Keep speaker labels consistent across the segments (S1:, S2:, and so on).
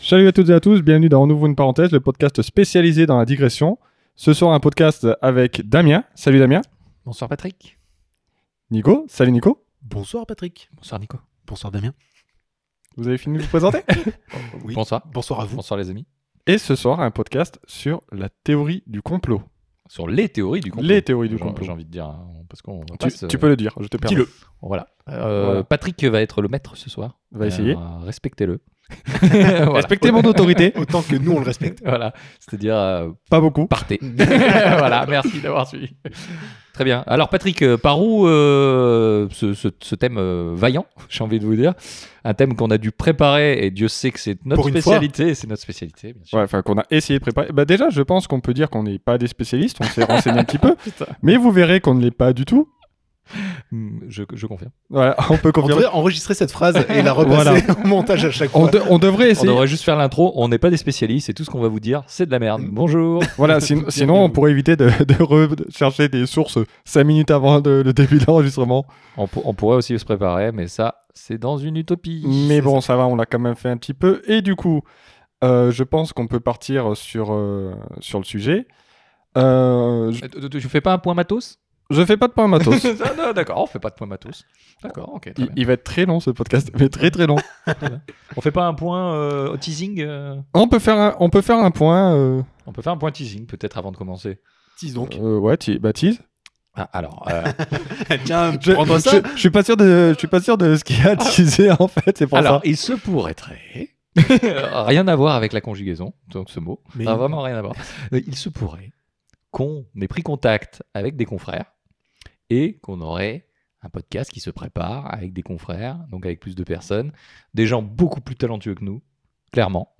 S1: Salut à toutes et à tous, bienvenue dans On ouvre une parenthèse, le podcast spécialisé dans la digression. Ce soir, un podcast avec Damien. Salut Damien.
S2: Bonsoir Patrick.
S1: Nico. Salut Nico.
S3: Bonsoir Patrick.
S2: Bonsoir Nico.
S3: Bonsoir Damien.
S1: Vous avez fini de vous présenter
S3: Oui.
S2: Bonsoir.
S3: Bonsoir à vous.
S2: Bonsoir les amis.
S1: Et ce soir, un podcast sur la théorie du complot.
S2: Sur les théories du complot.
S1: Les théories du
S2: J'ai-
S1: complot.
S2: J'ai envie de dire, hein, parce qu'on va
S1: Tu,
S2: pas se-
S1: tu peux le dire, je te permets.
S3: Dis-le.
S2: Voilà. Euh,
S1: Voilà.
S2: Patrick va être le maître ce soir.
S1: Va essayer.
S2: Euh, Respectez-le. Voilà.
S1: Respectez mon autorité.
S3: Autant que nous on le respecte.
S2: Voilà. C'est-à-dire, euh,
S1: Pas beaucoup.
S2: partez. voilà, merci d'avoir suivi. Très bien. Alors Patrick, euh, par où euh, ce, ce- ce thème euh, vaillant, j'ai envie de vous dire, un thème qu'on a dû préparer et Dieu sait que c'est notre
S3: Pour une fois.
S2: spécialité, c'est notre spécialité, bien sûr.
S1: Ouais, enfin qu'on a essayé de préparer. Bah déjà, je pense qu'on peut dire qu'on n'est pas des spécialistes, on s'est renseigné un petit peu, mais vous verrez qu'on ne l'est pas du tout.
S2: Hmm, Je, je confirme.
S1: Voilà, on peut
S3: On
S1: confirmer.
S3: devrait enregistrer cette phrase et la repasser au montage à chaque
S1: On,
S3: fois.
S1: de- on devrait
S2: On
S1: essayer.
S2: devrait juste faire l'intro, on n'est pas des spécialistes et tout ce qu'on va vous dire, c'est de la merde. Bonjour.
S1: Voilà, sin-
S3: Bien
S1: sinon
S3: vu.
S1: on pourrait éviter de, de rechercher des sources 5 minutes avant de- le début de l'enregistrement.
S2: on, pour- on pourrait aussi se préparer, mais ça, c'est dans une utopie.
S1: Mais bon, ça. va, on l'a quand même fait un petit peu. Et du coup, euh, je pense qu'on peut partir sur, euh, sur le sujet. Euh, je,
S2: Euh, tu- tu- Tu fais pas un point matos
S1: je fais pas de point matos.
S2: Ah, non, D'accord, on fait pas de point matos. D'accord, ok, très
S1: Il,
S2: bien.
S1: il va être très long ce podcast, mais très très long.
S2: On fait pas un point euh, au teasing euh,
S1: On peut faire un, on peut faire un point. euh,
S2: On peut faire un point teasing peut-être avant de commencer.
S3: Dis donc.
S1: euh, ouais, ti- bah, tease.
S2: Ah, alors, euh,
S3: Tiens,
S1: Je,
S3: prends-toi ça. Ah.
S1: je- je suis pas sûr de, je suis pas sûr de ce qu'il y a à teaser en fait. C'est pour ça.
S2: alors il se pourrait très. rien à voir avec la conjugaison, donc ce mot.
S3: Mais-
S2: Ah, vraiment rien à voir. Euh, Il se pourrait qu'on ait pris contact avec des confrères et qu'on aurait un podcast qui se prépare avec des confrères, donc avec plus de personnes, des gens beaucoup plus talentueux que nous, clairement.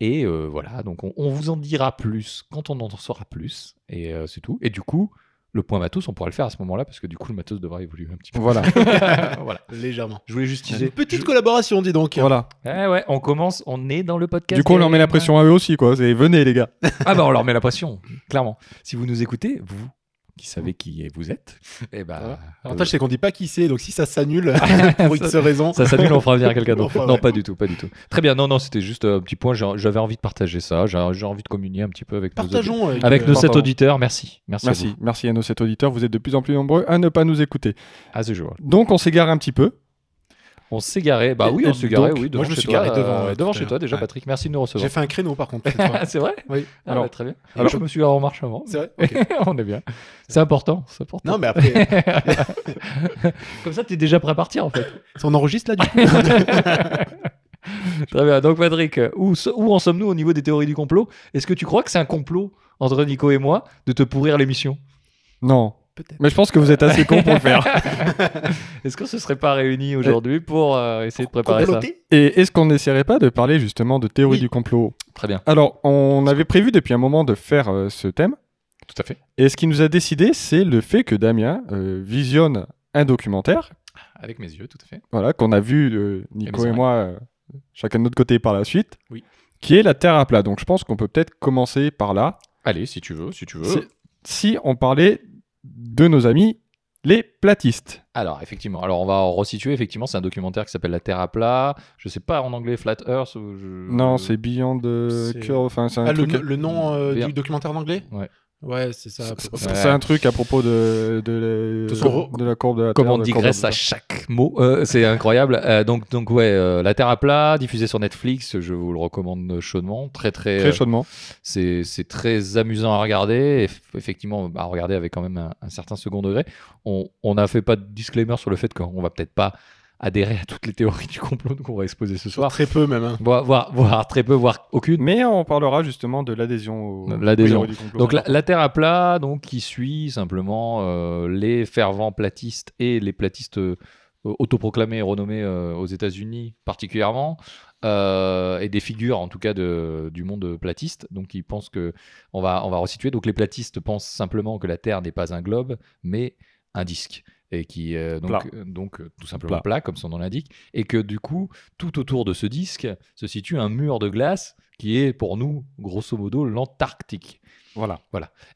S2: Et euh, voilà, donc on, on vous en dira plus quand on en saura plus, et euh, c'est tout. Et du coup, le point matos, on pourra le faire à ce moment-là, parce que du coup, le matos devra évoluer un petit peu.
S1: Voilà,
S2: voilà.
S3: Légèrement.
S2: Je voulais juste teaser.
S3: Petite collaboration, dis donc.
S1: voilà.
S2: Eh ouais, on commence, on est dans le podcast.
S1: Du coup, on leur met la
S2: game.
S1: pression à eux aussi, quoi. C'est venez les gars.
S2: Ah bah on leur met la pression, clairement. Si vous nous écoutez, vous qui savez qui vous êtes, eh bah,
S3: L'avantage, c'est qu'on dit pas qui c'est, donc si ça s'annule pour X raison.
S2: ça s'annule, on fera venir quelqu'un d'autre.
S3: Enfin,
S2: non,
S3: ouais.
S2: pas du tout, pas du tout. Très bien, non, non, c'était juste un petit point. j'ai- J'avais envie de partager ça. J'ai j'ai envie de communier un petit peu avec nos
S3: Partageons.
S2: audi- avec nos
S3: euh,
S2: sept
S1: Pardon.
S2: auditeurs. Merci, merci. à
S1: Merci,
S2: vous.
S1: merci à nos sept auditeurs. Vous êtes de plus en plus nombreux à ne pas nous écouter.
S2: À ce jour.
S1: Donc, on s'égare un petit peu.
S2: Ah, On s'est garé. Bah oui,
S3: Et-
S2: on s'est garé.
S3: donc,
S2: Oui, devant
S3: moi, je me
S2: chez
S3: suis
S2: toi,
S3: garé
S2: euh,
S3: devant, ouais,
S2: devant
S3: tout à
S2: chez toi
S3: l'heure.
S2: déjà,
S3: Ouais.
S2: Patrick. Merci de nous
S3: J'ai
S2: recevoir.
S3: fait un créneau par contre. cette fois.
S2: c'est vrai.
S3: Oui.
S2: Ah,
S1: Alors-
S2: bah, très bien.
S3: Alors-
S2: je me suis en marche avant.
S3: C'est vrai. Ok.
S2: on est bien. C'est important, c'est important.
S3: Non, mais après,
S2: Comme ça, t'es déjà prêt à partir en fait.
S3: on enregistre là du coup.
S2: Très bien. Donc, Patrick, euh, où, so- où en sommes-nous au niveau des théories du complot Est-ce que tu crois que c'est un complot entre Nico et moi de te pourrir l'émission
S1: Non.
S3: Peut-être.
S1: Mais je pense que vous êtes assez cons pour le faire.
S2: Est-ce qu'on se serait pas réunis aujourd'hui pour euh, essayer de préparer ça
S3: Comploter
S1: Et est-ce qu'on n'essaierait pas de parler justement de théorie
S3: Oui.
S1: du complot
S2: Très bien.
S1: Alors, on avait prévu depuis un moment de faire euh, ce thème.
S2: Tout à fait.
S1: Et ce qui nous a décidé, c'est le fait que Damien euh, visionne un documentaire,
S2: Avec mes yeux, tout à fait.
S1: voilà, qu'on a vu euh, Nico
S2: mes
S1: et
S2: oreilles.
S1: moi, euh, chacun de notre côté par la suite,
S2: ben, Oui.
S1: qui est la Terre à plat. Donc, je pense qu'on peut peut-être commencer par là.
S2: Allez, si tu veux, si tu veux.
S1: Si- si on parlait de nos amis les platistes.
S2: Alors, effectivement. Alors, on va en resituer. Effectivement, c'est un documentaire qui s'appelle La Terre à plat. Je sais pas en anglais, Flat Earth. ou je-
S1: Non, c'est Beyond euh,
S3: c'est-
S1: Curve, Enfin, c'est un
S3: Ah, le,
S1: truc.
S3: le nom euh,
S2: Bien.
S3: du documentaire en anglais
S2: Ouais.
S3: Ouais, c'est ça. à peu près.
S1: C'est c'est un truc à propos de, de, la-
S3: De son-
S1: de la courbe de la
S2: Comme
S1: Terre,
S2: on
S1: de la
S2: digresse
S1: courbe
S2: à
S1: de-
S2: chaque mot, euh, c'est incroyable. Euh, donc, donc ouais, euh, La Terre à plat, diffusée sur Netflix, je vous le recommande chaudement. Très, très,
S1: Très
S2: euh,
S1: chaudement.
S2: C'est c'est très amusant à regarder, et f- effectivement, à regarder avec quand même un, un certain second degré. On on n'a fait pas de disclaimer sur le fait qu'on va peut-être pas adhérer à toutes les théories du complot qu'on va exposer ce soir,
S3: Très peu même. hein.
S2: voire, voire- voire très peu, voire aucune.
S1: Mais on parlera justement de l'adhésion. au- au
S2: L'adhésion.
S1: théorie du complot.
S2: Donc la, la Terre à plat, donc qui suit simplement euh, les fervents platistes et les platistes euh, autoproclamés et renommés euh, aux États-Unis particulièrement, euh, et des figures en tout cas de- du monde platiste. Donc ils pensent que on va on va resituer. Donc les platistes pensent simplement que la Terre n'est pas un globe, mais un disque. Et qui euh, donc,
S1: Plat.
S2: euh, donc euh, tout simplement plat. comme son nom l'indique, et que du coup tout autour de ce disque se situe un mur de glace qui est pour nous grosso modo l'Antarctique.
S1: Voilà.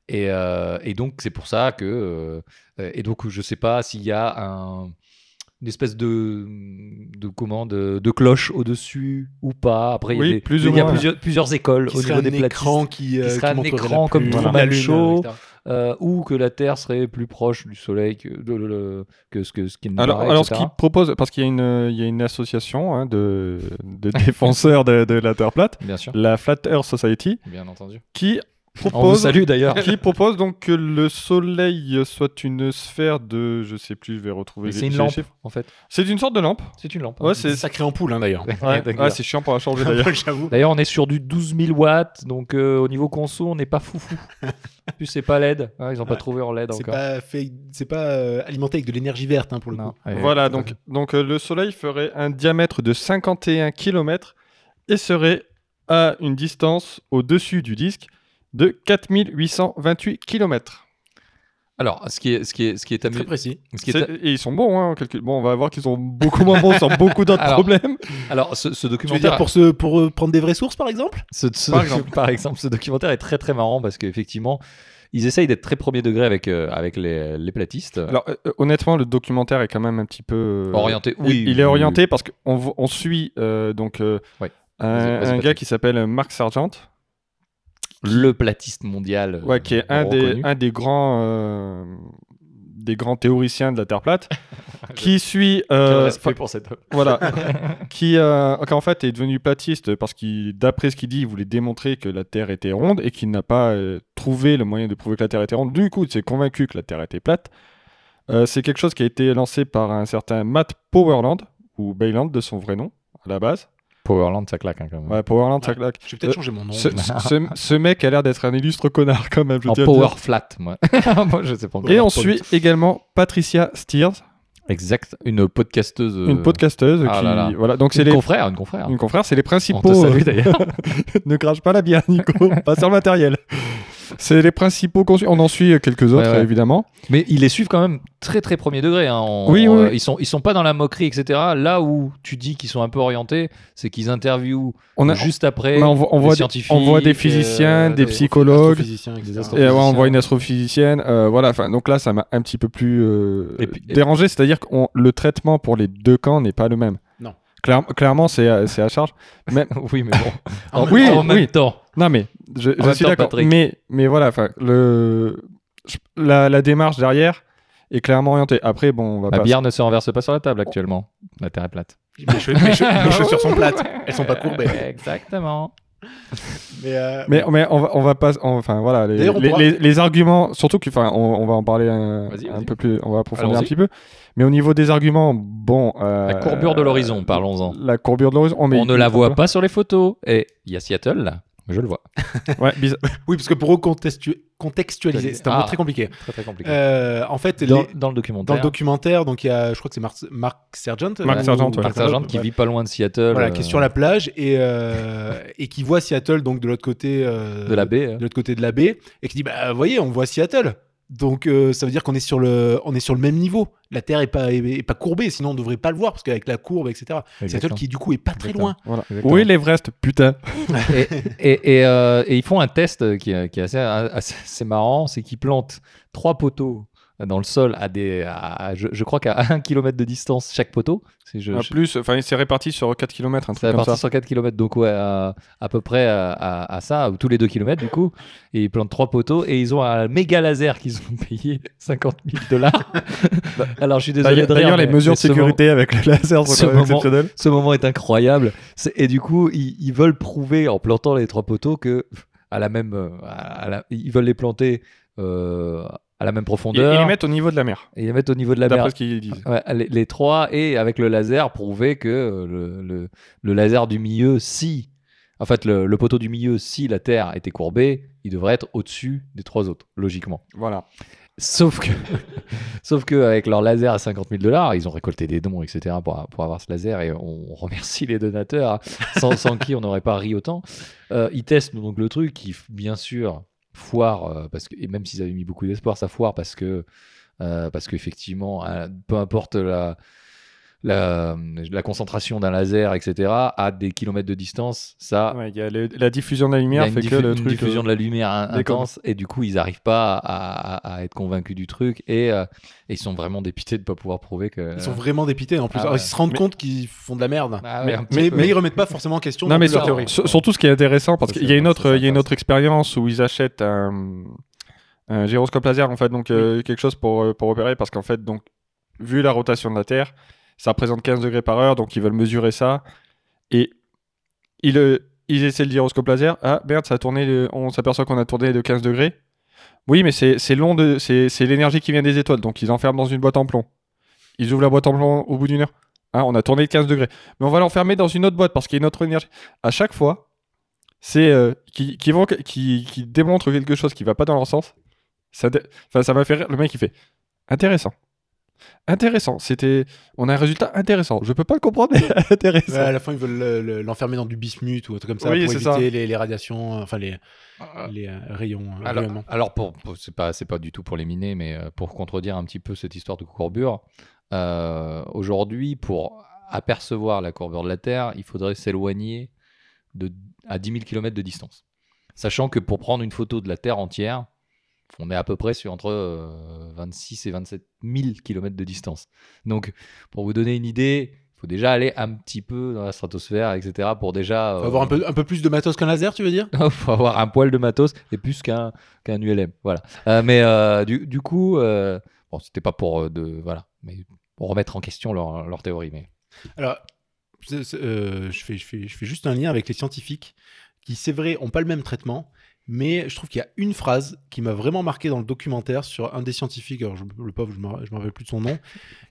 S2: Et, euh, et donc, c'est pour ça que. euh, et donc, je sais pas s'il y a un, une espèce de, de comment, de, de cloche au-dessus ou pas. Après, il y
S1: Oui,
S2: a, des-
S1: plus ou
S2: il y a
S1: moins.
S2: plusieurs, plusieurs écoles
S3: Qui
S2: au
S3: serait
S2: niveau
S3: un
S2: des platistes.
S3: écran qui, euh,
S2: qui serait un
S3: montrerait la
S2: écran comme
S3: plus-
S1: Truman
S3: la lune,
S2: Show.
S3: etc.
S2: euh, ou que la Terre serait plus proche du Soleil que, de- de- de- que ce que ce qui nous
S1: Alors,
S2: paraît,
S1: alors ce
S2: etc.
S1: qu'ils proposent, parce qu'il y a une, euh, il y a une association hein, de, de défenseurs de, de la Terre plate,
S2: Bien sûr,
S1: la Flat Earth Society,
S2: bien entendu.
S1: qui
S2: On vous
S1: propose,
S2: salue d'ailleurs.
S1: qui propose donc que le Soleil soit une sphère de, je sais plus, je vais retrouver
S2: Mais
S1: les,
S2: c'est une
S1: les
S2: lampe,
S1: chiffres.
S2: en fait.
S1: C'est une sorte de lampe.
S2: C'est une lampe.
S1: Ouais,
S3: C'est sacré en poule, hein, d'ailleurs.
S1: Ouais,
S2: D'accord.
S1: ouais, Ah, c'est chiant pour la changer d'ailleurs.
S3: J'avoue.
S2: D'ailleurs, on est sur du 12 000 watts, donc euh, au niveau conso, on n'est pas foufou. en plus, c'est pas LED. hein, ils n'ont pas
S3: Ouais.
S2: trouvé en LED
S3: C'est
S2: encore.
S3: pas, fait... c'est pas euh, alimenté avec de l'énergie verte, hein, pour le
S2: Non.
S3: coup.
S2: Ouais,
S1: Voilà,
S2: tout à
S1: donc,
S2: fait.
S1: donc euh, le Soleil ferait un diamètre de 51 km et serait à une distance au-dessus du disque de 4828 km.
S2: Alors, ce qui est, ce qui est, ce qui est amusant.
S3: Très précis.
S2: ce qui est-
S1: Et ils sont bons, hein, en calcul. Bon, on va voir qu'ils sont beaucoup moins bons sur beaucoup d'autres
S2: Alors,
S1: problèmes.
S2: Alors, ce, ce
S3: Tu veux
S2: documentaire,
S3: dire pour, se... pour euh, prendre des vraies sources, par exemple
S2: ce- ce-
S1: Par
S2: par,
S1: exemple.
S2: exemple. ce documentaire est très très marrant parce qu'effectivement, ils essayent d'être très premier degré avec, euh, avec les, les platistes.
S1: Alors, euh, euh, honnêtement, le documentaire est quand même un petit peu. euh,
S2: orienté,
S1: il-
S2: oui.
S1: il,
S2: oui,
S1: est
S2: oui.
S1: orienté parce qu'on vo- on suit euh, donc euh,
S2: Ouais.
S1: un,
S2: Vas-y, vas-y,
S1: un gars
S2: Patrick.
S1: qui s'appelle Marc Sargent,
S2: Le platiste mondial. euh,
S1: ouais, qui est un des,
S2: reconnu.
S1: un des grands. euh, des grands théoriciens de la Terre plate, qui suit
S2: Quel
S1: euh,
S2: respect pour cet homme.
S1: voilà, qui euh, qui, en fait est devenu platiste parce qu'il, d'après ce qu'il dit, il voulait démontrer que la Terre était ronde et qu'il n'a pas euh, trouvé le moyen de prouver que la Terre était ronde. Du coup, il s'est convaincu que la Terre était plate. Euh, c'est quelque chose qui a été lancé par un certain Matt Powerland ou Bayland de son vrai nom à la base.
S2: Powerland, ça claque hein, quand même.
S1: Ouais, Powerland, ça
S3: Ouais.
S1: claque.
S3: Je vais
S1: peut-être
S3: peut-être changer mon nom.
S1: Ce, ce- ce- ce mec a l'air d'être un illustre connard quand même. Je
S2: en
S1: tiens à le
S2: power
S1: dire.
S2: flat, moi. moi, je sais pas. encore.
S1: Et on suit également Patricia Steers,
S2: Exact, une podcasteuse.
S1: une podcasteuse
S2: ah
S1: qui
S2: là là.
S1: voilà. Donc c'est
S2: Une
S1: les
S2: confrère, une confrère.
S1: une confrère, c'est les
S2: On te
S1: principaux. euh,
S2: salue d'ailleurs.
S1: ne crache pas la bière, Nico. pas sur le matériel. C'est les principaux conçus. On en suit euh, quelques autres,
S2: Ouais, ouais.
S1: évidemment.
S2: Mais ils les suivent quand même très très premier degré. hein. On-
S1: Oui, oui,
S2: euh,
S1: oui.
S2: Ils sont ils sont pas dans la moquerie, etc. Là où tu dis qu'ils sont un peu orientés, c'est qu'ils interviewent
S1: On, a-
S2: juste après
S1: mais on, voit- on
S2: des
S1: voit, des,
S2: scientifiques,
S1: on voit des
S2: euh,
S1: physiciens, des
S2: des-
S1: psychologues.
S2: etc.
S1: Et ouais, on
S2: astrophysiciens.
S1: voit une astrophysicienne. euh, voilà. Enfin, donc là, ça m'a un petit peu plus euh,
S2: Et puis- et-
S1: dérangé. C'est-à-dire que le traitement pour les deux camps n'est pas le même.
S3: Non.
S1: Claire- clairement, c'est à, c'est à charge.
S2: oui, mais bon.
S1: En
S2: en,
S1: même temps.
S2: en même
S1: Oui.
S2: temps.
S1: Non, mais je, je
S2: même
S1: suis
S2: temps,
S1: d'accord.
S2: Patrick.
S1: Mais, mais voilà, enfin, le, je- la, la démarche derrière est clairement orientée. Après, bon, on va
S2: La
S1: pas.
S2: bière ne se renverse pas sur la table actuellement. La terre est plate. Euh,
S3: Mes, che- mes che- mes chaussures sont plates. Elles sont pas courbées.
S2: Exactement.
S3: Mais, euh,
S1: Mais, mais on, va, on va pas. on- enfin voilà, les,
S3: D'ailleurs, on
S1: les-
S3: pourra-
S1: les- les arguments, surtout que, enfin, on, on va en parler un,
S2: Vas-y,
S1: un
S2: vas-y.
S1: peu plus, on va approfondir un
S2: Allons-y.
S1: petit peu. Mais au niveau des arguments, bon. euh,
S2: La courbure de l'horizon, parlons-en.
S1: La courbure de l'horizon. Oh, mais-
S2: on ne la voit pas sur les photos. Et il y a Seattle là. Je le vois.
S1: Ouais, bizarre.
S3: Oui, parce que pour recontextu- contextualiser, c'est un mot
S2: Ah.
S3: très compliqué.
S2: Très très compliqué.
S3: Euh, en fait,
S2: dans,
S3: les-
S2: dans le
S3: dans
S2: documentaire.
S3: le documentaire, donc il y a, je crois que c'est Marc, Marc Sergent.
S1: Mark
S3: ou-
S1: Sergent, ouais.
S2: Mark Sargent qui
S3: ouais.
S2: vit pas loin de Seattle.
S3: Voilà,
S2: euh,
S3: qui est sur la plage et, euh, et qui voit Seattle donc de l'autre côté euh,
S2: de la baie. euh.
S3: de l'autre côté de la baie et qui dit bah vous voyez on voit Seattle donc euh, ça veut dire qu'on est sur le on est sur le même niveau la Terre est pas est, est pas courbée sinon on devrait pas le voir parce qu'avec la courbe etc Seattle
S2: Exactement.
S3: qui du coup est pas très
S2: Exactement.
S3: loin
S1: Voilà.
S2: Exactement.
S1: Où est l'Everest, putain
S2: et, et- et, euh, et ils font un test qui, est- qui est assez, euh, assez- assez marrant, c'est qu'ils plantent trois poteaux dans le sol à des, à- je, je crois qu'à 1 km de distance chaque poteau. Si je,
S1: En
S2: je-
S1: plus, enfin, il s'est réparti sur 4 km, un
S2: c'est
S1: truc
S2: à
S1: comme
S2: partir
S1: ça.
S2: de 104 km, donc ouais, à, à peu près à, à- à ça, ou tous les 2 km du coup. Et ils plantent trois poteaux et ils ont un méga laser qu'ils ont payé 50 000 dollars. Alors je suis
S1: Bah,
S2: désolé.
S1: D'ailleurs,
S2: de rire,
S1: d'ailleurs, les
S2: mais-
S1: mesures
S2: mais
S1: de
S2: ce moment-
S1: sécurité avec le laser sont
S2: ce
S1: quand même
S2: moment-
S1: exceptionnelles.
S2: ce moment est incroyable. C'est- Et du coup, ils, ils veulent prouver en plantant les trois poteaux que à la même, euh, à la- ils veulent les planter euh, à la
S1: Ils,
S2: même
S1: ils
S2: profondeur
S1: les mettent au niveau de la mer,
S2: et les mettre au niveau de la mer.
S1: d'après ce qu'ils disent.
S2: Ouais, les, les trois et avec le laser prouver que euh, le, le- le laser du milieu, si en fait le, le poteau du milieu, si la Terre était courbée, il devrait être au-dessus des trois autres, logiquement.
S1: Voilà.
S2: Sauf que, sauf que avec leur laser à 50 000 dollars, ils ont récolté des dons, etc. pour, pour avoir ce laser et on remercie les donateurs hein. sans, sans qui on n'aurait pas ri autant. Euh, ils testent donc le truc qui, bien sûr, foire euh, parce que et même s'ils avaient mis beaucoup d'espoir, ça foire parce que euh, parce qu'effectivement, euh, peu importe la la, la concentration d'un laser, etc., à des kilomètres de distance, ça,
S1: Ouais, il y a le- la diffusion de la
S2: Ah. il y
S1: lumière
S2: a une,
S1: fait que
S2: diffu-
S1: le
S2: une
S1: truc.
S2: diffusion
S1: euh,
S2: de la lumière in-
S1: déconne.
S2: intense, et du coup, ils n'arrivent pas à, à- à être convaincus du truc, et, euh, et ils sont vraiment dépités de ne pas pouvoir prouver que.
S3: Ils sont vraiment dépités en plus.
S2: Ah
S3: Alors,
S2: ouais.
S3: Ils se rendent
S1: Mais-
S3: compte qu'ils font de la merde.
S2: Ah ouais,
S1: Mais-
S2: un petit
S3: Mais,
S2: peu.
S3: mais ils remettent pas forcément en question
S1: Non, mais
S3: toute leur
S1: sur-
S3: théorie.
S1: sur- surtout ce qui est intéressant, parce
S2: Ça,
S1: qu'il
S2: c'est-
S1: y a une
S2: ça,
S1: autre,
S2: c'est
S1: il y a une
S2: sympa,
S1: autre expérience où ils achètent un, un gyroscope laser, en fait, donc euh, quelque chose pour, euh, pour opérer, parce qu'en fait, donc, vu la rotation de la Terre, ça présente 15 degrés par heure, donc ils veulent mesurer ça. Et ils, euh, ils essaient le gyroscope laser. Ah merde, ça a tourné, de- on s'aperçoit qu'on a tourné de 15 degrés. Oui, mais c'est c'est l'onde, c'est c'est l'énergie qui vient des étoiles, donc ils enferment dans une boîte en plomb. Ils ouvrent la boîte en plomb au bout d'une heure. Hein, on a tourné de 15 degrés. Mais on va l'enfermer dans une autre boîte parce qu'il y a une autre énergie. À chaque fois, c'est euh, qui, qui, vont- qui, qui démontre quelque chose qui va pas dans leur sens. Ça, dé- enfin, ça m'a fait rire. Le mec, il fait intéressant. Intéressant. C'était, on a un résultat intéressant. Je peux pas le comprendre, mais intéressant.
S3: Ouais, à la fin, ils veulent le- le- l'enfermer dans du bismuth ou un truc comme ça
S1: Oui,
S3: pour
S1: c'est
S3: éviter
S1: ça.
S3: Les, les radiations, euh, enfin les, les euh, rayons. euh,
S2: Ah. Alors,
S3: rayonnements.
S2: alors pour, pour- c'est pas c'est pas du tout pour les miner, mais euh, pour contredire un petit peu cette histoire de courbure, euh, aujourd'hui, pour apercevoir la courbure de la Terre, il faudrait s'éloigner de à 10 000 km de distance, sachant que pour prendre une photo de la Terre entière, on est à peu près sur entre euh, 26 et 27 000 km de distance. Donc, pour vous donner une idée, il faut déjà aller un petit peu dans la stratosphère, etc., pour déjà
S3: Faut
S2: euh,
S3: avoir un peu, un peu plus de matos qu'un laser, tu veux dire
S2: faut avoir un poil de matos et plus qu'un qu'un ULM. Voilà. Euh, mais euh, du, du coup, euh, bon, c'était pas pour euh, de voilà, mais pour remettre en question leur, leur théorie. Mais
S3: Alors, c'est- c'est, euh, je, fais, je, fais, je fais juste un lien avec les scientifiques qui, c'est vrai, ont pas le même traitement, mais je trouve qu'il y a une phrase qui m'a vraiment marqué dans le documentaire sur un des scientifiques, alors je- le pauvre, je m'en je m'en rappelle plus de son nom,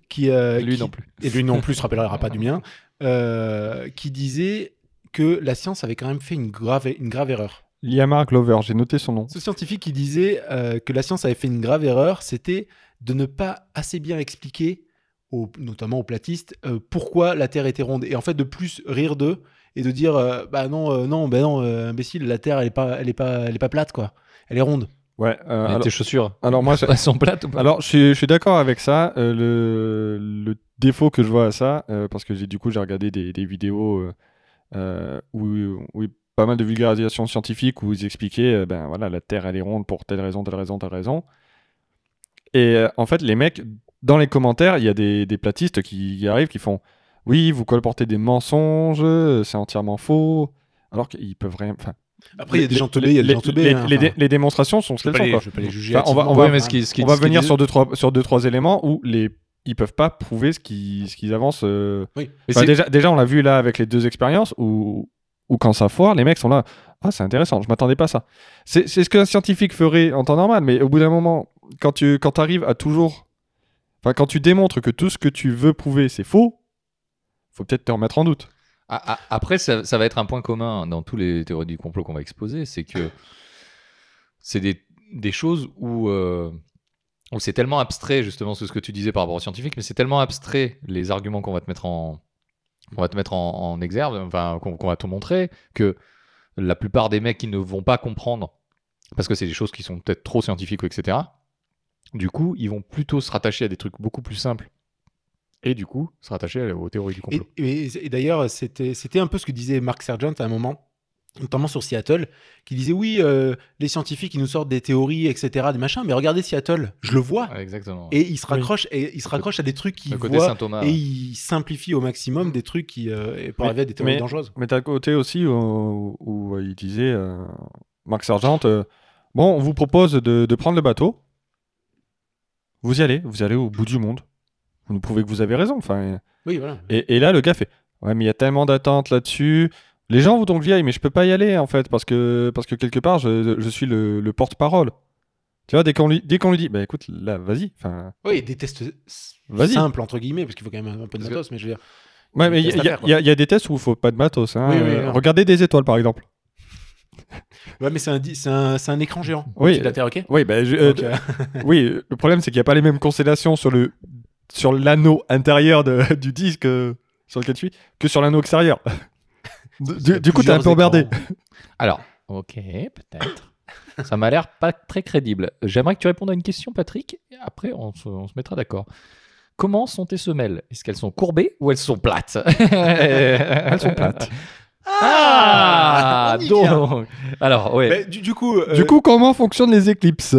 S3: qui, euh,
S2: lui
S3: qui-
S2: non plus.
S3: et lui non plus, se rappellera pas du mien, euh, qui disait que la science avait quand même fait une grave, une grave erreur.
S1: Liamar Glover, j'ai noté son nom.
S3: Ce scientifique qui disait euh, que la science avait fait une grave erreur, c'était de ne pas assez bien expliquer, aux- notamment aux platistes, euh, pourquoi la Terre était ronde. Et en fait, de plus rire d'eux et de dire euh, bah non, euh, non, bah non, euh, imbécile, la Terre elle est pas, elle est pas, elle est pas plate quoi. Elle est ronde.
S1: Ouais. euh,
S2: Mais
S1: alors,
S2: tes chaussures,
S1: alors moi, je-
S2: elles sont plates ou pas
S1: alors je suis, je suis d'accord avec ça. Euh, le, le défaut que je vois à ça, euh, parce que j'ai du coup j'ai regardé des, des vidéos euh, euh, où, où il y a pas mal de vulgarisation scientifique où ils expliquaient euh, ben voilà la Terre elle est ronde pour telle raison, telle raison, telle raison. Et euh, en fait les mecs dans les commentaires il y a des, des platistes qui, qui arrivent qui font oui vous colportez des mensonges, euh, c'est entièrement faux. Alors qu'ils peuvent rien. enfin,
S3: Après, il y a des
S1: les-
S3: gens teubés,
S1: les-
S3: il y a des
S1: les-
S3: gens teubés.
S1: les-
S3: hein,
S1: les
S3: enfin,
S1: dé- les démonstrations sont ce
S3: je vais
S1: qu'elles sont quoi.
S3: pas les- je vais pas les juger. hein,
S1: Enfin, on va-
S3: activement.
S1: on va-
S2: Oui, mais ce qui- ce qui-
S1: On va
S2: ce qui
S1: venir
S2: disait-
S1: sur deux trois sur deux trois éléments où les ils peuvent pas prouver ce qu'ils ce qu'ils avancent. euh.
S3: Oui.
S2: Mais
S1: Enfin,
S2: c'est-
S1: déjà déjà on l'a vu là avec les deux expériences où où quand ça foire les mecs sont là ah c'est intéressant je m'attendais pas à ça. C'est c'est ce qu'un scientifique ferait en temps normal mais au bout d'un moment quand tu quand arrives à toujours enfin quand tu démontres que tout ce que tu veux prouver c'est faux faut peut-être te remettre en doute.
S2: A- a- Après, ça, ça va être un point commun dans tous les théories du complot qu'on va exposer, c'est que c'est des, des choses où, euh, où c'est tellement abstrait, justement, c'est ce que tu disais par rapport aux scientifiques, mais c'est tellement abstrait les arguments qu'on va te mettre en, qu'on va te mettre en, en exergue, enfin, qu'on qu'on va te montrer, que la plupart des mecs qui ne vont pas comprendre, parce que c'est des choses qui sont peut-être trop scientifiques, ou etc., du coup, ils vont plutôt se rattacher à des trucs beaucoup plus simples. Et du coup, se rattacher aux théories du complot.
S3: Et, et- et d'ailleurs, c'était c'était un peu ce que disait Mark Sargent à un moment, notamment sur Seattle, qui disait oui, euh, les scientifiques ils nous sortent des théories, etc., des machins, mais regardez Seattle, je le vois.
S2: Ouais, Exactement.
S3: Et ils se raccrochent, et ils se raccrochent à des trucs qu'ils
S2: Le côté
S3: voient,
S2: Saint Thomas.
S3: et ils simplifient au maximum des trucs qui euh, et pour
S1: Mais-
S3: arriver à des théories
S1: mais-
S3: dangereuses.
S1: Mais t'as le côté aussi où, où, euh, il disait, euh, Marc Sargent, euh, bon, on vous propose de, de prendre le bateau. Vous y allez, vous allez au bout du monde. Vous nous prouvez que vous avez raison. Enfin,
S3: Oui, voilà.
S1: et, et là, le gars fait, ouais, mais il y a tellement d'attentes là-dessus. Les gens vous tombent vieille, mais je peux pas y aller en fait parce que parce que quelque part, je, je suis le, le porte-parole. Tu vois, dès qu'on lui dès qu'on lui dit, bah écoute, là, vas-y. Enfin,
S3: Oui, des tests s-
S1: Vas-y.
S3: simples entre guillemets, parce qu'il faut quand même un peu de
S2: Parce que-
S3: matos, mais je veux dire.
S1: ouais, mais il y,
S3: Test à
S1: a-
S3: faire, quoi.
S1: il y a- il y a des tests où il faut pas de matos. hein.
S3: Oui, oui,
S1: Euh,
S3: oui.
S1: Regardez des étoiles par exemple.
S3: Ouais, mais c'est un, di- c'est un, c'est un écran géant.
S1: Oui.
S3: C'est de la Terre, ok
S1: Oui, ben je- euh,
S3: Donc, euh,
S1: Oui, euh, le problème c'est qu'il n'y a pas les mêmes constellations sur le sur l'anneau intérieur de- du disque euh, sur lequel tu suis que sur l'anneau extérieur. Du,
S3: il y a
S1: du- du coup, t'es un peu
S3: euh, plusieurs
S1: emmerdé.
S3: écrans.
S2: Alors, ok, peut-être. Ça m'a l'air pas très crédible. J'aimerais que tu répondes à une question, Patrick. et après, on se, on se mettra d'accord. Comment sont tes semelles Est-ce qu'elles sont courbées ou elles sont plates
S1: Elles
S2: Elles
S1: sont plates.
S2: Ah
S3: On y vient.
S2: donc. Alors ouais.
S3: Ah, Mais du, du coup, euh,
S1: Du coup, comment fonctionnent les éclipses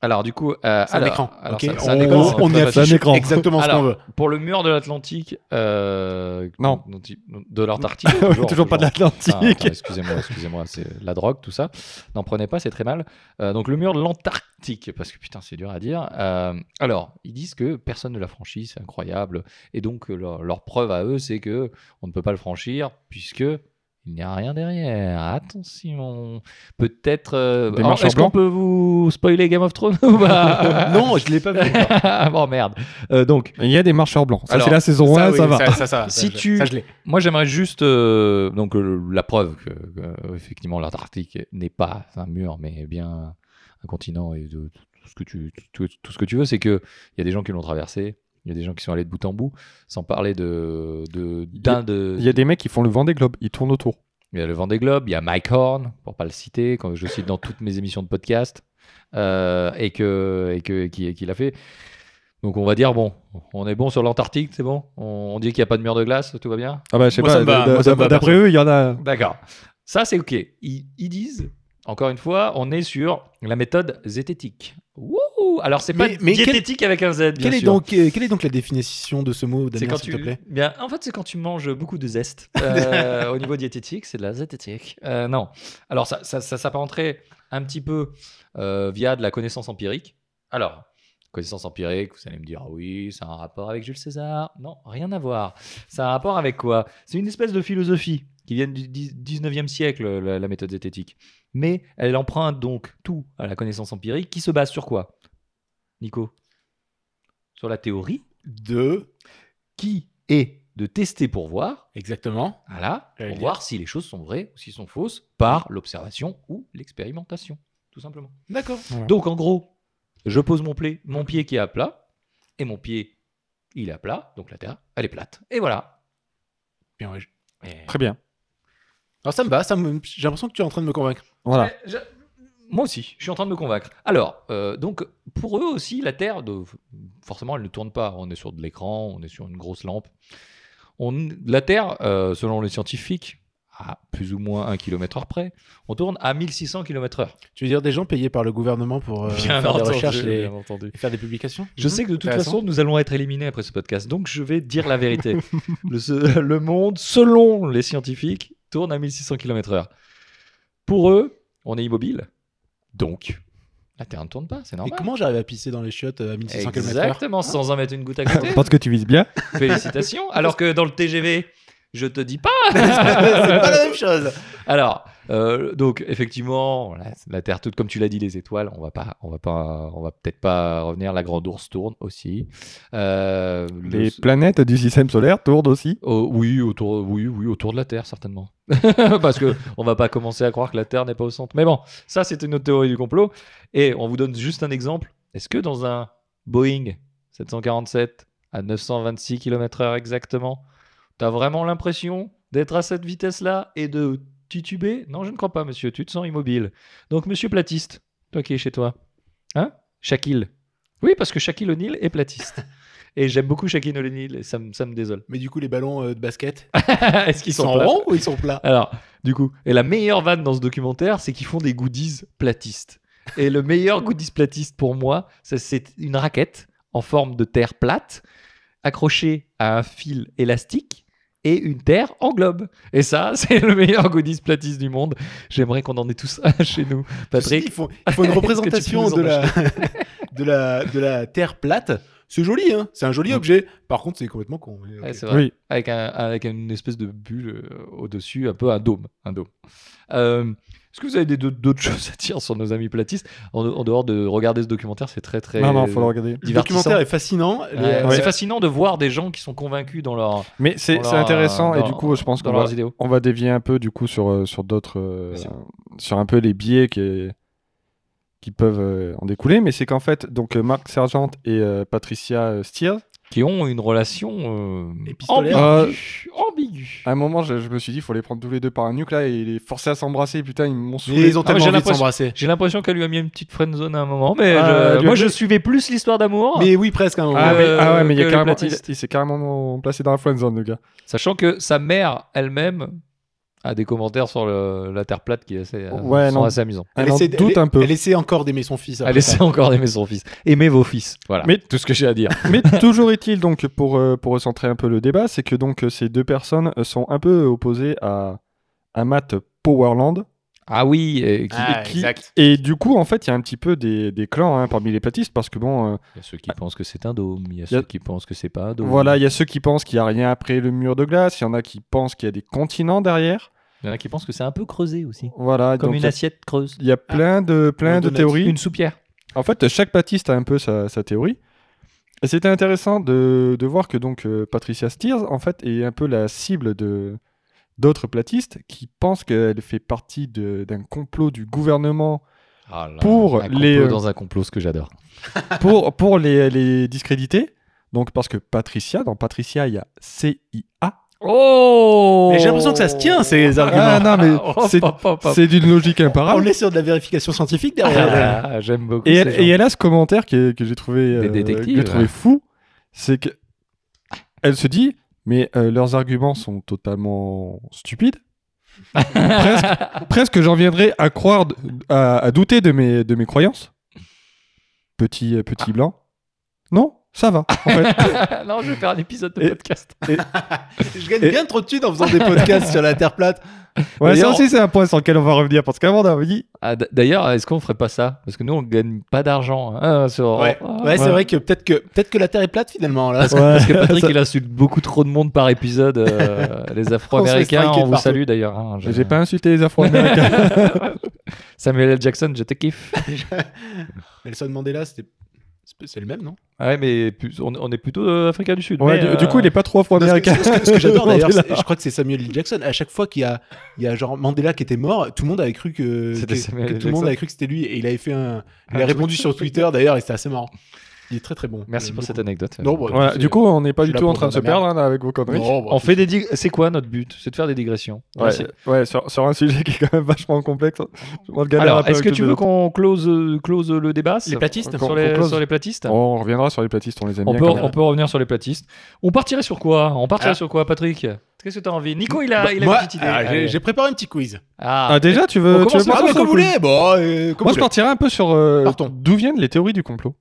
S2: Alors du coup, euh,
S3: c'est un
S2: alors-
S3: écran.
S2: alors,
S3: ok
S2: ça- c'est un
S3: on,
S2: écran,
S1: on-
S2: c'est
S1: on
S2: très
S3: y
S2: facile.
S3: affiche
S1: un écran.
S3: exactement ce
S2: Alors,
S3: qu'on veut.
S2: Pour le mur de l'Atlantique, euh,
S1: Non.
S2: dont il- de l'Antarctique, toujours,
S1: Toujours pas de
S2: toujours. Ah,
S1: l'Atlantique.
S2: attends, excusez-moi, excusez-moi, c'est la drogue, tout ça. N'en prenez pas, c'est très mal. Euh, donc le mur de l'Antarctique, parce que putain, c'est dur à dire. Euh, alors, ils disent que personne ne l'a franchi, c'est incroyable. Et donc euh, leur, leur preuve à eux, c'est que on ne peut pas le franchir puisque il n'y a rien derrière. Attention. Peut-être. euh,
S1: Des
S2: alors,
S1: marcheurs
S2: Est-ce qu'on
S1: blancs
S2: peut vous spoiler Game of Thrones ou
S1: Ah,
S2: pas
S3: non, je l'ai pas vu. encore.
S2: bon merde. Euh, donc
S1: Il y a des marcheurs blancs. Ça,
S2: Alors,
S1: c'est la saison 1,
S3: oui,
S1: ça va.
S3: Ça, ça, ça,
S2: Si
S3: ça,
S2: tu-
S3: ça, je l'ai.
S2: Moi, j'aimerais juste euh, donc euh, la preuve que, que, effectivement l'Antarctique n'est pas un mur, mais bien un continent et de- tout ce que tu tout, tout ce que tu veux, c'est que il y a des gens qui l'ont traversé, il y a des gens qui sont allés de bout en bout, sans parler de de d'un de
S1: Il y a des mecs qui font le vent des globes, ils tournent autour.
S2: il y a le Vendée Globe, il y a Mike Horn, pour pas le citer, quand je le cite dans toutes mes émissions de podcast, euh, et que et que qui qui l'a fait. Donc on va dire bon, on est bon sur l'Antarctique, c'est bon. On, on dit qu'il n'y a pas de mur de glace, tout va bien.
S1: Ah bah, je sais
S3: Moi,
S1: pas,
S3: ça me va,
S1: d-
S3: moi, ça me
S1: d-
S3: va,
S1: d'après
S3: perso.
S1: eux, il y en a.
S2: D'accord. Ça, c'est OK. Ils, ils disent, encore une fois, on est sur la méthode zététique. Wouhou Alors, c'est pas
S3: Mais- mais quel-
S2: diététique avec un Z, bien
S3: Quelle est,
S2: sûr.
S3: donc, euh, quelle est donc la définition de ce mot,
S2: C'est
S3: Damien,
S2: quand
S3: s'il
S2: tu...
S3: te plaît
S2: Bien, en fait, c'est quand tu manges beaucoup de zeste. Euh, au niveau diététique, c'est de la zététique. Euh, non. Alors, ça, ça, ça s'apparenterait un petit peu euh, via de la connaissance empirique. Alors, connaissance empirique, vous allez me dire, ah oui, c'est un rapport avec Jules César. Non, rien à voir. C'est un rapport avec quoi C'est une espèce de philosophie qui vient du dix- 19e siècle, euh, la, la méthode zététique. Mais elle emprunte donc tout à la connaissance empirique qui se base sur quoi Nico Sur la théorie
S3: De.
S2: qui est de tester pour voir,
S3: Exactement.
S2: voilà,
S3: J'allais
S2: pour
S3: le
S2: voir si les choses sont vraies ou si sont fausses par l'observation ou l'expérimentation, tout simplement.
S3: D'accord.
S2: Donc en gros, je pose mon, pla- mon pied qui est à plat et mon pied il est à plat, donc la terre elle est plate. Et voilà.
S3: Bien, ouais, je-
S2: Et-
S1: Très bien.
S3: Alors ça me va, ça me... j'ai l'impression que tu es en train de me convaincre.
S1: Voilà.
S2: Eh, je- Moi aussi, je suis en train de me convaincre. Alors, euh, donc, pour eux aussi, la Terre, de- forcément, elle ne tourne pas. On est sur de l'écran, on est sur une grosse lampe. On- la Terre, euh, selon les scientifiques, à plus ou moins 1 km heure près, on tourne à 1600 km heure.
S3: Tu veux dire des gens payés par le gouvernement pour euh, faire des recherches et,
S2: bien entendu.
S3: et faire des publications
S2: Je
S3: Mhm.
S2: sais que de toute
S3: Intéressant.
S2: façon, nous allons être éliminés après ce podcast, donc je vais dire la vérité. le, se- le monde, selon les scientifiques, tourne à 1600 km/h. Pour eux, on est immobile, donc la Terre ne tourne pas, c'est
S3: Et
S2: normal.
S3: comment j'arrive à pisser dans les chiottes euh, à 1600 km/h
S2: Exactement, sans en mettre une goutte à côté.
S1: Parce que tu vises bien.
S2: Félicitations. Alors que dans le TGV, je te dis pas.
S3: C'est pas la même chose.
S2: Alors, euh, donc effectivement, la, la Terre toute, comme tu l'as dit, les étoiles, on va pas, on va pas, on va peut-être pas revenir. La grande ours tourne aussi. Euh, le-
S1: Les planètes du système solaire tournent aussi.
S2: Oh, oui, autour, oui, oui, autour de la Terre, certainement. Parce que on va pas commencer à croire que la Terre n'est pas au centre. Mais bon, ça, c'était notre théorie du complot. Et on vous donne juste un exemple. Est-ce que dans un Boeing 747 à 926 km/h exactement, t'as vraiment l'impression d'être à cette vitesse-là et de tituber Non, je ne crois pas, monsieur. Tu te sens immobile. Donc, monsieur Platiste, toi qui es chez toi, hein Shaquille. Oui, parce que Shaquille O'Neal est platiste. Et j'aime beaucoup Shaquille O'Neal, et ça me- ça me désole.
S3: Mais du coup, les ballons euh, de basket,
S2: Est-ce qu'ils Ah,
S3: ils
S2: sont,
S3: sont,
S2: plats
S3: ronds ou ils sont plats
S2: Alors, du coup, et la meilleure vanne dans ce documentaire, c'est qu'ils font des goodies platistes. Et le meilleur goodies platiste pour moi, ça, c'est une raquette en forme de terre plate, accrochée à un fil élastique et une terre en globe. Et ça, c'est le meilleur goodies platiste du monde. J'aimerais qu'on en ait tous un chez nous.
S3: Il
S2: Patrick,
S3: faut, il faut une
S2: Est-ce que tu peux
S3: représentation
S2: nous
S3: de la, de, la, de la terre plate. C'est joli, hein c'est un joli
S2: Mhm.
S3: objet. Par contre, c'est complètement con. mais ok.
S2: Ouais, c'est vrai.
S1: Oui.
S2: avec, un- avec une espèce de bulle euh, au-dessus, un peu un dôme. Un dôme. Euh, Est-ce que vous avez des- d'autres d'autres choses à dire sur nos amis platistes en, en dehors de regarder ce documentaire C'est très très.
S1: Non, non, faut le regarder.
S3: le
S2: divertissant.
S3: documentaire est fascinant.
S2: Ouais,
S3: Les- euh,
S2: C'est fascinant de voir des gens qui sont convaincus dans leur.
S1: Mais c'est
S2: dans
S1: c'est
S2: leur-
S1: intéressant et
S2: dans-
S1: du coup, je pense
S2: dans
S1: qu'on va,
S2: leurs idéaux.
S1: on va dévier un peu du coup sur, euh, sur d'autres, euh,
S2: Bien sûr.
S1: sur un peu les biais qui, qui peuvent euh, en découler. Mais c'est qu'en fait, donc euh, Marc Sergent et euh, Patricia Steers,
S2: qui ont une relation euh,
S3: Épistolaire.
S2: ambiguë.
S1: Euh,
S2: ambiguë.
S1: À un moment, je, je me suis dit, il faut les prendre tous les deux par un nuque là et les forcer à s'embrasser. Putain, ils m'ont
S3: Mais
S1: saoulé.
S3: ils ont
S2: Ah, mais
S3: tellement
S2: j'ai
S3: envie de
S2: l'impression-
S3: s'embrasser.
S2: J'ai l'impression qu'elle lui a mis une petite friend zone à un moment, mais
S1: Ah,
S2: je-
S1: lui a
S2: moi
S1: mis-
S2: je suivais plus l'histoire d'amour,
S3: Mais oui, presque. hein.
S1: Ah,
S2: Euh,
S1: mais, ah ouais, mais il, y
S2: que
S1: a
S2: les
S1: carrément, il,
S2: platistes.
S1: il s'est carrément placé dans la friendzone, le gars.
S2: sachant que sa mère elle-même a des commentaires sur le- la Terre plate qui est assez, euh,
S1: Ouais,
S2: sont
S1: non.
S2: assez amusants.
S1: Elle
S3: Elle
S1: en
S3: essaie-
S1: doute
S3: elle-
S1: un peu.
S3: Elle essaie encore d'aimer son fils. après
S2: Allez,
S3: ça.
S2: c'est encore d'aimer son fils. Aimez vos fils. Voilà.
S1: Mais-
S2: tout ce que j'ai à dire.
S1: Mais toujours est-il donc pour euh, pour recentrer un peu le débat, c'est que donc euh, ces deux personnes euh, sont un peu opposées à un mat Powerland
S2: Ah oui, et qui-
S3: Ah,
S1: et qui-
S3: exact.
S1: et du coup en fait il y a un petit peu des, des clans hein, parmi les platistes parce que bon euh,
S2: il y a ceux qui pensent que c'est un dôme, il y a
S1: y a-
S2: ceux qui pensent que c'est pas un dôme.
S1: voilà il y a ceux qui pensent qu'il y a rien après le mur de glace, il y en a qui pensent qu'il y a des continents derrière,
S2: Il y en a qui pensent que c'est un peu creusé aussi,
S1: voilà
S2: comme
S1: donc
S2: une
S1: il y a-
S2: assiette creuse,
S1: il y a plein de plein
S3: Une
S1: de
S3: donut.
S1: théories.
S2: une soupière.
S1: En fait, chaque baptiste a un peu sa, sa théorie. Et c'était intéressant de, de voir que donc euh, Patricia Steers, en fait, est un peu la cible de d'autres platistes qui pensent qu'elle fait partie de- d'un complot du gouvernement
S2: Ah là là,
S1: Pour
S2: un complot
S1: les, euh,
S2: dans un complot, ce que j'adore.
S1: pour, pour les, les discréditer. Donc, parce que Patricia, dans Patricia, il y a CIA.
S2: Oh
S3: Mais j'ai l'impression que ça se tient, ces arguments.
S1: Ah non, mais c'est- C'est d'une logique
S3: Ah, On
S1: imparable.
S3: est sur de la vérification scientifique derrière.
S2: Ah, J'aime beaucoup.
S1: Et
S2: ces
S1: elle,
S2: gens.
S1: et elle a ce commentaire que, que j'ai trouvé,
S2: Des
S1: euh,
S2: détectives.
S1: que j'ai trouvé fou, c'est que elle se dit, mais euh, leurs arguments sont totalement stupides. presque, presque j'en viendrais à croire, de- à, à douter de mes, de mes croyances. Petit, euh,
S3: Ah.
S1: petit blanc. Non, ça va. En fait.
S2: non, je vais faire un épisode de
S1: Et-
S2: podcast.
S3: Je gagne bien trop de thunes en faisant des podcasts sur la Terre plate.
S1: Ouais, ça
S3: D'ailleurs-
S1: aussi, c'est un point sur lequel on va revenir parce qu'avant, on avait dit.
S2: Ah, d- D'ailleurs, est-ce qu'on ferait pas ça Parce que nous, on gagne pas d'argent. hein, sur...
S3: Ouais,
S2: Ah,
S3: Ouais, c'est
S1: ouais.
S3: vrai que peut-être que, peut que la Terre est plate finalement. Là.
S2: Parce que Patrick, il insulte beaucoup trop de monde par épisode. euh, les Afro-Américains, on,
S3: On se fait striker
S2: vous
S3: partout.
S2: salue d'ailleurs. hein, je-
S1: J'ai pas insulté les Afro-Américains.
S2: Samuel L. Jackson, je te kiffe.
S3: Nelson Mandela, c'était. c'est- C'est le même, non
S2: ouais, mais plus- on, on est plutôt euh, Africain du Sud.
S1: Ouais,
S2: mais,
S1: du, du
S2: euh,
S1: coup, il est pas trop
S3: Parce que-
S1: Afro-Américain.
S3: parce que- Ce que j'adore d'ailleurs,
S1: Mandela.
S3: c'est- je crois que c'est Samuel L. Jackson. À chaque fois qu'il y a, il y a genre Mandela qui était mort, tout le monde avait cru que,
S2: C'était
S3: que-
S2: Samuel
S3: que
S2: L.
S3: tout le monde
S2: Jackson.
S3: avait cru que c'était lui. Et il avait fait un, il
S2: Un
S3: a répondu sur Twitter d'ailleurs, et c'était assez marrant. Il est très très bon.
S2: Merci
S3: J'aime
S2: pour
S3: beaucoup.
S2: cette anecdote.
S3: Non, bah,
S1: Voilà,
S3: c'est-
S1: du coup, on n'est pas du
S3: Je la
S1: tout en train
S3: prends
S1: de
S3: dans
S1: se
S3: la merde.
S1: perdre hein, avec vos conneries.
S3: Non, bah,
S2: on fait des dig- C'est quoi notre but C'est de faire des digressions.
S1: Ouais,
S2: Merci.
S1: ouais, sur, sur un sujet qui est quand même vachement complexe. On galère un
S2: Alors,
S1: peu
S2: est-ce que
S1: avec
S2: tu
S1: le
S2: veux
S1: débat.
S2: qu'on close, euh, close le débat
S3: Les platistes
S1: qu'on-
S2: sur, les,
S1: qu'on close
S2: sur les platistes
S1: On reviendra sur les platistes, on les aime
S2: on
S1: bien.
S2: peut,
S1: quand même.
S2: on peut revenir sur les platistes. On partirait sur quoi On partirait
S3: Ah.
S2: sur quoi, Patrick Qu'est-ce que tu as envie Nico, il a,
S3: Bah,
S2: il a
S3: moi,
S2: une petite idée.
S3: alors, j'ai-
S2: Allez.
S3: J'ai préparé un petit quiz.
S2: Ah.
S1: Ah, déjà, tu
S2: on
S1: veux. tu
S2: commence
S1: veux partir
S2: par-
S3: Ah, mais
S1: sur
S3: comme
S1: le coup
S3: vous voulez, bon,
S1: Moi,
S3: euh, comme vous
S1: je
S3: voulez.
S1: partirais un peu sur euh,
S3: Partons.
S1: d'où viennent les théories du complot.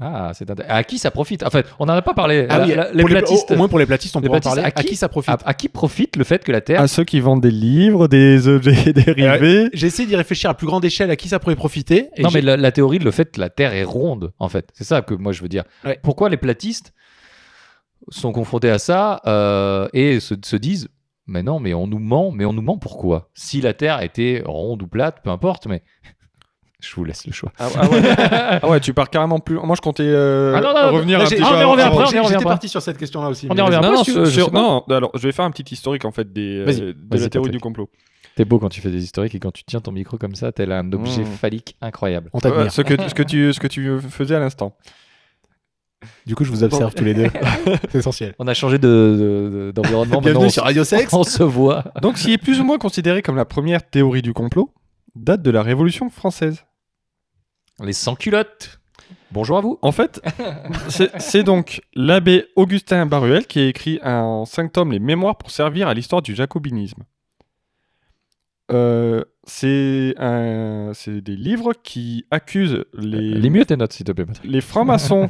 S2: Ah, c'est intér- à qui ça profite En fait, on n'en a pas parlé.
S3: Ah
S2: La-
S3: oui,
S2: la- les
S3: pour les-
S2: platistes.
S3: au, au moins pour les platistes, on
S2: Les
S3: peut en
S2: platistes,
S3: parler.
S2: à
S3: À
S2: qui Ah.
S3: qui ça profite
S2: à, à qui profite le fait que la Terre
S1: À ceux qui vendent des livres, des objets dérivés.
S3: J'ai essayé d'y réfléchir à plus grande échelle à qui ça pourrait profiter. et
S2: Non,
S3: j'ai-
S2: mais la, la théorie, le fait que la Terre est ronde, en fait. C'est ça que moi je veux dire.
S3: Ouais.
S2: Pourquoi les platistes sont confrontés à ça euh, et se, se disent Mais non, mais on nous ment, mais on nous ment pourquoi Si la Terre était ronde ou plate, peu importe, mais. Je vous laisse le choix.
S1: Ah, ouais. tu pars carrément plus. Moi, je comptais euh,
S2: Ah, non, non,
S1: revenir un
S3: Là, j'ai-
S1: petit peu.
S2: Ah, mais
S1: avant-
S2: on revient
S1: avant-
S2: après, on y
S3: j'ai-
S2: revient
S3: J'étais
S2: pas.
S3: parti sur cette question-là aussi.
S2: On y
S3: mais-
S2: revient.
S1: Non,
S2: pas
S1: non,
S2: sur-
S1: sur-
S2: sur-
S1: non, alors je vais faire un petit historique en fait des, euh,
S3: Vas-y.
S1: de
S2: Vas-y,
S1: la théorie
S2: Patrick.
S1: du complot.
S2: T'es beau quand tu fais des historiques et quand tu tiens ton micro comme ça, tel un objet
S1: Mmh.
S2: phallique incroyable.
S3: On t'admire.
S1: Ouais, ce, que, ce, que tu, ce que tu faisais à l'instant.
S3: Du coup, je vous observe tous les deux. C'est essentiel.
S2: On a changé de- de- de- d'environnement. De,
S3: Bienvenue sur Radio Sex.
S2: On se voit.
S1: Donc, ce qui est plus ou moins considéré comme la première théorie du complot date de la Révolution française.
S2: Les sans-culottes. Bonjour à vous.
S1: En fait, c'est- c'est donc l'abbé Augustin Baruel qui a écrit en cinq tomes les mémoires pour servir à l'histoire du jacobinisme. Euh, c'est un- c'est des livres qui accusent les,
S2: Lis mieux tes notes, s'il te plaît, Patrick.
S1: les francs-maçons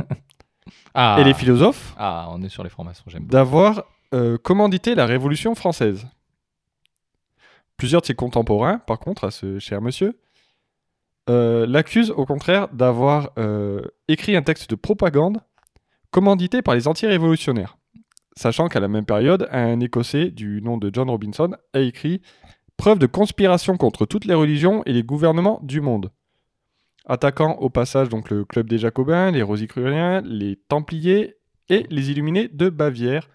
S2: Ah.
S1: et les philosophes
S2: Ah, on est sur les francs-maçons, j'aime.
S1: d'avoir euh, commandité la Révolution française. Plusieurs de ses contemporains, par contre, à ce cher monsieur, euh, l'accusent au contraire d'avoir euh, écrit un texte de propagande commandité par les anti-révolutionnaires. Sachant qu'à la même période, un Écossais du nom de John Robinson a écrit Preuve de conspiration contre toutes les religions et les gouvernements du monde. Attaquant au passage donc le club des Jacobins, les Rosicruciens, les Templiers et les Illuminés de Bavière,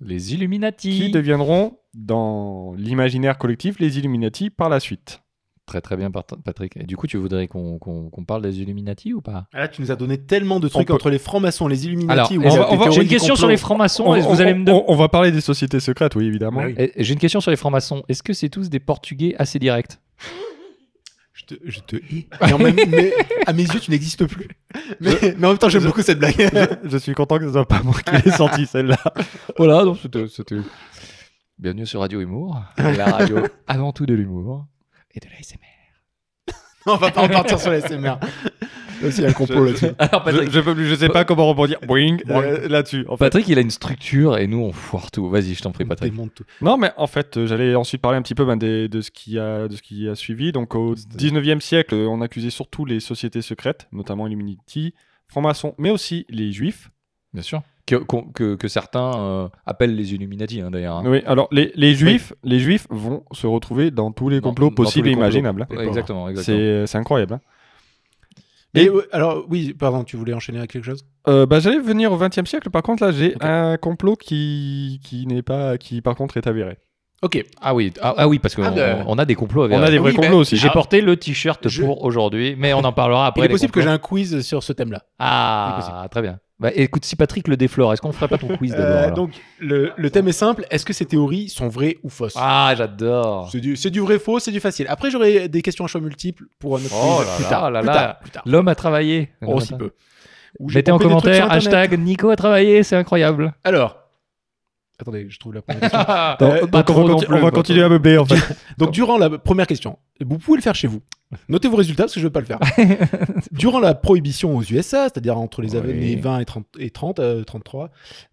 S2: Les Illuminati.
S1: qui deviendront, dans l'imaginaire collectif, les Illuminati par la suite.
S2: Très très bien, Pat- Patrick. Et du coup, tu voudrais qu'on qu'on- qu'on parle des Illuminati ou pas
S3: Ah, Là, tu nous as donné tellement de trucs
S1: peut-
S3: entre les francs-maçons, les
S2: Alors,
S3: Illuminati. ou
S2: est-ce-
S3: les théories
S2: j'ai une
S3: du
S2: question sur
S3: complot.
S2: les francs-maçons.
S1: On-
S2: est-ce que
S1: on-
S2: Vous allez me
S1: on- on va parler des sociétés secrètes, oui, évidemment.
S3: Bah oui.
S2: Eh, J'ai une question sur les francs-maçons. Est-ce que c'est tous des Portugais assez directs
S3: Je te, je te hais. Mais en même- mais à mes yeux, tu n'existes plus. Mais, mais en même temps, j'aime beaucoup cette blague.
S1: Je, je suis content que ce soit pas moi qui l'ai senti, celle-là.
S2: Voilà, donc c'était. c'était- Bienvenue sur Radio Humour, la radio avant tout de l'humour et de la SMR.
S3: On va pas repartir sur la SMR. aussi, il y a un complot
S1: Je-
S3: là-dessus.
S2: Alors,
S1: Je,
S2: Patrick,
S1: je, peux- je sais pas comment rebondir. Boing,
S3: Euh,
S1: euh, là-dessus. en fait.
S2: Patrick, il a une structure et nous, on foire tout. Vas-y, je t'en prie, Patrick.
S3: Démonte tout.
S1: Non, mais en fait, euh, j'allais ensuite parler un petit peu ben, des- de, ce qui a, de ce qui a suivi. Donc, au 19e siècle, euh, on accusait surtout les sociétés secrètes, notamment Illuminati, francs-maçons, mais aussi les juifs.
S2: Bien sûr. Que, qu'on- que- que certains euh, appellent les Illuminati, hein, d'ailleurs. hein.
S1: Oui, alors les, les juifs, les juifs vont se retrouver dans tous les
S2: Dans-
S1: complots
S2: dans tous
S1: possibles
S2: les
S1: et
S2: complots.
S1: imaginables. hein.
S2: Ouais, exactement, exactement.
S1: C'est c'est incroyable. hein.
S3: Mais
S1: Et-
S3: euh, alors, oui, pardon, tu voulais enchaîner avec quelque chose
S1: Euh, bah, j'allais venir au 20e siècle. Par contre, là, j'ai
S2: Ok.
S1: un complot qui, qui n'est pas, qui par contre est avéré.
S3: Ok.
S2: Ah oui, ah, ah oui parce qu'on
S3: Ah, ben,
S2: on a des complots
S1: On
S2: à
S1: a
S2: verrer.
S1: des
S3: oui,
S1: vrais
S3: mais-
S1: complots aussi.
S2: J'ai
S3: Ah.
S2: porté le t-shirt
S3: Je-
S2: pour aujourd'hui, mais on en parlera après.
S3: il est
S2: les
S3: possible que j'ai
S2: complots.
S3: un quiz sur ce thème-là. il est
S2: Ah, très bien. Bah, écoute, si Patrick le déflore, est-ce qu'on ferait pas ton quiz d'abord
S3: Euh,
S2: alors
S3: donc, le, le thème est simple. Est-ce que ces théories sont vraies ou fausses
S2: Ah, j'adore.
S3: C'est du, c'est du vrai faux, c'est du facile. Après, j'aurai des questions à choix multiples pour notre
S2: Oh
S3: quiz
S2: là
S3: plus,
S2: là
S3: tard,
S2: là
S3: plus
S2: là.
S3: tard. Plus tard.
S2: L'homme a travaillé.
S3: Oh, si peu. Ou j'ai
S2: Mettez en
S3: pompé des trucs sur
S2: commentaire
S3: Internet.
S2: hashtag Nico a travaillé, c'est incroyable.
S3: Alors. Attendez, je trouve la première question.
S2: Ah,
S1: Donc,
S3: Euh,
S1: donc,
S2: pas
S1: on
S2: trop
S1: va,
S2: non
S1: conti-
S2: plus,
S1: on va
S2: pas
S1: continuer à meubler en fait.
S3: Donc, durant la première question, vous pouvez le faire chez vous. Notez vos résultats parce que je ne vais pas le faire. Durant la prohibition aux USA, c'est-à-dire entre les
S2: Oui.
S3: années 20 et 30, et 30, euh, 33,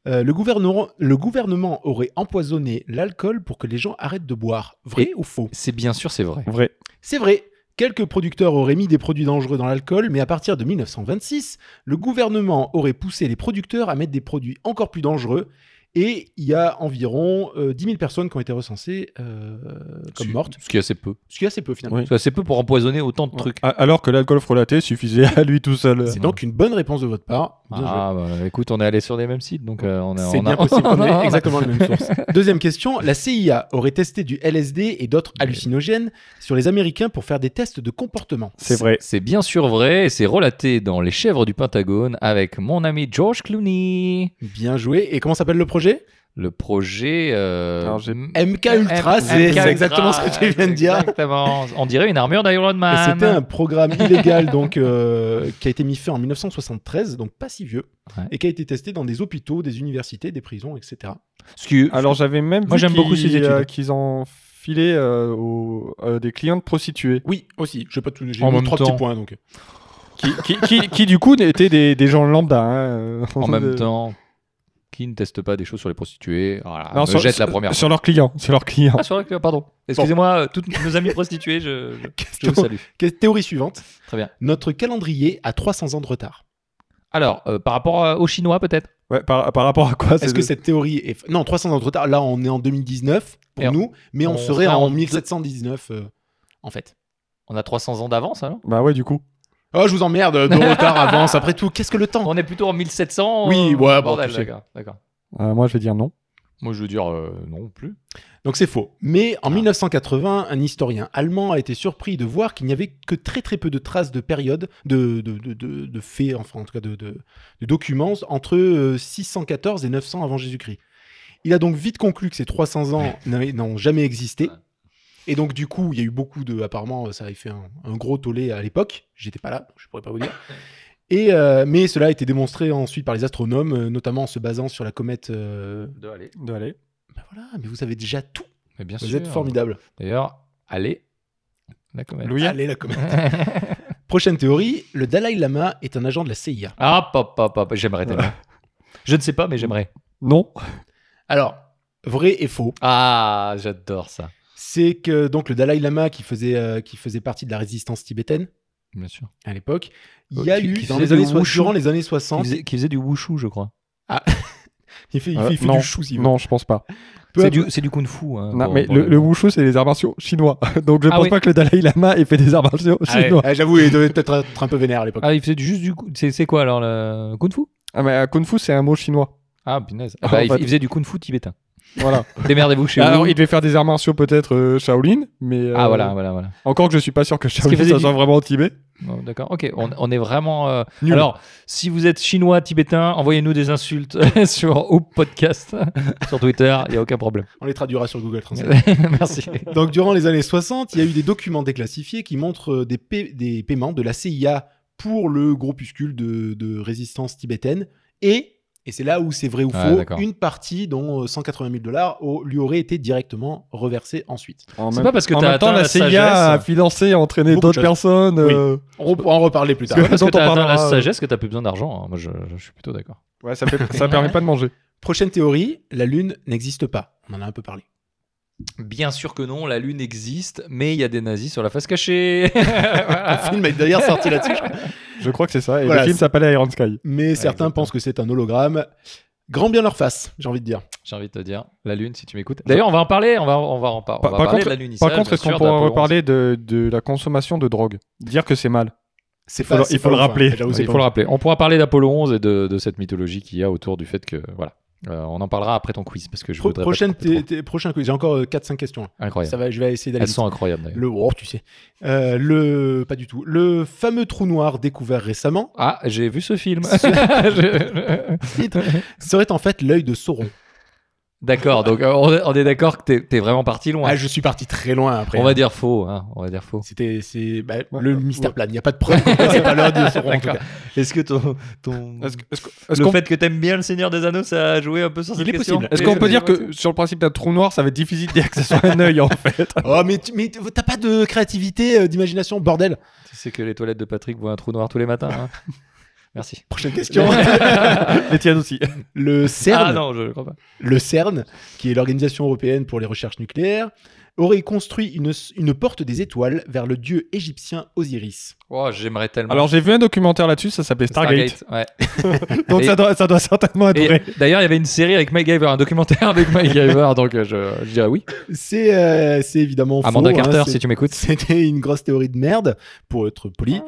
S3: euh, le, gouvernement, le gouvernement aurait empoisonné l'alcool pour que les gens arrêtent de boire. Vrai
S2: Et-
S3: ou faux
S2: c'est bien sûr, c'est vrai.
S1: Vrai.
S3: C'est vrai. Quelques producteurs auraient mis des produits dangereux dans l'alcool, mais à partir de 1926, le gouvernement aurait poussé les producteurs à mettre des produits encore plus dangereux. Et il y a environ euh, 10 000 personnes qui ont été recensées euh, comme
S2: Ce-
S3: mortes,
S2: Ce qui est assez peu.
S3: ce qui est assez peu finalement.
S1: Oui.
S2: C'est assez peu pour empoisonner autant de trucs.
S1: A- Alors que l'alcool frelaté suffisait à lui tout seul.
S3: C'est donc une bonne réponse de votre part. Bien joué.
S2: Ah, bah, écoute, on est allé sur les mêmes sites, donc euh, on a.
S3: C'est
S2: on a-
S3: bien possible qu'on
S2: on
S3: ait
S2: a-
S3: exactement les mêmes sources. Deuxième question, la CIA aurait testé du LSD et d'autres hallucinogènes sur les Américains pour faire des tests de comportement.
S1: C'est vrai.
S2: C'est bien sûr vrai, et c'est relaté dans Les Chèvres du Pentagone avec mon ami George Clooney.
S3: Bien joué. Et comment s'appelle le projet
S2: Le projet. euh,
S1: Alors, j'ai-
S2: M-
S3: MK Ultra,
S2: M-
S3: c'est
S2: MK
S3: c'est exactement ce
S2: Ultra,
S3: que tu viens de dire.
S2: Exactement. On dirait une armure d'Iron
S3: Et
S2: Man.
S3: C'était un programme illégal donc euh, qui a été mis fin en 1973, donc pas si vieux,
S2: Ouais.
S3: et qui a été testé dans des hôpitaux, des universités, des prisons, etc.
S2: Ce qui-
S1: Alors j'avais même
S2: Moi,
S1: vu
S2: j'aime
S1: qu'ils-
S2: beaucoup ces études.
S1: euh, qu'ils ont filé euh, aux- euh, des clientes prostituées
S3: Oui, aussi. Je sais pas tout. J'ai
S2: En
S3: mis
S2: même
S3: trois
S2: temps.
S3: petits points donc.
S1: qui, qui, qui- qui, du coup étaient des, des gens lambda. hein, euh,
S2: en même
S1: de-
S2: temps, qui ne teste pas des choses sur les prostituées Voilà,
S1: Non,
S2: Ah, me
S1: sur-
S2: jette la
S1: sur-
S2: première.
S1: Sur leurs clients. Sur leurs clients.
S2: Ah, sur la- pardon. Excusez-moi, euh, toutes nos amies prostituées, je, je- je vous
S3: Question-
S2: salue.
S3: que- Théorie suivante.
S2: Très bien.
S3: Notre calendrier a 300 ans de retard.
S2: Alors, euh, par rapport euh, aux Chinois, peut-être
S1: Ouais, par, par rapport à quoi
S3: Est-ce
S1: c'est-
S3: que cette théorie est fa- non 300 ans de retard Là, on est en 2019 pour
S2: Et on-
S3: nous, mais on,
S2: on
S3: serait
S2: serait
S3: en
S2: en deux-
S3: 1719 euh, en fait.
S2: On a 300 ans d'avance, hein, alors
S1: Bah ouais, du coup.
S3: Oh, je vous emmerde. De retard, avance. Après tout, qu'est-ce que le temps
S2: On est plutôt en 1700
S3: Oui, ouais, bon,
S2: euh, bordel,
S3: tu sais.
S2: d'accord, d'accord.
S1: Euh, moi, je vais dire non.
S2: Moi, je veux dire euh, non plus.
S3: Donc c'est faux. Mais en
S2: Ah.
S3: 1980, un historien allemand a été surpris de voir qu'il n'y avait que très très peu de traces de périodes, de, de, de, de- de faits, enfin en tout cas de, de- de documents entre euh, 614 et 900 avant Jésus-Christ. Il a donc vite conclu que ces 300 ans n'avaient- n'ont jamais existé. Et donc du coup, il y a eu beaucoup de... Apparemment, ça avait fait un, un gros tollé à l'époque. J'étais pas là, donc je pourrais pas vous dire. Et, euh, mais cela a été démontré ensuite par les astronomes, euh, notamment en se basant sur la comète... euh,
S2: De aller.
S1: De aller.
S3: Ben voilà, mais vous savez déjà tout.
S2: Mais bien
S3: Vous
S2: sûr.
S3: êtes formidable.
S2: D'ailleurs, allez, la comète.
S1: Louis
S3: Allez, la comète. Prochaine théorie, le Dalai Lama est un agent de la CIA.
S2: Ah, pop, pop, pop, j'aimerais tellement. Je ne sais pas, mais j'aimerais.
S1: Non.
S3: Alors, vrai et faux,
S2: Ah, j'adore ça.
S3: c'est que donc le Dalai Lama qui faisait, euh, qui faisait partie de la résistance tibétaine
S2: Bien sûr.
S3: à l'époque, il
S2: Euh,
S3: y a
S2: qui-
S3: eu
S2: qui
S3: dans
S2: faisait du
S3: les années soix-
S2: wushu.
S3: durant les années
S2: Qui
S3: 60,
S2: faisait, qui faisait du wushu, je crois.
S3: il fait, il
S1: Euh,
S3: fait- il fait
S1: non.
S3: du chou si vous
S1: Non, je pense
S2: Ah,
S1: pas.
S3: Peu
S2: C'est
S3: importe.
S2: du, c'est du kung fu. hein,
S1: Non,
S2: pour-
S1: mais
S2: pour
S1: le,
S2: les-
S1: le wushu, c'est les arts martiaux chinois. Donc je
S2: Ah
S1: pense
S2: oui.
S1: pas que le Dalai Lama ait fait des arts martiaux
S2: Ah ouais.
S1: chinois.
S3: Ah, J'avoue, il devait peut-être être un peu vénère à l'époque.
S2: Ah, il faisait du- juste du. cou- C'est c'est quoi alors le kung fu
S1: Ah, mais euh, Kung Fu, c'est un mot chinois.
S2: Ah, punaise.
S1: Ah,
S2: Ah, bah,
S1: en
S2: il,
S1: fait.
S2: il faisait du kung fu tibétain.
S1: Voilà.
S2: Démerdez-vous chez
S1: Ah, Alors,
S2: vous.
S1: il devait faire des arts martiaux peut-être euh, Shaolin, mais euh,
S2: Ah voilà, voilà, voilà.
S1: Encore que je suis pas sûr que Shaolin
S2: faisait
S1: ça
S2: du-
S1: soit vraiment au Tibet.
S2: Bon, D'accord, ok, on, on est vraiment. euh,
S1: Nul.
S2: Alors, si vous êtes chinois, tibétain, envoyez-nous des insultes sur au podcast, sur Twitter, il n'y a aucun problème.
S3: On les traduira sur Google Translate.
S2: Merci.
S3: Donc, durant les années 60, il y a eu des documents déclassifiés qui montrent euh, des, pa- des paiements de la CIA pour le groupuscule de, de résistance tibétaine et, et c'est là où c'est vrai ou
S2: Ouais,
S3: faux,
S2: d'accord.
S3: une partie, dont euh, 180 000 dollars, lui aurait été directement reversée ensuite.
S1: En
S2: C'est
S1: même-
S2: pas parce que
S1: en
S2: t'as
S1: même temps,
S2: atteint
S1: la
S2: la
S1: CIA a
S2: sagesse.
S1: financé, et entraîné
S3: Beaucoup de
S1: d'autres
S3: choses.
S1: personnes.
S3: Oui.
S1: euh,
S3: On pourra en reparler plus tard.
S1: Parce que-
S2: Parce que
S1: dont on
S2: t'as atteint la
S1: parlera, euh.
S2: sagesse que t'as plus besoin d'argent. hein. Moi, je, je suis plutôt d'accord.
S1: Ouais, ça, fait- ça permet pas de manger.
S3: Prochaine théorie, la Lune n'existe pas. On en a un peu parlé.
S2: Bien sûr que non, la Lune existe, mais il y a des nazis sur la face cachée. Ah.
S3: Le film est d'ailleurs sorti là-dessus. je crois.
S1: Je crois que c'est ça. Et
S3: Voilà,
S1: le film
S3: c'est-
S1: s'appelait Iron Sky.
S3: Mais certains
S2: exactement.
S3: pensent que c'est un hologramme. Grand bien leur face, j'ai envie de dire.
S2: J'ai envie de te dire, la Lune, si tu m'écoutes. D'ailleurs, on va en parler, on va, on va en par- on
S1: Par-
S2: va
S1: par
S2: parler
S1: contre-
S2: de la Lune.
S1: Par contre, est-ce qu'on pourra reparler de, de la consommation de drogue Dire que c'est mal.
S3: C'est
S1: faut le-
S3: c'est
S1: il faut le
S3: ouf, hein.
S1: rappeler.
S3: J'avoue,
S2: Oui,
S3: c'est
S2: il
S3: pas
S2: faut le
S3: ouf.
S2: rappeler. On pourra parler d'Apollo 11 et de, de cette mythologie qu'il y a autour du fait que. Voilà. Euh, on en parlera après ton quiz parce que je
S3: Pro-
S2: voudrais. pas te
S3: prochaine
S2: couper trop.
S3: thé- thé- prochain quiz. J'ai encore euh, 4-5 questions. là. Ça
S2: Incroyable.
S3: va, je vais essayer d'aller
S2: Elles
S3: vite.
S2: sont incroyables d'ailleurs.
S3: Le oh, tu sais. Euh, le pas du tout. Le fameux trou noir découvert récemment
S2: Ah, j'ai vu ce film.
S3: Ce-
S2: Je-
S3: serait en fait l'œil de Sauron.
S2: d'accord, donc euh, on est- on est d'accord que t'es- t'es vraiment parti loin.
S3: Ah, je suis parti très loin après.
S2: on va dire faux, hein, on va dire faux.
S3: C'était c'est bah,
S1: Ouais,
S3: le
S1: ouais.
S3: mystère plane. Il n'y a pas de preuve. que c'est pas l'œil de Sauron. en tout
S2: D'accord.
S3: cas.
S2: Est-ce que ton, ton...
S1: Est-ce que- est-ce que- est-ce
S2: le
S1: qu'on
S2: fait que t'aimes bien le Seigneur des Anneaux, ça a joué un peu sur cette
S3: Il est
S2: question
S3: possible.
S1: est-ce qu'on peut dire que sur le principe d'un trou noir, ça va être difficile de dire que ce soit un œil en fait
S3: Oh mais tu- mais t'as pas de créativité, euh, d'imagination, bordel.
S2: Tu sais que les toilettes de Patrick voient un trou noir tous les matins. hein. Merci.
S3: Prochaine question.
S1: Les tiennes aussi.
S3: le CERN.
S2: Ah non, je ne crois pas.
S3: le CERN, qui est l'Organisation européenne pour les recherches nucléaires, aurait construit une, une porte des étoiles vers le dieu égyptien Osiris.
S2: Oh, j'aimerais tellement.
S1: Alors j'ai vu un documentaire là-dessus, ça s'appelait Stargate.
S2: ouais.
S1: Donc
S2: Et-
S1: ça, doit, ça doit certainement être
S2: Et
S1: vrai.
S2: D'ailleurs, il y avait une série avec MacGyver, un documentaire avec MacGyver, donc euh, je, je dirais oui.
S3: C'est euh, c'est évidemment faux.
S2: Amanda
S3: hein,
S2: Carter,
S3: c'est-
S2: si tu m'écoutes.
S3: C'était une grosse théorie de merde, pour être poli.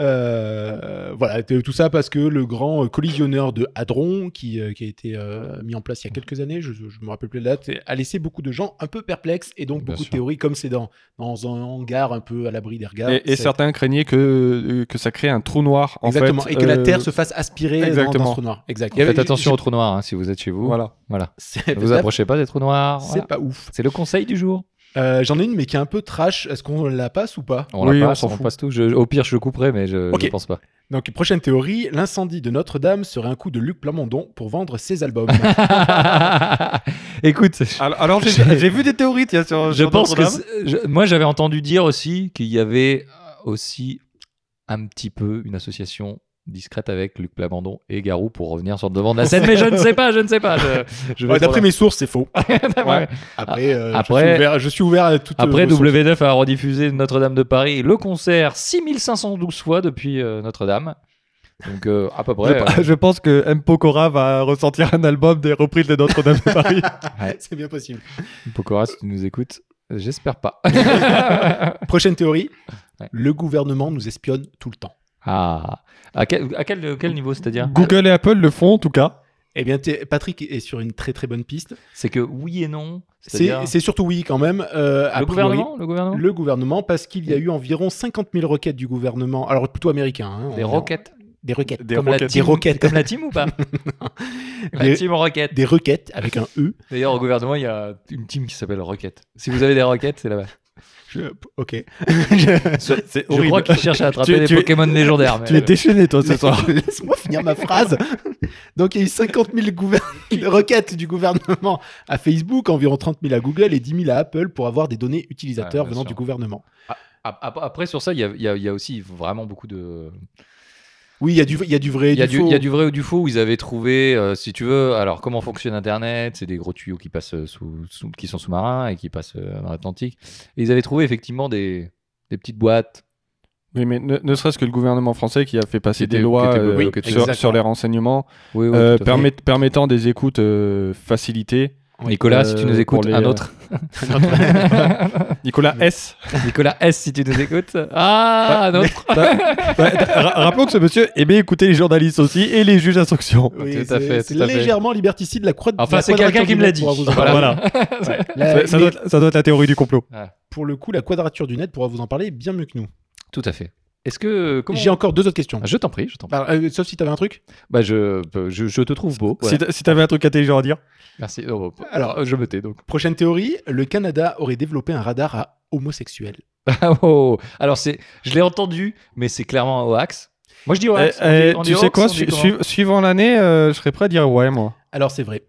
S3: Euh, voilà, t- tout ça parce que le grand euh, collisionneur de Hadron, qui, euh, qui a été euh, mis en place il y a quelques années, je ne me rappelle plus la date, a laissé beaucoup de gens un peu perplexes et donc
S2: Bien
S3: beaucoup de
S2: sûr.
S3: théories, comme c'est dans, dans un hangar un peu à l'abri des regards.
S1: Et, et
S3: ça-
S1: certains craignaient que, que ça crée un trou noir en
S3: Exactement,
S1: fait.
S3: et que la
S1: euh,
S3: Terre se fasse aspirer dans- dans,
S1: exactement.
S3: ce trou noir. Exact. Il y avait-
S2: Faites attention
S3: je-
S2: aux trous noirs hein, si vous êtes chez vous.
S1: Voilà.
S2: Voilà.
S3: C'est
S2: Ne vous approchez pas des trous noirs.
S3: c'est
S2: voilà.
S3: pas ouf.
S2: C'est le conseil du jour.
S3: Euh, J'en ai une, mais qui est un peu trash. Est-ce qu'on la passe ou pas
S2: On
S1: Oui,
S2: la
S1: on
S2: passe,
S1: s'en
S2: on,
S1: fout.
S2: passe tout. Je- au pire, je le couperai, mais je ne
S3: Ok.
S2: pense pas.
S3: Donc, prochaine théorie l'incendie de Notre-Dame serait un coup de Luc Plamondon pour vendre ses albums.
S2: Écoute, je-
S1: Alors, alors, j'ai
S2: J'ai-
S1: j'ai vu des théories tiens, sur.
S2: je
S1: sur
S2: pense que
S1: Notre-Dame.
S2: c'est- je- moi j'avais entendu dire aussi qu'il y avait euh, aussi un petit peu une association discrète avec Luc Plamondon et Garou pour revenir sur le devant de la scène mais je ne sais pas je ne sais pas je- je vais
S3: Ouais, D'après
S2: trop
S3: mes sources, c'est faux.
S2: loin. Ouais.
S3: Après, euh, je,
S2: Après-
S3: suis ouvert, je suis ouvert à toute. euh,
S2: après W9 a rediffusé Notre-Dame de Paris le concert 6512 fois depuis euh, Notre-Dame donc euh, à peu près
S1: Je, je pense que M. Pokora va ressortir un album des reprises de Notre-Dame de Paris.
S3: C'est bien possible.
S2: euh, Pokora si tu nous écoutes j'espère pas
S3: Prochaine théorie
S2: Ouais.
S3: le gouvernement nous espionne tout le temps.
S2: ah, à quel, à quel, quel niveau c'est-à-dire
S1: Google et Apple le font en tout cas.
S3: Eh bien, t'es- Patrick est sur une très très bonne piste.
S2: c'est que oui et non c'est-à-dire-
S3: C'est c'est surtout oui quand même. euh, a
S2: le
S3: priori.
S2: gouvernement, hein le gouvernement
S3: Le gouvernement, parce qu'il y a eu environ 50 000 requêtes du gouvernement, alors plutôt américain. hein,
S2: Des
S3: on-
S2: roquettes.
S3: Des requêtes.
S1: Des
S2: Comme la
S1: roquettes.
S2: team-
S3: Des roquettes.
S2: Comme la team ou pas La
S3: Des-
S2: team roquette.
S3: Des requêtes avec un E.
S2: D'ailleurs, au gouvernement, il y a une team qui s'appelle Roquette. Si vous avez des roquettes, c'est là-bas.
S3: Je- Ok.
S1: C'est
S2: Je crois qu'ils cherchent à attraper
S1: Tu-
S2: des
S1: tu es-
S2: Pokémon légendaires. mais-
S1: Tu es déchaîné toi ce soir.
S3: Laisse-moi finir ma phrase. Donc, il y a eu 50 000 gouver- requêtes du gouvernement à Facebook, environ 30 000 à Google et 10 000 à Apple pour avoir des données utilisateurs
S2: Ouais, bien
S3: venant
S2: sûr.
S3: du gouvernement.
S2: Ap- ap- Après, sur ça, il y a, il y a- il y a aussi vraiment beaucoup de.
S3: Oui, il y, a du- il y a du vrai et
S2: Il y, a
S3: du
S2: du,
S3: faux.
S2: il y a du vrai ou du faux où ils avaient trouvé, euh, si tu veux, alors comment fonctionne Internet C'est des gros tuyaux qui passent euh, sous, sous- qui sont sous-marins et qui passent euh, dans l'Atlantique. Et ils avaient trouvé effectivement des, des petites boîtes.
S1: Oui, mais ne, ne serait-ce que le gouvernement français qui a fait passer
S2: Qui était-
S1: des lois
S2: qui était
S1: euh,
S2: bloqué,
S1: sur,
S3: exactement.
S1: sur les renseignements
S2: Oui, oui,
S1: euh,
S2: tout à fait.
S1: permet- permettant des écoutes euh, facilitées
S2: Nicolas, si tu nous
S1: Euh,
S2: écoutes,
S1: pour les,
S2: un
S1: euh,
S2: autre.
S1: Nicolas S.
S2: Nicolas S, si tu nous écoutes. Ah, un autre.
S1: Ouais, ra- rappelons que ce monsieur aimait écouter les journalistes aussi et les juges d'instruction.
S2: Oui,
S3: Oui,
S2: tout à
S3: c'est-
S2: fait,
S3: C'est
S2: tout à fait.
S3: légèrement liberticide la croix de
S2: Enfin,
S3: la
S2: c'est
S3: quadrature
S2: quelqu'un qui
S3: du
S2: me l'a
S3: net
S2: dit.
S3: pourra vous en
S1: Voilà.
S3: parler.
S1: Ça,
S3: La-
S1: ça doit
S3: mais
S1: être, ça doit être la théorie du complot.
S3: Pour le coup, la quadrature du net pourra vous en parler bien mieux que nous.
S2: Tout à fait. Est-ce que. comment-
S3: J'ai encore deux autres questions.
S2: Ah, Je t'en prie, je t'en prie.
S3: Bah, euh, sauf si t'avais un truc.
S2: Bah, je, peux- je, je te trouve beau. voilà.
S1: Si t'a- Si t'avais un truc intelligent à dire.
S2: Merci. Oh, oh,
S3: Alors,
S2: oh, je me tais donc.
S3: prochaine théorie, le Canada aurait développé un radar à homosexuels.
S2: Ah, oh. Alors, c'est, je l'ai entendu, mais c'est clairement un hoax. Moi, je dis hoax.
S1: Eh,
S2: On dit-
S1: eh,
S2: on dit
S1: tu sais
S2: hoax,
S1: quoi,
S2: on dit
S1: su-
S2: comment
S1: su- suivant l'année, euh, je serais prêt à dire ouais, moi.
S3: Alors c'est vrai.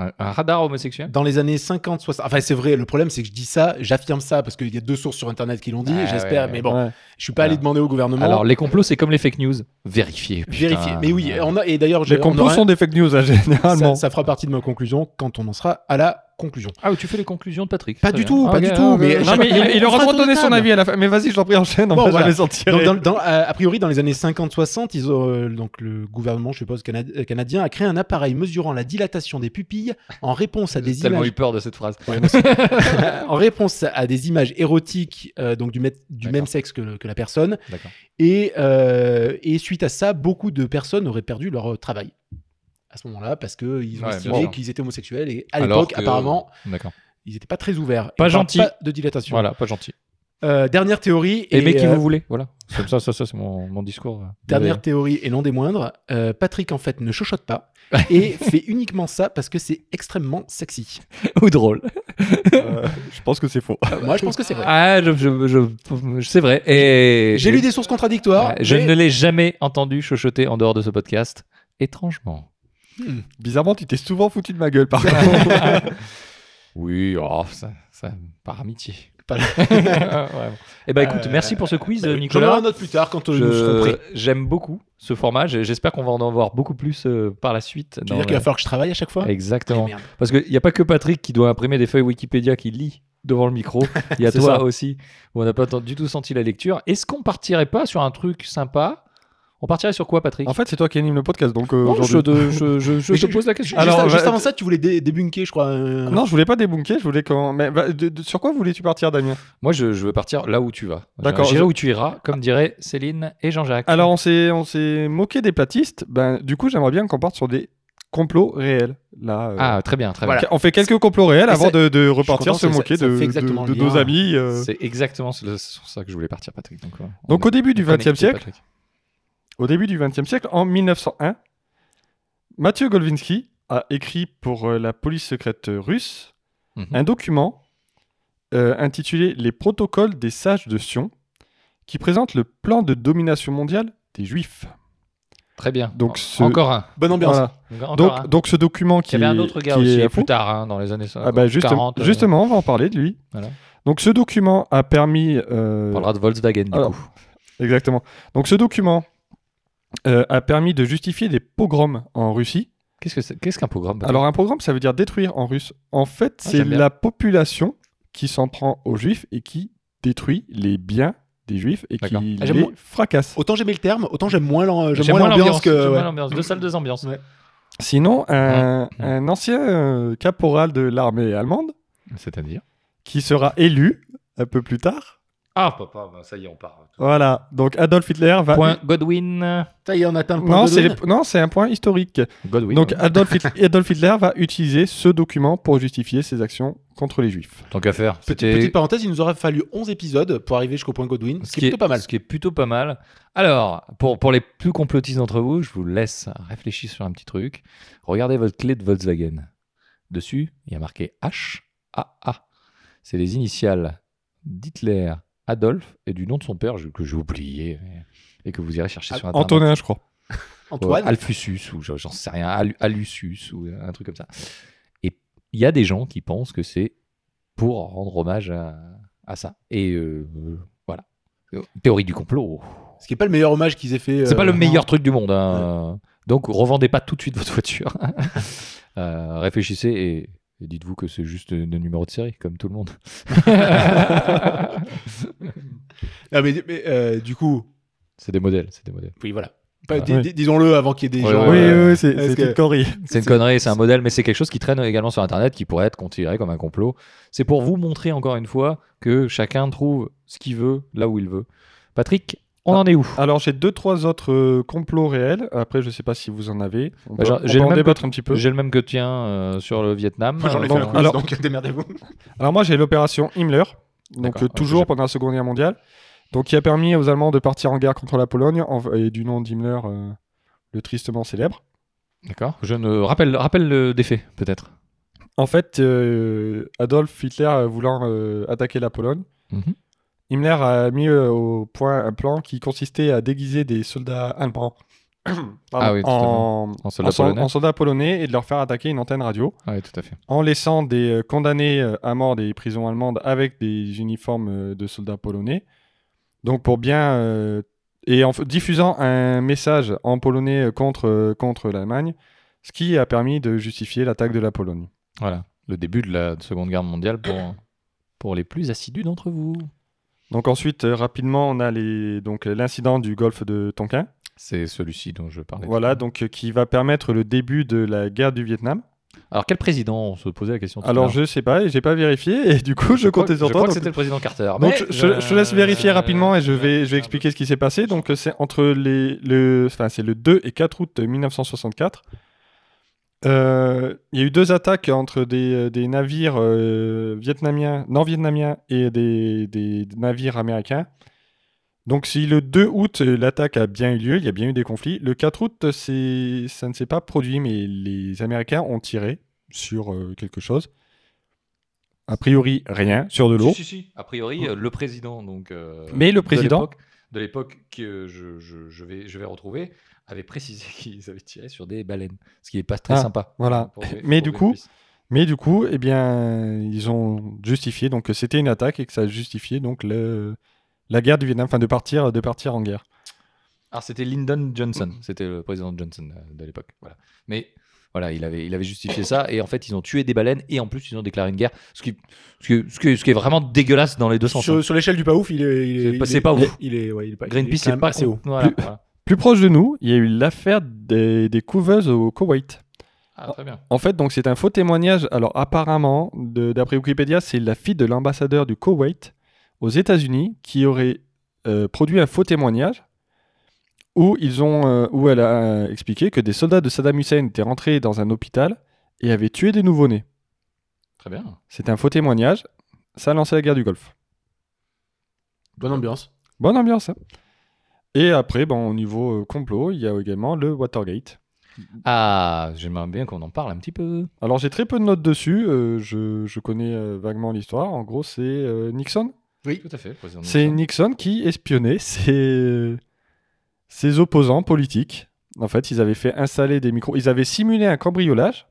S2: un, un radar homosexuel
S3: Dans les années 50, 60. Enfin, c'est vrai. Le problème, c'est que je dis ça, j'affirme ça parce qu'il y a deux sources sur Internet qui l'ont dit.
S2: Ah,
S3: J'espère,
S2: ouais,
S3: mais bon,
S1: Ouais.
S3: je suis pas allé
S2: Voilà.
S3: demander au gouvernement.
S2: Alors, les complots, c'est comme les fake news. Vérifiez. putain.
S3: vérifier. Mais oui, on a. Et d'ailleurs, je
S1: Les
S3: on
S1: complots
S3: aura-
S1: sont des fake news, hein,
S3: ça,
S1: généralement.
S3: ça fera partie de ma conclusion quand on en sera à la conclusion.
S2: Ah, tu fais les conclusions de Patrick.
S3: Pas
S2: Très
S3: du
S2: bien.
S3: tout,
S2: Ah,
S3: pas
S2: ok,
S3: du
S2: ah,
S3: tout,
S2: ok.
S3: mais-
S1: Non, mais
S3: chacun-
S1: il, il
S3: on
S1: aura le
S3: fera
S1: droit de
S3: tour de
S1: donner son
S3: table.
S1: avis à la fin. Mais vas-y, je t'en prie, enchaîne, on
S3: Bon,
S1: va
S3: voilà.
S1: jamais s'en tirer.
S3: Donc, dans- dans- euh, a priori, dans les années 50-60, ils ont, euh, donc le gouvernement, je suppose, cana- euh, canadien, a créé un appareil mesurant la dilatation des pupilles en réponse à
S2: J'ai
S3: des
S2: tellement
S3: images,
S2: eu peur de cette phrase.
S3: en réponse à des images érotiques, euh, donc du, mét- du
S2: D'accord.
S3: même sexe que, le- que la personne.
S2: D'accord.
S3: Et, euh, et suite à ça, beaucoup de personnes auraient perdu leur euh, travail à ce moment-là parce qu'ils ont
S2: Ouais, bien
S3: estimé
S2: sûr.
S3: qu'ils étaient homosexuels et à
S2: Alors
S3: l'époque,
S2: que-
S3: apparemment,
S2: D'accord.
S3: ils n'étaient pas très ouverts.
S2: Pas
S3: Et on parle
S2: gentil.
S3: Pas de dilatation.
S2: Voilà, pas gentil.
S3: Euh, dernière théorie.
S2: Aimez qui
S3: euh,
S2: vous voulez. Voilà. Comme ça, ça, ça, c'est mon, mon discours.
S3: Dernière théorie et non des moindres, euh, Patrick en fait ne chochote pas et fait uniquement ça parce que c'est extrêmement sexy.
S2: Ou drôle.
S1: Euh, je pense que c'est faux.
S3: Moi je pense que c'est vrai.
S2: Ah, je, je, je- c'est vrai. Et
S3: J'ai lu des sources contradictoires.
S2: Ouais, Je
S3: mais-
S2: ne l'ai jamais entendu chuchoter en dehors de ce podcast. Étrangement.
S3: Hmm.
S1: Bizarrement, tu t'es souvent foutu de ma gueule, par contre.
S2: Oui, oh, ça, ça, par amitié.
S3: Pas-
S2: Eh ben écoute,
S3: Euh,
S2: merci pour ce quiz,
S3: J'en aurai
S2: Nicolas.
S3: un autre plus tard quand euh, nous serons
S2: Je-
S3: prêts.
S2: J'aime beaucoup ce format. J'ai- J'espère qu'on va en avoir beaucoup plus euh, par la suite.
S3: Tu
S2: dans
S3: veux dire qu'il va
S2: le-
S3: falloir que je travaille à chaque fois Ah,
S2: Exactement.
S3: merde.
S2: Parce qu'il n'y a pas que Patrick qui doit imprimer des feuilles Wikipédia qu'il lit devant le micro. Il y a
S3: C'est
S2: toi
S3: ça.
S2: aussi, où on n'a pas tant- du tout senti la lecture. Est-ce qu'on partirait pas sur un truc sympa On partirait sur quoi, Patrick
S1: en fait, c'est toi qui anime le podcast, donc euh,
S2: Non, je,
S1: aujourd'hui.
S2: te- je- je- je
S3: Mais
S2: te
S3: je-
S2: pose la question.
S1: Alors,
S3: juste, juste
S1: va-
S3: avant ça, tu voulais dé- débunker, je crois. euh, un-
S1: Non, je voulais pas débunker, je voulais quand. Mais bah, de- de- sur quoi voulais-tu partir, Damien
S2: Moi, je, je veux partir là où tu vas.
S1: D'accord.
S2: J'irai
S1: Je-
S2: où tu iras, comme diraient Céline et Jean-Jacques.
S1: Alors, on s'est, on s'est moqué des platistes. Ben, du coup, j'aimerais bien qu'on parte sur des complots réels. Là, euh,
S2: ah, très bien, très
S3: Voilà.
S1: On fait quelques complots réels
S3: Et
S1: avant
S3: ça-
S1: de, de
S3: content,
S1: repartir se
S3: ça-
S1: moquer
S3: ça
S1: de,
S3: fait exactement
S1: de- de
S3: le lien.
S1: nos amis.
S2: bien.
S1: euh.
S2: C'est exactement ce- c'est sur ça que je voulais partir, Patrick. Donc, euh, on
S1: Donc,
S2: est
S1: au début du
S2: connecté,
S1: XXe siècle,
S2: Patrick.
S1: au début du 20e siècle, en 1901, Mathieu Golvinsky a écrit pour euh, la police secrète russe
S2: Mhm.
S1: un document euh, intitulé Les protocoles des sages de Sion, qui présente le plan de domination mondiale des Juifs.
S2: Très bien.
S1: Donc,
S2: En-
S1: ce-
S2: Encore un.
S3: Bonne ambiance.
S1: Voilà.
S2: Encore
S1: Donc,
S2: un.
S1: donc ce document qui
S2: Il y avait un
S1: est-
S2: autre gars
S1: qui
S2: aussi,
S1: est
S2: plus
S1: fou-
S2: tard, hein, dans les années 50.
S1: Ah bah juste-
S2: 40, euh,
S1: justement, on va en parler de lui.
S2: Voilà.
S1: Donc ce document a permis... euh,
S2: on parlera de Volkswagen, du
S1: alors,
S2: coup.
S1: Exactement. Donc ce document euh, a permis de justifier des pogroms en Russie.
S2: Qu'est-ce que c'est- qu'est-ce qu'un pogrom Patrick
S1: Alors un pogrom, ça veut dire détruire en russe. En fait,
S2: Ah,
S1: c'est
S2: j'aime bien.
S1: la population qui s'en prend aux juifs et qui détruit les biens des juifs et
S2: D'accord.
S1: qui
S3: Ah, j'aime
S1: les
S3: moins.
S1: fracasse.
S3: Autant j'aimais le terme, autant j'aime moins l'en- j'aime
S2: J'aime
S3: moins l'ambiance que.
S2: j'aime moins
S3: ouais.
S2: l'ambiance. Deux salles, deux ambiances.
S3: Ouais.
S1: Sinon, un,
S2: Mhm.
S1: un ancien euh, caporal de l'armée allemande
S2: C'est-à-dire
S1: qui sera élu un peu plus tard.
S2: Ah, papa, bah, ça y est, on part.
S1: Voilà. Donc Adolf Hitler va.
S2: Point Godwin.
S3: Ça y est, on atteint le point
S1: Non,
S3: de
S1: c'est
S3: Godwin.
S1: les- non, c'est un point historique.
S2: Godwin.
S1: Donc Adolf Hitler, Adolf Hitler va utiliser ce document pour justifier ses actions contre les juifs.
S2: Tant qu'à faire.
S3: Petite, petite parenthèse, il nous aura fallu 11 épisodes pour arriver jusqu'au point Godwin, ce qui est plutôt pas mal.
S2: Ce qui est plutôt pas mal. Alors, pour, pour les plus complotistes d'entre vous, je vous laisse réfléchir sur un petit truc. Regardez votre clé de Volkswagen. Dessus, il y a marqué H-A-A. C'est les initiales d'Hitler, Adolf et du nom de son père je- que j'ai oublié mais- et que vous irez chercher sur Internet.
S1: Antonin, je crois.
S3: Antoine,
S2: Euh, Alphusus ou je- j'en sais rien, Al- Alusus ou un truc comme ça. Et il y a des gens qui pensent que c'est pour rendre hommage à, à ça. Et euh, voilà. Théorie du complot.
S3: ce qui est pas le meilleur hommage qu'ils aient fait.
S2: C'est
S3: euh,
S2: pas le meilleur truc du monde. hein. Donc revendez pas tout de suite votre voiture. Euh, réfléchissez et, et dites-vous que c'est juste un numéro de série, comme tout le monde.
S3: Ah, mais, mais, euh, du coup,
S2: c'est des modèles, c'est des modèles.
S3: oui, voilà. Pas-
S2: Ouais.
S3: dis-
S1: Oui.
S3: dis- Disons-le avant qu'il y ait des
S2: Ouais,
S3: gens.
S2: ouais,
S1: oui,
S2: ouais.
S3: euh,
S1: oui, oui, c'est
S3: Est-ce
S1: c'est
S3: que-
S1: une connerie.
S2: C'est une
S3: C'est-
S2: connerie, c'est un modèle, mais c'est quelque chose qui traîne également sur Internet qui pourrait être considéré comme un complot. C'est pour vous montrer encore une fois que chacun trouve ce qu'il veut là où il veut. Patrick, on en est où
S1: Alors, j'ai deux, trois autres euh, complots réels. Après, je sais pas si vous en avez. On
S2: Bah,
S1: peut,
S2: j'en-
S1: on
S2: j'ai
S1: peut
S2: le
S1: en
S2: même
S1: débattre un petit peu.
S2: J'ai le même que tien euh, sur le Vietnam.
S3: Moi, j'en ai fait
S2: Euh,
S3: un
S2: bon,
S3: quiz,
S1: alors-
S3: donc démerdez-vous.
S1: Alors, moi, j'ai l'opération Himmler.
S2: D'accord,
S1: Donc, euh,
S2: ouais,
S1: toujours
S2: j'ai-
S1: pendant la Seconde Guerre mondiale. Donc, qui a permis aux Allemands de partir en guerre contre la Pologne. en- et du nom d'Himmler, euh, le tristement célèbre.
S2: D'accord. Je ne rappelle, rappelle le des faits, peut-être.
S1: En fait, euh, Adolf Hitler euh, voulant euh, attaquer la Pologne,
S2: Mhm.
S1: Himmler a mis euh, au point un plan qui consistait à déguiser des soldats allemands
S2: Ah oui, tout à fait.
S1: en,
S2: En
S1: en
S2: soldat
S1: sol-
S2: polonais.
S1: en soldats polonais et de leur faire attaquer une antenne radio
S2: Ouais, tout à fait.
S1: en laissant des euh, condamnés euh, à mort des prisons allemandes avec des uniformes euh, de soldats polonais. Donc pour bien euh, et en f- diffusant un message en polonais euh, contre euh, contre l'Allemagne, ce qui a permis de justifier l'attaque de la Pologne.
S2: Voilà. Le début de la Seconde Guerre mondiale pour, pour les plus assidus d'entre vous.
S1: Donc ensuite, euh, rapidement, on a les... donc euh, l'incident du golfe de Tonkin,
S2: C'est celui-ci dont je parlais. tout à
S1: voilà,
S2: l'heure.
S1: donc euh, qui va permettre le début de la guerre du Vietnam.
S2: Alors, quel président On se posait la question. tout à
S1: Alors
S2: l'heure.
S1: je sais pas, et j'ai pas vérifié, et du coup je,
S2: crois-
S1: comptais sur
S2: je
S1: toi.
S2: crois que
S1: donc-
S2: c'était le président Carter.
S1: donc,
S2: mais
S1: je, je- euh, je te laisse vérifier rapidement et je vais, je vais expliquer ce qui s'est passé. Donc euh, c'est entre les, le, enfin, c'est le 2 et 4 août 1964. Euh, Il y a eu deux attaques entre des, des navires euh, vietnamiens, nord-vietnamiens et des, des navires américains. Donc si le 2 août euh, l'attaque a bien eu lieu, il y a bien eu des conflits. Le 4 août, euh, c'est- ça ne s'est pas produit, mais les Américains ont tiré sur euh, quelque chose. A priori, rien, sur de l'eau. Hum.
S2: Si, si, si. A priori, euh, le président, donc. euh,
S1: Mais le
S2: de
S1: président-
S2: l'époque- De l'époque que euh, je, je- je vais, je vais retrouver, avait précisé qu'ils avaient tiré sur des baleines. Ce qui n'est pas très
S1: Ah,
S2: sympa.
S1: voilà.
S2: Pour les-
S1: Mais
S2: pour
S1: du
S2: les
S1: coup,
S2: puissances.
S1: Mais du coup, eh bien, ils ont justifié donc que c'était une attaque et que ça justifiait donc le, la guerre du Vietnam, enfin de partir, de partir en guerre.
S2: Alors, Ah, c'était Lyndon Johnson.
S1: Hum.
S2: C'était le président Johnson euh, de l'époque. Voilà. Mais. Voilà, il avait, il avait justifié ça, et en fait, ils ont tué des baleines, et en plus, ils ont déclaré une guerre, ce qui, ce qui, ce qui- ce qui est vraiment dégueulasse dans les deux sens. hein.
S3: Sur, sur l'échelle du pas ouf, il est. Il
S2: C'est
S3: est,
S2: pas-
S3: il
S2: c'est
S3: est-
S2: pas
S3: il est-
S2: ouf.
S3: Il est, ouais, il est pas. il est
S2: Greenpeace,
S3: quand
S2: c'est
S3: même
S2: pas
S3: assez haut.
S2: Voilà,
S1: Plus-
S2: voilà.
S1: Plus proche de nous, il y a eu l'affaire des, des couveuses au Koweït.
S2: Ah, très bien.
S1: En fait, donc c'est un faux témoignage. Alors apparemment, de- d'après Wikipédia, c'est la fille de l'ambassadeur du Koweït aux États-Unis qui aurait euh, produit un faux témoignage où ils ont, euh, où elle a euh, expliqué que des soldats de Saddam Hussein étaient rentrés dans un hôpital et avaient tué des nouveau-nés.
S2: Très bien.
S1: C'était un faux témoignage. Ça a lancé la guerre du Golfe.
S3: Bonne ambiance.
S1: Bonne ambiance. hein. Et après, bon, au niveau euh, complot, il y a également le Watergate.
S2: Ah, j'aimerais bien qu'on en parle un petit peu.
S1: Alors j'ai très peu de notes dessus. euh, je, je connais euh, vaguement l'histoire. En gros, c'est euh, Nixon.
S2: Tout à fait, président
S1: C'est
S2: Nixon.
S1: Nixon qui espionnait ses, ses opposants politiques. En fait, ils avaient fait installer des micros. Ils avaient simulé un cambriolage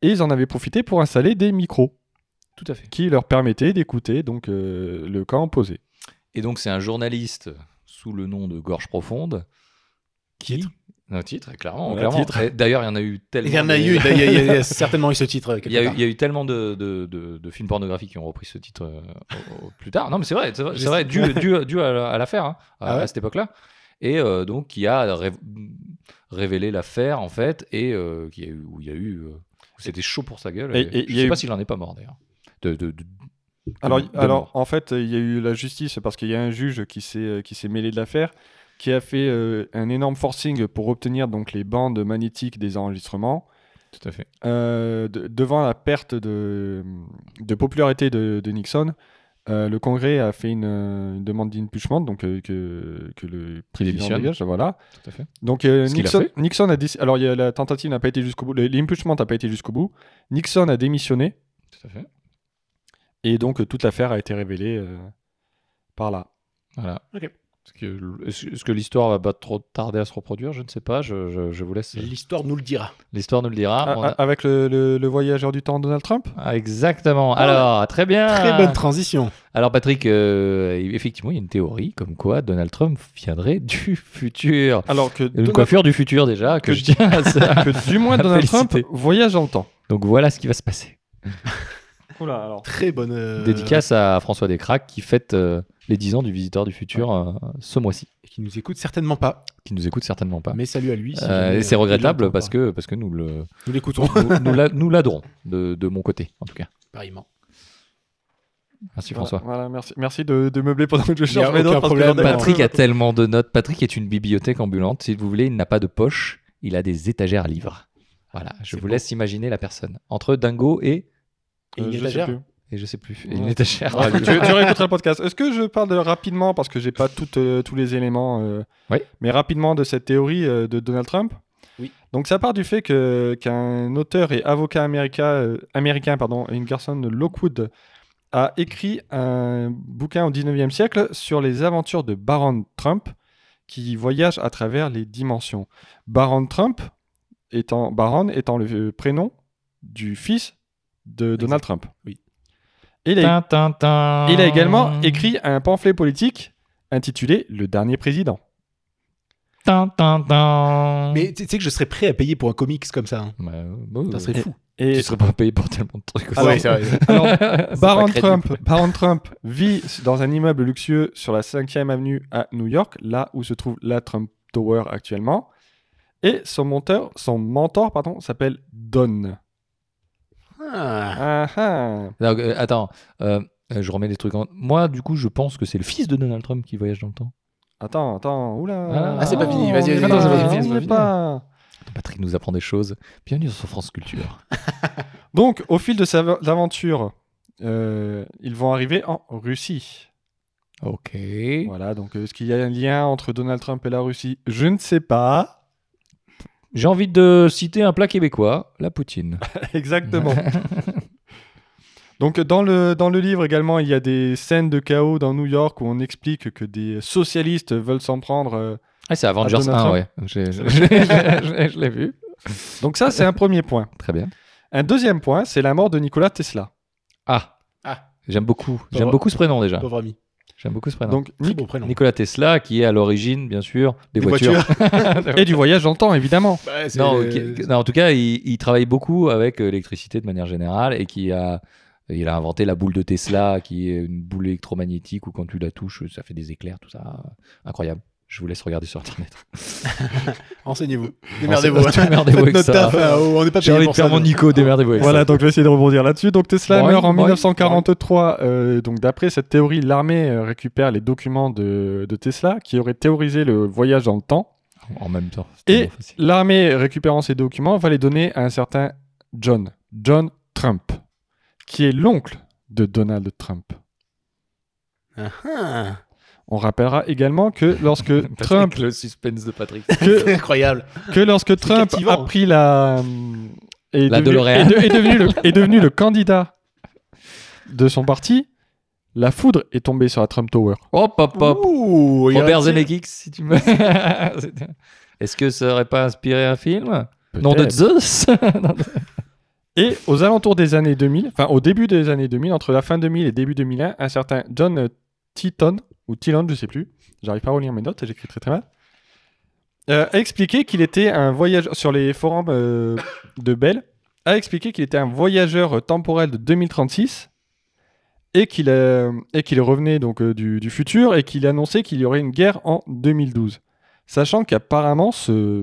S1: et ils en avaient profité pour installer des micros
S2: Tout à fait.
S1: qui leur permettaient d'écouter donc euh, le camp opposé.
S2: Et donc, c'est un journaliste sous le nom de Gorge Profonde qui.
S3: Titre.
S2: Un titre, clairement.
S1: Ouais,
S2: clairement.
S1: titre.
S2: Et D'ailleurs, il y en a eu tellement.
S3: Il y en a
S2: de-
S3: eu. Il y a- il y a- il y a certainement eu ce titre.
S2: Il y a eu, il y a eu tellement de, de- de- de films pornographiques qui ont repris ce titre euh, au- au- plus tard. Non, mais c'est vrai, c'est vrai, c'est vrai, dû, dû- dû à, la- à l'affaire, hein, à,
S3: Ah ouais
S2: à cette époque-là. Et euh, donc, qui a ré- révélé l'affaire, en fait, et euh, qui a eu- où il y a eu. euh, où C'était chaud pour sa gueule.
S1: Et-
S2: Et,
S1: et
S2: je
S1: il y
S2: sais
S1: a eu-
S2: pas s'il en est pas mort, d'ailleurs. De- de- de-
S1: Alors,
S2: de
S1: alors
S2: mort.
S1: en fait, il y a eu la justice parce qu'il y a un juge qui s'est euh, qui s'est mêlé de l'affaire, qui a fait euh, un énorme forcing pour obtenir donc les bandes magnétiques des enregistrements.
S2: Tout à fait.
S1: Euh, de- devant la perte de, de popularité de, de Nixon, euh, le Congrès a fait une, euh, une demande d'impeachment, donc euh, que, que le président
S2: démissionne.
S1: dégage. Voilà.
S2: Tout à fait.
S1: Donc euh,
S2: Ce qu'il a
S1: Nixon,
S2: fait.
S1: Nixon a déci- alors il y a- la tentative n'a pas été jusqu'au bout, le- l'impeachment n'a pas été jusqu'au bout. Nixon a démissionné
S2: Tout à fait.
S1: et donc euh, toute l'affaire a été révélée euh, par là.
S2: Voilà.
S3: Ok.
S2: Est-ce que, est-ce- est-ce que l'histoire va pas trop tarder à se reproduire Je ne sais pas. Je, je- je vous laisse.
S3: L'histoire nous le dira.
S2: L'histoire nous le dira.
S1: A-
S3: Ah,
S2: On
S1: a-
S2: a-
S1: Avec le, le- le voyageur du temps Donald Trump.
S2: Ah, exactement. Alors, très bien.
S3: Très bonne transition.
S2: Alors, Patrick, euh, effectivement, il y a une théorie comme quoi Donald Trump viendrait du futur.
S1: Alors que,
S2: Une
S1: Donald-
S2: coiffure du futur, déjà, que
S1: Que-
S2: je tiens à ça.
S1: que du moins
S2: à
S1: Donald Trump
S2: féliciter.
S1: voyage dans le temps.
S2: Donc, voilà ce qui va se passer.
S1: Oula, alors.
S3: Très bonne. euh,
S2: Dédicace à François Descraques qui fête euh, les 10 ans du visiteur du futur euh, ce mois-ci,
S3: Et qui nous écoute certainement pas.
S2: qui nous écoute certainement pas.
S3: Mais salut à lui. si
S2: Ah. Euh,
S3: jamais,
S2: et c'est
S3: euh, il
S2: regrettable
S3: l'entend
S2: parce
S3: pas.
S2: que, parce que nous le,
S3: Nous l'écoutons.
S2: nous, nous la- nous l'adorons, de, de mon côté, en tout cas.
S3: Pareillement.
S2: Merci
S1: Voilà,
S2: François.
S1: voilà, merci, merci de, de meubler pendant que je cherche
S3: a
S1: mes notes,
S3: aucun
S1: parce que
S3: problème.
S1: j'en ai
S2: Patrick
S1: un
S2: a
S1: peu.
S2: tellement de notes. Patrick est une bibliothèque ambulante. Si vous voulez, il n'a pas de poche, il a des étagères à livres. Voilà, je
S3: C'est
S2: vous
S3: beau.
S2: laisse imaginer la personne. Entre Dingo et.
S3: Et
S1: Euh,
S3: une
S1: je sais
S3: étagère.
S1: plus.
S2: Et je sais plus. et
S1: Ouais.
S2: une étagère.
S1: Ah, tu, tu réécouteras le podcast. Est-ce que je parle de- rapidement, parce que j'ai pas tout, euh, tous les éléments, euh,
S2: Oui.
S1: mais rapidement de cette théorie euh, de Donald Trump
S3: Oui.
S1: Donc ça part du fait que- qu'un auteur et avocat américain, euh, américain pardon, une personne de Lockwood, a écrit un bouquin au 19e siècle sur les aventures de Baron Trump qui voyage à travers les dimensions. Baron Trump étant, Baron étant le euh, prénom du fils de Donald Trump.
S3: Oui.
S1: Et il a
S2: Tin, tin, tin.
S1: il a
S3: Ah.
S1: également écrit un pamphlet politique intitulé Le dernier président.
S2: Tin, tin, tin.
S3: Mais tu tu sais que je serais prêt à payer pour un comics comme ça. hein.
S2: Bah, euh, bah,
S3: Ça
S2: euh,
S3: serait
S1: Et-
S3: fou.
S1: Et
S2: Tu serais pas payé pour tellement de trucs.
S1: Alors,
S3: Ah Ouais, c'est vrai.
S1: alors,
S2: C'est pas
S1: Baron
S2: crédible.
S1: Trump, Baron Trump vit dans un immeuble luxueux sur la 5e avenue à New York, là où se trouve la Trump Tower actuellement. Et son, monteur, son mentor pardon, s'appelle Don.
S3: Ah.
S1: Ah, ah.
S2: Non, euh, attends, euh, euh, je remets des trucs en. Moi, du coup, je pense que c'est le fils de Donald Trump qui voyage dans le temps.
S1: Attends, attends, oula.
S2: Ah, c'est pas
S3: fini,
S1: on
S3: vas-y,
S1: y
S3: vas-y,
S1: va
S3: vas-y,
S1: pas,
S3: vas-y,
S1: on
S3: vas-y,
S1: y
S2: vas-y.
S1: est pas.
S2: Patrick nous apprend des choses. Bienvenue sur France Culture.
S1: Donc, au fil de sa aventure, euh, ils vont arriver en Russie.
S2: ok.
S1: Voilà, donc euh, est-ce qu'il y a un lien entre Donald Trump et la Russie Je ne sais pas.
S2: J'ai envie de citer un plat québécois, la poutine.
S1: Exactement. donc dans le, dans le livre également, il y a des scènes de chaos dans New York où on explique que des socialistes veulent s'en prendre. euh.
S2: Ah, c'est Avengers
S1: Donald
S2: 1, ouais. J'ai- je- je- je- je l'ai vu.
S1: Donc ça, c'est un premier point.
S2: Très bien.
S1: Un deuxième point, c'est la mort de Nikola Tesla.
S2: Ah,
S3: Ah,
S2: j'aime beaucoup. J'aime
S3: Pauvre-
S2: beaucoup ce prénom déjà.
S3: pauvre ami.
S2: J'aime beaucoup ce prénom.
S1: donc,
S3: Très
S1: Ni-
S3: beau prénom.
S2: Nikola Tesla, qui est à l'origine, bien sûr, des,
S3: Des
S2: voitures.
S1: et du voyage dans le temps, évidemment.
S3: Bah, c'est-
S2: Non, qui- qui- non, en tout cas, il, il travaille beaucoup avec euh, l'électricité de manière générale et qui a, il a inventé la boule de Tesla, qui est une boule électromagnétique où quand tu la touches, ça fait des éclairs, tout ça. Incroyable. Je vous laisse regarder sur internet.
S3: Enseignez-vous. Démerdez-vous.
S2: Ah, Démerdez-vous avec
S3: Faites notre
S2: ça. hein.
S3: taf, là, on n'est pas
S2: J'ai
S3: Ah, payé
S2: envie de
S3: pour ça.
S2: faire mon
S3: nous.
S2: Nico, démerdez-vous avec
S1: Voilà,
S2: ça.
S1: donc je vais essayer de rebondir là-dessus. Donc Tesla
S2: Boing,
S1: meurt en
S2: boing,
S1: 1943. euh, donc d'après cette théorie, l'armée euh, récupère les documents de, de Tesla qui aurait théorisé le voyage dans le temps.
S2: En même temps. c'est
S1: Et-
S2: tellement facile.
S1: L'armée récupérant ces documents va les donner à un certain John, John Trump, qui est l'oncle de Donald Trump.
S3: Ah,
S1: On rappellera également que lorsque
S2: Patrick,
S1: Trump,
S2: le suspense de Patrick.
S1: que,
S3: c'est incroyable.
S1: que lorsque Trump
S3: captivant,
S1: a
S3: hein.
S1: pris la hum, est
S2: La
S1: devenu, est,
S2: DeLorean.
S1: de- est devenu le, est devenu le candidat de son parti, la foudre est tombée sur la Trump Tower.
S2: Hop, hop, hop.
S3: Ouh, il y a
S2: Robert
S3: un petit-
S2: Zemeckis, si tu me. C'était- Est-ce que ça aurait pas inspiré un film Nom de
S1: Peut-être.
S2: Zeus
S1: Et aux alentours des années 2000, enfin au début des années 2000, entre la fin 2000 et début 2001, un certain John euh, Titon, ou Tillon, je sais plus, j'arrive pas à relire mes notes, j'écris très très mal, euh, a expliqué qu'il était un voyageur, sur les forums euh, de Bell, a expliqué qu'il était un voyageur euh, temporel de 2036 et qu'il euh, et qu'il revenait donc euh, du, du futur et qu'il annonçait qu'il y aurait une guerre en 2012. Sachant qu'apparemment ce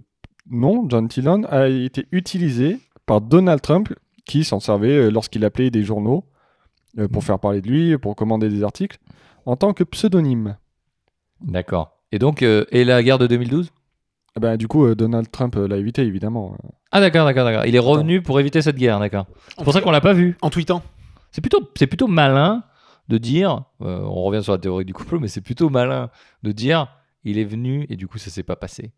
S1: nom, John Tillon, a été utilisé par Donald Trump qui s'en servait euh, lorsqu'il appelait des journaux euh, pour faire parler de lui, pour commander des articles, en tant que pseudonyme.
S2: D'accord. Et donc, euh, et la guerre de 2012
S1: Eh Ben, du coup, euh, Donald Trump euh, l'a évité, évidemment.
S2: Ah d'accord, d'accord, d'accord. Il est revenu pour éviter cette guerre, d'accord. C'est pour ça qu'on l'a pas vu.
S3: En tweetant.
S2: C'est plutôt, c'est plutôt malin de dire, euh, on revient sur la théorie du complot, mais c'est plutôt malin de dire, il est venu et du coup ça s'est pas passé.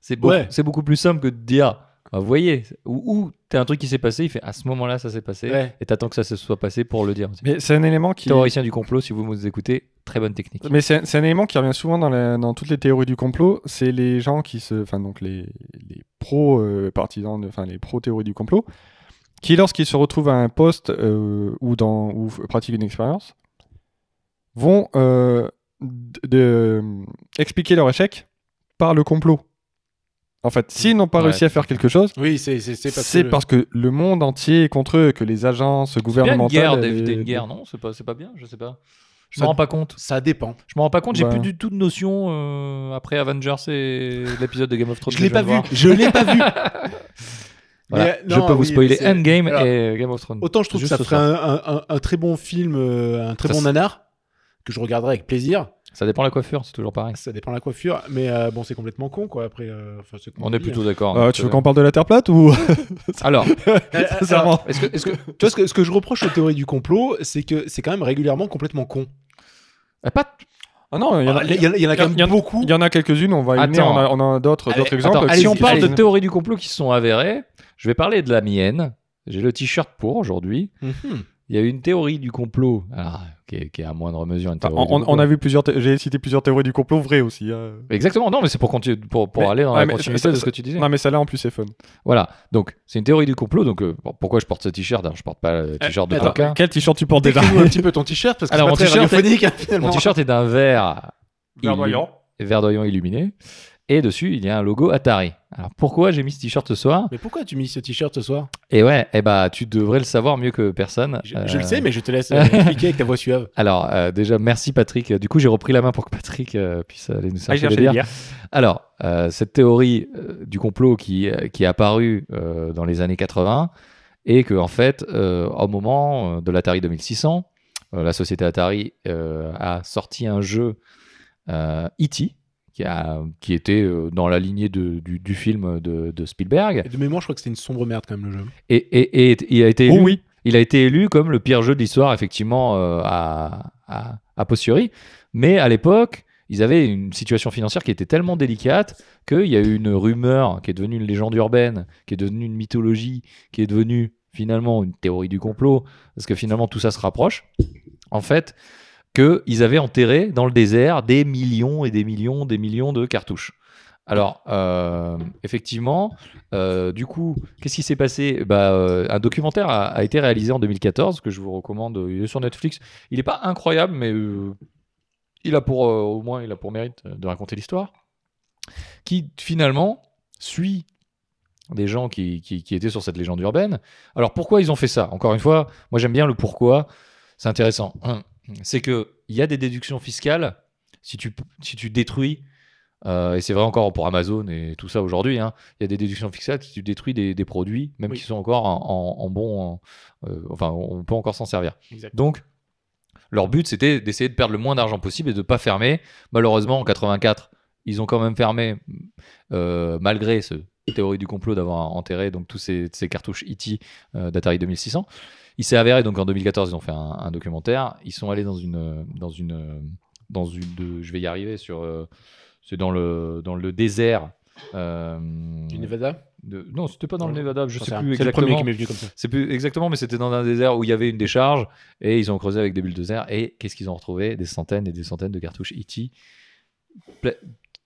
S2: C'est beaucoup,
S3: Ouais.
S2: c'est beaucoup plus simple que de dire, ah, vous voyez, ou, ou t'as un truc qui s'est passé, il fait à ce moment-là ça s'est passé,
S3: Ouais.
S2: et t'attends que ça se soit passé pour le dire. aussi.
S1: Mais c'est un élément qui...
S2: Théoricien du complot, si vous nous écoutez, très bonne technique.
S3: Euh,
S1: Mais c'est c'est un élément qui revient souvent dans, la- dans toutes les théories du complot, c'est les gens qui se... Enfin, donc les, les pro-partisans, enfin les pro-théories du complot, qui lorsqu'ils se retrouvent à un poste euh, ou, dans, ou f- pratiquent une expérience, vont euh, d- de, euh, expliquer leur échec par le complot. En fait, s'ils n'ont pas
S2: Ouais.
S1: réussi à faire quelque chose,
S3: Oui, c'est c'est- c'est parce
S1: c'est
S3: que-
S1: parce que le monde entier est contre eux, que les agences
S2: C'est bien une
S1: gouvernementales...
S2: guerre
S1: elles-
S2: d'éviter une guerre, non C'est pas, c'est pas bien, je sais pas. Je Je m'en rends pas compte.
S3: Ça dépend.
S2: Je m'en rends pas compte, j'ai
S1: Ouais.
S2: plus du tout de notion euh, après Avengers et l'épisode de Game of Thrones.
S3: Je
S2: que
S3: l'ai
S2: viens
S3: pas
S2: de
S3: vu.
S2: voir.
S3: Je l'ai pas vu.
S2: Voilà.
S3: Mais, euh,
S2: je
S3: non,
S2: peux vous
S3: oui,
S2: spoiler
S3: c'est-
S2: Endgame
S3: alors,
S2: et Game of Thrones.
S3: Autant je trouve que
S2: Juste
S3: ça
S2: ce
S3: ferait un, un- un- un très bon film, euh, un très
S2: Ça,
S3: bon
S2: c'est-
S3: nanar que je regarderai avec plaisir.
S2: Ça dépend de la coiffure, c'est toujours pareil.
S3: Ça dépend de la coiffure, mais euh, bon, c'est complètement con quoi. Après, euh, enfin, c'est
S2: On est
S3: dit,
S2: plutôt d'accord.
S3: Ah,
S1: Euh,
S2: hein,
S1: tu
S2: que-
S1: veux qu'on parle de la Terre plate ou
S2: Alors,
S3: hein. Euh,
S1: Ça
S3: alors,
S1: rend-
S2: est-ce que, est-ce que...
S3: tu vois ce que, ce que je reproche aux théories du complot, c'est que c'est quand même régulièrement complètement con.
S2: Ah, pas-
S1: Ah non, il y en a-
S3: Ah, Il y, en a- il y en a quand
S1: il y en
S3: même
S1: a-
S3: beaucoup.
S1: il y en a quelques-unes, on va y venir,
S2: Attends.
S1: on a, on a d'autres
S3: Allez,
S1: d'autres exemples.
S2: Attends,
S3: allez,
S2: si on
S3: c'est-
S2: parle de
S3: allez.
S2: théories du complot qui se sont avérées, je vais parler de la mienne. J'ai le t-shirt pour aujourd'hui.
S3: Mhm.
S2: Il y a une théorie du complot, alors, qui, est, qui est à moindre mesure une
S1: Enfin,
S2: théorie.
S1: on,
S2: du
S1: on-
S2: complot.
S1: on a vu plusieurs, thé- j'ai cité plusieurs théories du complot vraies aussi. hein.
S2: Exactement, non, mais c'est pour, continu- pour, pour
S1: Mais-
S2: aller dans
S1: ouais,
S2: la
S1: mais
S2: continuité
S1: ça-
S2: de ce
S1: ça-
S2: que tu disais.
S1: Non mais celle-là en plus c'est fun.
S2: Voilà, donc c'est une théorie du complot. Donc euh, bon, pourquoi je porte ce t-shirt Alors, Je porte pas le t-shirt de
S3: attends,
S2: Tolkien.
S1: Euh, Quel t-shirt tu portes déjà
S3: Décris-nous un petit peu ton t-shirt parce que
S2: Alors, mon
S3: c'est pas très
S2: t-shirt est-
S3: radiophonique hein, finalement.
S2: Mon t-shirt est d'un vert verdoyant. verdoyant illuminé. Et dessus, il y a un logo Atari. Alors pourquoi j'ai mis ce t-shirt ce soir
S3: Mais pourquoi tu mis ce t-shirt ce soir
S2: Et ouais, eh bah, tu devrais le savoir mieux que personne.
S3: je, je
S2: Euh,
S3: le sais, mais je te laisse euh, expliquer avec ta voix suave.
S2: Alors euh, déjà, merci Patrick. Du coup, j'ai repris la main pour que Patrick euh, puisse aller
S1: Ah,
S2: nous chercher le dire. Alors, euh, cette théorie euh, du complot qui, euh, qui est apparue euh, dans les années 80 et que, en fait, euh, au moment euh, de l'Atari 2600, euh, la société Atari euh, a sorti un jeu euh, E.T. Qui, a- qui était euh, dans la lignée de- du, du film de, de Spielberg
S3: Et de mémoire, je crois que c'était une sombre merde quand même le jeu.
S2: et, et- et il, a été
S1: Oh
S2: élu,
S1: oui.
S2: il a été élu comme le pire jeu de l'histoire effectivement euh, à, à, à posteriori mais à l'époque ils avaient une situation financière qui était tellement délicate qu'il y a eu une rumeur qui est devenue une légende urbaine, qui est devenue une mythologie, qui est devenue finalement une théorie du complot, parce que finalement tout ça se rapproche, en fait, qu'ils avaient enterré dans le désert des millions et des millions, des millions de cartouches. Alors, euh, effectivement, euh, du coup, qu'est-ce qui s'est passé bah, euh, Un documentaire a, a été réalisé en 2014, que je vous recommande, il est sur Netflix. Il n'est pas incroyable, mais euh, il a pour, euh, au moins, il a pour mérite euh, de raconter l'histoire, qui finalement suit des gens qui, qui- qui étaient sur cette légende urbaine. Alors pourquoi ils ont fait ça Encore une fois, moi j'aime bien le pourquoi, c'est intéressant. Hum, C'est que il y a des déductions fiscales si tu, si tu détruis, euh, et c'est vrai encore pour Amazon et tout ça aujourd'hui, hein, il y a des déductions fiscales si tu détruis des, des produits, même
S3: Oui.
S2: qui sont encore en, en- en bon, en- euh, enfin on peut encore s'en servir.
S3: Exact.
S2: Donc, leur but, c'était d'essayer de perdre le moins d'argent possible et de ne pas fermer. Malheureusement, en 84, ils ont quand même fermé, euh, malgré ce théorie du complot d'avoir enterré donc tous ces, ces cartouches E.T. euh, d'Atari 2600. Il s'est avéré, donc en 2014, ils ont fait un, un documentaire. Ils sont allés dans une... euh, Dans une, euh, dans une de- je vais y arriver sur... euh, c'est dans le, dans le désert. euh,
S3: Du Nevada
S2: de- non, c'était pas dans le
S3: Dans le-
S2: Nevada, je
S3: J'en
S2: sais
S3: sais rien.
S2: plus
S3: C'est le premier
S2: exactement.
S3: qui m'est venu comme ça.
S2: C'est plus exactement, mais c'était dans un désert où il y avait une décharge et ils ont creusé avec des bulldozers. Et qu'est-ce qu'ils ont retrouvé Des centaines et des centaines de cartouches E.T. Pla-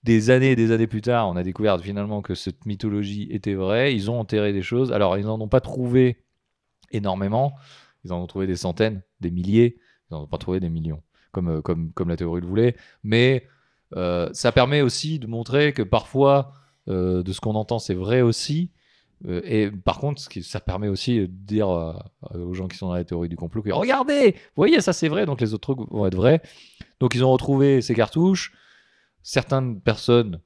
S2: Des années et des années plus tard, on a découvert finalement que cette mythologie était vraie. Ils ont enterré des choses. Alors, ils n'en ont pas trouvé énormément. Ils en ont trouvé des centaines, des milliers. Ils n'en ont pas trouvé des millions, comme, euh, comme, comme la théorie le voulait. Mais euh, ça permet aussi de montrer que parfois, euh, de ce qu'on entend, c'est vrai aussi. Euh, et par contre, ce qui- ça permet aussi de dire euh, euh, aux gens qui sont dans la théorie du complot que regardez, vous voyez, ça c'est vrai, donc les autres trucs vont être vrais. Donc ils ont retrouvé ces cartouches. Certaines personnes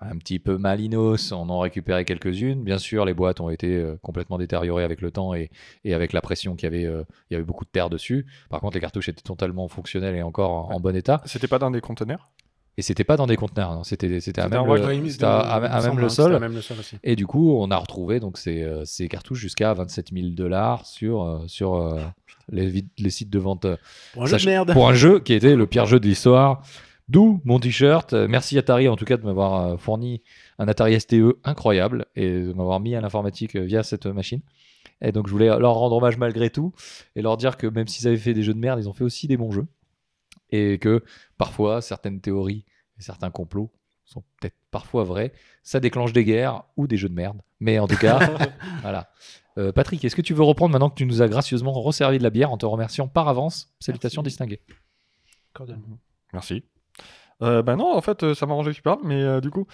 S2: un petit peu malinos en ont récupéré quelques-unes. Bien sûr, les boîtes ont été euh, complètement détériorées avec le temps et, et avec la pression qu'il y avait. euh, il y avait beaucoup de terre dessus. Par contre, les cartouches étaient totalement fonctionnelles et encore en, en bon état.
S1: C'était pas dans des conteneurs
S2: Et c'était pas dans des conteneurs, non, c'était c'était à
S1: C'était un
S2: même
S1: Ouais,
S2: le-
S1: ouais,
S2: c'était à- à-
S3: euh,
S2: à même le sol.
S3: hein. même le sol aussi.
S2: Et du coup, on a retrouvé donc ces, euh, ces cartouches jusqu'à 27 000 dollars sur, euh, sur euh, les, vi- les sites de vente euh,
S3: Pour un
S2: Ça,
S3: jeu de merde.
S2: pour un jeu qui était le pire jeu de l'histoire. D'où mon t-shirt. Euh, Merci Atari en tout cas de m'avoir euh, fourni un Atari STE incroyable et de m'avoir mis à l'informatique euh, via cette euh, machine. Et donc je voulais leur rendre hommage malgré tout et leur dire que même s'ils avaient fait des jeux de merde, ils ont fait aussi des bons jeux. Et que parfois, certaines théories et certains complots sont peut-être parfois vrais. Ça déclenche des guerres ou des jeux de merde. Mais en tout cas, voilà. Euh, Patrick, est-ce que tu veux reprendre maintenant que tu nous as gracieusement resservi de la bière en te remerciant par avance Salutations
S3: Merci.
S2: distinguées.
S1: Merci. Euh, bah non, en fait, euh, ça m'arrangeait que tu parles, mais euh, du coup,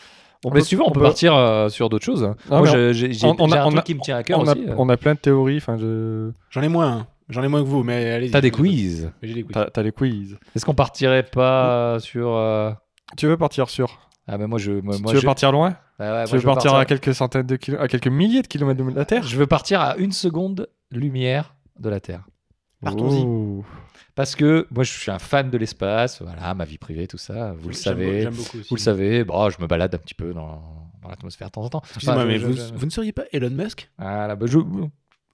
S1: on
S2: mais si tu veux, on, peut, partir euh, sur d'autres choses.
S1: Ah,
S2: Moi,
S1: mais
S2: je- j'ai j'ai-
S1: on- on
S2: j'ai
S1: a-
S2: un
S1: on
S2: truc
S1: a-
S2: qui me tient à cœur
S1: on a,
S2: aussi. euh.
S1: on a plein de théories. Enfin, je...
S3: J'en ai moins. hein. J'en ai moins que vous, mais allez-y.
S2: T'as des quiz.
S3: Mais J'ai des quiz.
S1: T'as t'as les quiz.
S2: Est-ce qu'on partirait pas euh, sur. euh,
S1: Tu veux partir sur
S2: Ah, mais moi, je. Moi, moi,
S1: Tu veux
S2: je...
S1: partir loin
S2: Ouais, ouais, Ah, moi,
S1: Tu veux
S2: je
S1: partir à quelques centaines de kilomètres, à quelques milliers de kilomètres de la Terre
S2: Je veux partir à une seconde lumière de la Terre.
S3: Partons-y.
S1: Ouh.
S2: Parce que moi, je suis un fan de l'espace. Voilà, ma vie privée, tout ça. Vous le
S3: J'aime-
S2: savez.
S3: j'aime beaucoup aussi.
S2: Vous le savez. Bon, je me balade un petit peu dans, dans l'atmosphère de temps en temps.
S3: Excusez-moi,
S2: Enfin,
S3: mais
S2: je-
S3: vous,
S2: je- je-
S3: vous ne seriez pas Elon Musk
S2: Ah, là, bah, je.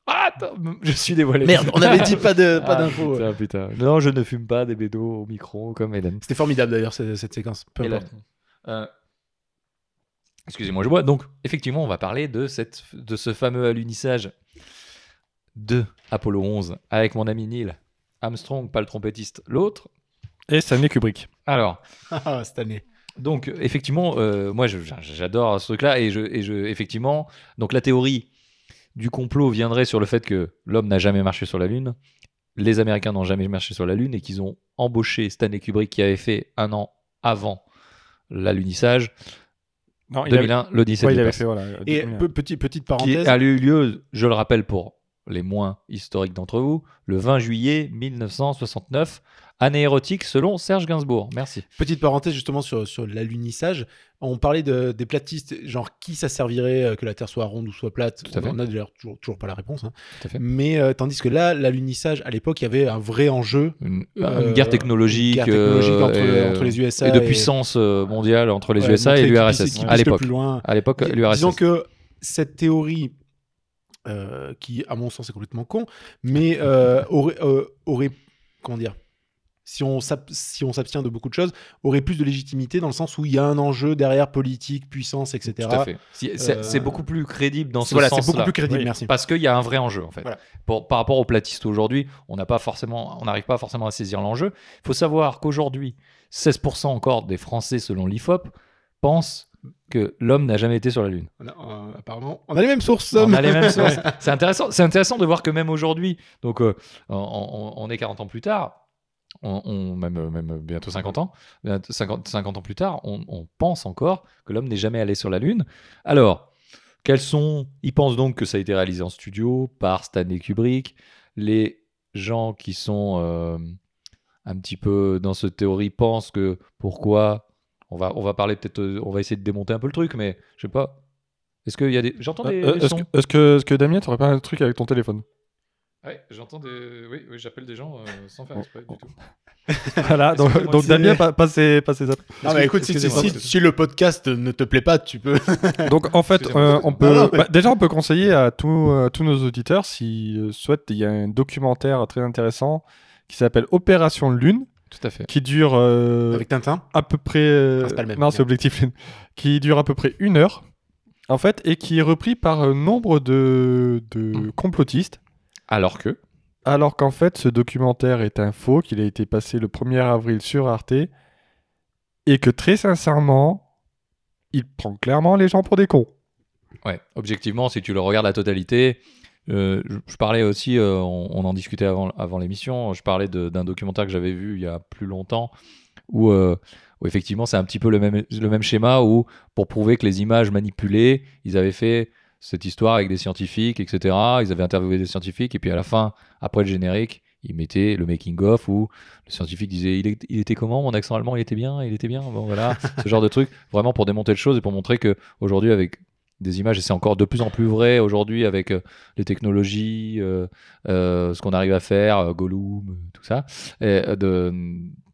S2: Ah, attends, je suis dévoilé.
S3: Merde, on avait dit pas de pas
S2: Ah,
S3: d'infos.
S2: putain, putain. Non, je ne fume pas des bédos au micro comme Eden.
S3: C'était formidable d'ailleurs cette, cette séquence. Peu
S2: Hélène.
S3: importe.
S2: Euh, Excusez-moi, je bois. Donc, effectivement, on va parler de, cette, de ce fameux alunissage de Apollo 11 avec mon ami Neil Armstrong, pas le trompettiste, l'autre.
S1: Et Stanley Kubrick.
S2: Alors,
S3: Ah, cette année.
S2: donc, effectivement, euh, moi, je- j'a- j'adore ce truc-là et je, et je, effectivement, donc la théorie du complot viendrait sur le fait que l'homme n'a jamais marché sur la Lune, les Américains n'ont jamais marché sur la Lune et qu'ils ont embauché Stanley Kubrick qui avait fait un an avant l'alunissage
S3: Oh,
S1: Non, il avait-
S2: 2001, l'Odyssée
S1: ouais, il
S2: de
S1: avait
S2: l'espace.
S1: fait, voilà.
S3: Et
S1: 2001.
S3: pe- petit- petite
S2: qui
S3: parenthèse.
S2: a eu lieu, je le rappelle pour les moins historiques d'entre vous, le 20 juillet 1969, année érotique selon Serge Gainsbourg. Merci.
S3: Petite parenthèse justement sur, sur l'alunissage. On parlait de- des platistes, genre qui ça servirait euh, que la Terre soit ronde ou soit plate.
S2: Tout à
S3: on,
S2: fait.
S3: on a d'ailleurs toujours, toujours pas la réponse. hein.
S2: Tout à fait.
S3: Mais euh, tandis que là, l'alunissage, à l'époque, il y avait un vrai enjeu.
S2: Une,
S3: euh,
S2: une guerre technologique,
S3: une guerre technologique
S2: euh,
S3: entre,
S2: et,
S3: entre les USA
S2: et de puissance euh, mondiale entre les
S3: ouais,
S2: USA et
S3: montrer qui
S2: l'URSS
S3: pisse- qui
S2: à
S3: pisse le
S2: l'époque.
S3: plus loin.
S2: À l'époque,
S3: Dis-
S2: l'URSS.
S3: Disons que cette théorie, euh, qui à mon sens est complètement con, mais euh, aurait, euh, aurait- comment dire, si on s'ab- si on s'abstient de beaucoup de choses, aurait plus de légitimité dans le sens où il y a un enjeu derrière politique, puissance, etc.
S2: Tout à fait. Si- C'est
S3: Euh,
S2: c'est beaucoup plus crédible dans ce
S3: Voilà, c'est
S2: sens-là.
S3: beaucoup plus crédible,
S1: Oui.
S3: merci.
S2: Parce qu'il y a un vrai enjeu en fait.
S3: Voilà.
S2: Pour- par rapport aux platistes aujourd'hui, on n'a pas forcément, on n'arrive pas forcément à saisir l'enjeu. Il faut savoir qu'aujourd'hui, 16% encore des Français selon l'Ifop pensent que l'homme n'a jamais été sur la Lune.
S3: On a, euh, apparemment, on a les mêmes sources.
S2: On
S3: mais-
S2: a les mêmes sources. C'est intéressant, c'est intéressant de voir que même aujourd'hui, donc euh, on, on- on est 40 ans plus tard, on, on- même, euh, même euh, bientôt 50 ans, bientôt 50, 50 ans plus tard, on, on pense encore que l'homme n'est jamais allé sur la Lune. Alors, quels sont. Ils pensent donc que ça a été réalisé en studio par Stanley Kubrick. Les gens qui sont euh, un petit peu dans cette théorie pensent que pourquoi. On va, on va parler peut-être, euh, on va essayer de démonter un peu le truc, mais je sais pas. Est-ce qu'il y a des. J'entends des,
S1: Euh,
S2: des
S1: Est-ce
S2: sons.
S1: que, est-ce que, est-ce que Damien, t'aurais pas un truc avec ton téléphone
S2: Ouais, j'entends des. Oui, oui j'appelle des gens euh, sans faire
S1: Oh,
S2: exprès du tout.
S1: Voilà, donc,
S3: Excusez-moi,
S1: donc
S3: c'est-
S1: Damien, pas, pas ses, pas ses app-
S3: Non, mais écoute, si, si-
S1: Excusez-moi.
S3: si- si le podcast ne te plaît pas, tu peux.
S1: Donc en fait,
S2: Excusez-moi,
S1: euh,
S2: excusez-moi.
S1: on peut,
S3: Non, non, mais-
S1: bah, déjà on peut conseiller à tous, euh, tous nos auditeurs s'ils euh, souhaitent, il y a un documentaire très intéressant qui s'appelle Opération Lune,
S2: Tout à fait.
S1: qui dure euh,
S3: Avec Tintin.
S1: à peu près, euh,
S3: Ah, c'est pas le même,
S1: non c'est
S3: merde.
S1: Objectif Lune, qui dure à peu près une heure en fait et qui est repris par euh, nombre de, de
S2: Mm.
S1: complotistes,
S2: Alors que.
S1: alors qu'en fait ce documentaire est un faux, qu'il a été passé le 1er avril sur Arte et que très sincèrement, il prend clairement les gens pour des cons.
S2: Ouais, objectivement, si tu le regardes la totalité, euh, je, je parlais aussi, euh, on, on en discutait avant, avant l'émission, je parlais de- d'un documentaire que j'avais vu il y a plus longtemps, où, euh, où effectivement c'est un petit peu le même, le même schéma, où pour prouver que les images manipulées, ils avaient fait cette histoire avec des scientifiques, etc. Ils avaient interviewé des scientifiques, et puis à la fin, après le générique, ils mettaient le making-of où le scientifique disait il, est- il était comment Mon accent allemand, il était bien, il était bien. Bon, voilà, ce genre de truc, vraiment pour démonter les choses et pour montrer que aujourd'hui avec des images, et c'est encore de plus en plus vrai aujourd'hui avec euh, les technologies, euh, euh, ce qu'on arrive à faire, euh, Gollum, euh, tout ça, et, euh, de,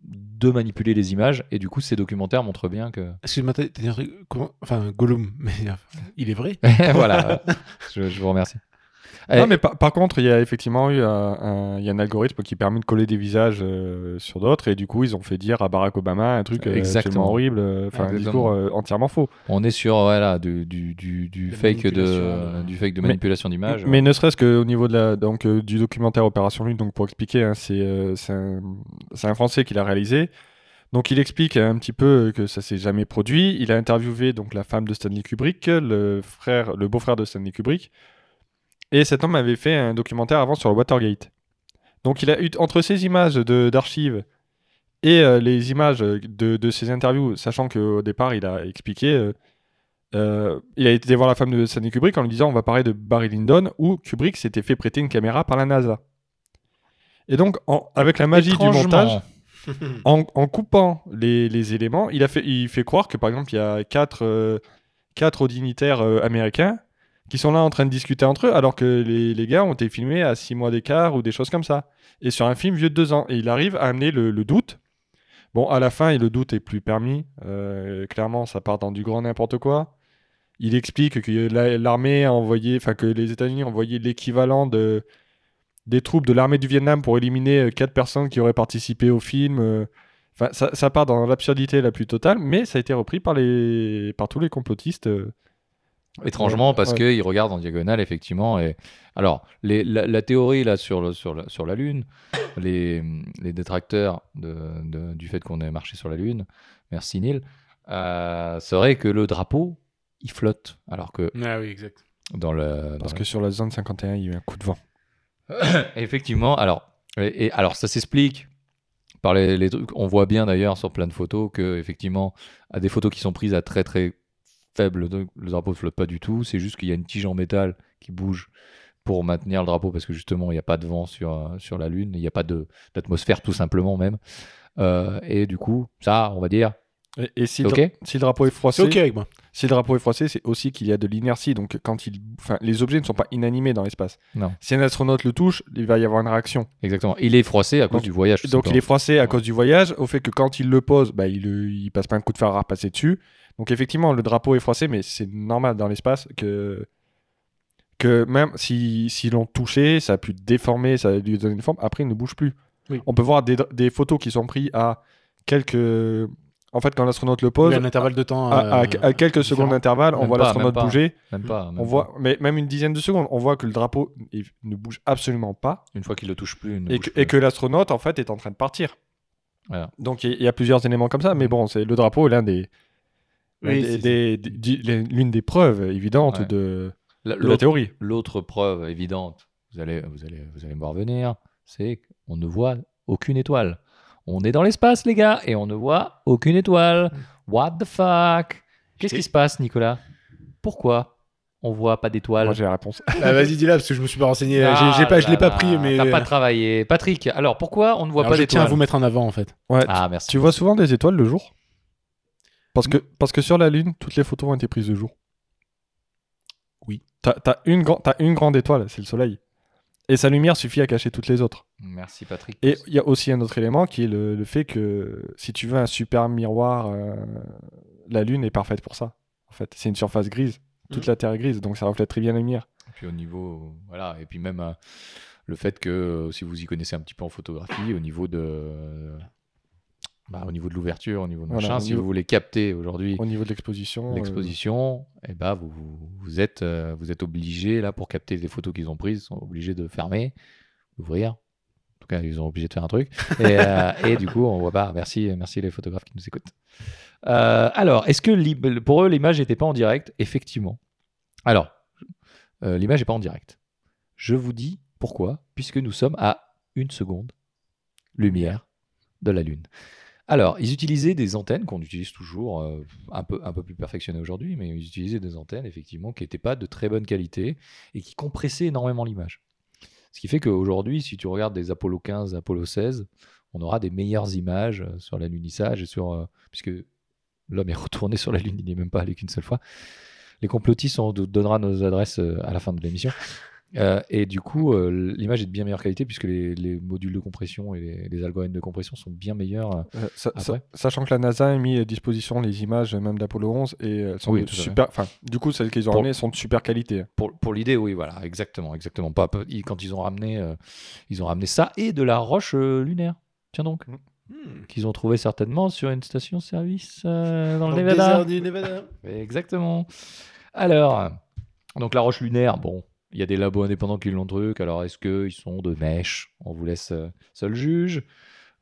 S2: de manipuler les images. Et du coup, ces documentaires montrent bien que.
S3: Excuse-moi, t'as t'as dit un truc. comment- Enfin, Gollum, mais euh, il est vrai.
S2: voilà, euh, je, je vous remercie. Eh,
S1: Non, mais par, par contre, il y a effectivement eu un, un- il y a un algorithme qui permet de coller des visages euh, sur d'autres, et du coup, ils ont fait dire à Barack Obama un truc euh,
S2: Exactement.
S1: absolument horrible, euh, enfin, un
S2: Exactement.
S1: discours euh, entièrement faux.
S2: On est sur voilà, du, du, du, du
S3: De
S2: fake de,
S3: manipulation.
S2: du fake de
S1: Mais-
S2: manipulation d'images.
S1: Mais ne serait-ce qu'au niveau de la, donc, euh, du documentaire Opération Lune, donc pour expliquer, hein, c'est euh, c'est un, c'est un Français qui l'a réalisé. Donc il explique euh, un petit peu euh, que ça s'est jamais produit. Il a interviewé donc la femme de Stanley Kubrick, le frère, le beau-frère de Stanley Kubrick, et cet homme avait fait un documentaire avant sur le Watergate. Donc il a eu entre ces images de- d'archives et euh, les images de, de ses interviews, sachant qu'au départ il a expliqué euh, euh, il a été voir la femme de Stanley Kubrick en lui disant on va parler de Barry Lyndon où Kubrick s'était fait prêter une caméra par la NASA. Et donc, en- avec la magie du
S2: Étrangement.
S1: montage, en, en coupant les, les éléments, il, a fait, il fait croire que, par exemple, il y a quatre, euh, quatre dignitaires euh, américains qui sont là en train de discuter entre eux, alors que les, les gars ont été filmés à six mois d'écart ou des choses comme ça. Et sur un film vieux de deux ans. Et il arrive à amener le, le doute. Bon, à la fin, et le doute est plus permis. Euh, clairement, ça part dans du grand n'importe quoi. Il explique que la- l'armée a envoyé, enfin que les États-Unis ont envoyé l'équivalent de, des troupes de l'armée du Vietnam pour éliminer euh, quatre personnes qui auraient participé au film. euh, Enfin, ça, ça part dans l'absurdité la plus totale, mais ça a été repris par, les, par tous les complotistes. euh.
S2: Étrangement, parce
S1: Ouais.
S2: que qu'ils regardent en diagonale, effectivement. Et... Alors, les- la, la théorie là, sur, le- sur, la, sur la Lune, les, les détracteurs de, de- du fait qu'on ait marché sur la Lune, merci Neil, euh, serait que le drapeau, il flotte. Alors que
S3: Ah oui, exact.
S2: dans le.
S1: Parce
S2: dans
S1: que sur la zone 51, il y a eu un coup de vent.
S2: Effectivement. Alors, et, et- alors ça s'explique par les, les trucs. On voit bien d'ailleurs sur plein de photos que effectivement, à des photos qui sont prises à très très faible, donc le drapeau ne flotte pas du tout. C'est juste qu'il y a une tige en métal qui bouge pour maintenir le drapeau parce que justement il n'y a pas de vent sur, euh, sur la Lune, il n'y a pas de- d'atmosphère tout simplement même. Euh, et du coup, ça, on va dire,
S1: Et, et si,
S2: c'est
S1: le,
S2: ok.
S1: si le drapeau est
S3: C'est
S1: froissé,
S3: ok avec moi.
S1: si le drapeau est froissé, c'est aussi qu'il y a de l'inertie. Donc, quand il, enfin, les objets ne sont pas inanimés dans l'espace.
S2: Non.
S1: Si un astronaute le touche, il va y avoir une réaction.
S2: Exactement. Il est froissé à cause
S1: Donc-
S2: du voyage. tout
S1: Donc, il est
S2: simplement.
S1: froissé à cause du voyage, au fait que quand il le pose, bah, il, le- il passe pas un coup de fer à repasser dessus. Donc, effectivement, le drapeau est froissé, mais c'est normal dans l'espace que que même si s'ils l'ont touché, ça a pu déformer, ça a lui donner une forme. Après, il ne bouge plus.
S3: Oui.
S1: On peut voir des, des photos qui sont prises à quelques. En fait, quand l'astronaute le pose,
S3: Il y a un intervalle de temps.
S1: à,
S2: Ah,
S1: à-
S3: euh,
S1: à quelques secondes d'intervalle, on
S2: Même
S1: voit
S2: pas,
S1: l'astronaute
S2: même pas.
S1: bouger.
S2: Même pas. même
S1: On voit, mais même une dizaine de secondes, on voit que le drapeau il ne bouge absolument pas
S2: pas. Une fois qu'il le touche plus. il ne
S1: et
S2: bouge
S1: que,
S2: plus.
S1: et que l'astronaute en fait est en train de partir.
S2: Voilà. Mm.
S1: Donc il y, il y a plusieurs éléments comme ça, mais bon, c'est le drapeau est l'un des, l'un
S3: Oui,
S1: des-
S3: c'est-
S1: des- des- des- l'une des preuves évidentes
S2: Ouais.
S1: de,
S2: La-
S1: de la théorie.
S2: L'autre preuve évidente, vous allez, vous allez, vous allez me voir venir, c'est qu'on ne voit aucune étoile. On est dans l'espace, les gars, et on ne voit aucune étoile. What the fuck Qu'est-ce
S3: Hmm. J'ai-
S2: qui se passe, Nicolas Pourquoi on voit pas d'étoile
S1: Moi j'ai la réponse.
S3: Ah, Vas-y, dis-la parce que je me suis pas renseigné. euh, J'ai- j'ai pas, je l'ai pas pris, mais.
S2: Ah
S3: euh,
S2: T'as pas travaillé. Patrick, alors pourquoi on ne voit pas
S3: Alors, je tiens à
S2: d'étoile
S3: vous mettre en avant en fait.
S1: Ouais,
S2: Ah, merci.
S1: Tu vois souvent des étoiles le jour parce que, parce que sur la Lune, toutes les photos ont été prises le jour.
S3: Oui.
S1: T'as t'as une, gran- t'as une grande étoile, c'est le Soleil. Et sa lumière suffit à cacher toutes les autres.
S2: Merci, Patrick.
S1: Et il y a aussi un autre élément qui est le, le fait que si tu veux un super miroir, euh, la Lune est parfaite pour ça. En fait, c'est une surface grise. Toute
S2: Mm.
S3: Mhm.
S1: la Terre est grise, donc ça reflète très bien la lumière.
S2: Et puis au niveau, voilà, et puis même euh, le fait que euh, si vous y connaissez un petit peu en photographie, au niveau de, bah, au niveau de l'ouverture, au niveau de
S1: Voilà,
S2: machin,
S1: au
S2: si
S1: niveau-
S2: vous voulez capter aujourd'hui
S1: Au niveau de l'exposition. euh,
S2: l'exposition, et bah vous, vous- vous êtes, euh, vous êtes obligé là pour capter les photos qu'ils ont prises, ils sont obligés de fermer, d'ouvrir. En tout cas, ils sont obligés de faire un truc. Et, euh, et du coup, on voit pas. Merci, merci les photographes qui nous écoutent. Euh, alors, est-ce que l'im- pour eux l'image n'était pas en direct Effectivement. Alors, euh, l'image n'est pas en direct. Je vous dis pourquoi, puisque nous sommes à une seconde lumière de la Lune. Alors, ils utilisaient des antennes qu'on utilise toujours, euh, un, peu, un peu plus perfectionnées aujourd'hui, mais ils utilisaient des antennes, effectivement, qui n'étaient pas de très bonne qualité et qui compressaient énormément l'image. Ce qui fait qu'aujourd'hui, si tu regardes des Apollo 15, Apollo 16, on aura des meilleures images euh, sur l'alunissage et sur. euh, puisque l'homme est retourné sur la Lune, il n'est même pas allé qu'une seule fois. Les complotistes, on vous donnera nos adresses euh, à la fin de l'émission. Euh, et du coup, euh, l'image est de bien meilleure qualité puisque les, les modules de compression et les, les algorithmes de compression sont bien meilleurs. euh,
S1: euh, sa-
S2: Ah
S1: sa-
S2: ouais
S1: sachant que la NASA a mis à disposition les images euh, même d'Apollo 11 et elles sont
S2: Oui,
S1: de
S2: tout à fait.
S1: super. Enfin, du coup, celles qu'ils ont
S2: Pour-
S1: amenées sont de super qualité.
S2: Pour, pour l'idée, oui, voilà, exactement, exactement. Pas, pas- ils- quand ils ont ramené, euh, ils ont ramené ça et de la roche euh, lunaire. Tiens donc,
S3: Hmm.
S2: qu'ils ont trouvé certainement sur une station-service euh, dans, le Nevada.
S3: désert du Nevada.
S2: Exactement. Alors, donc la roche lunaire, bon, il y a des labos indépendants qui l'ont truc. Alors, est-ce qu'ils sont de mèche On vous laisse euh, seul juge.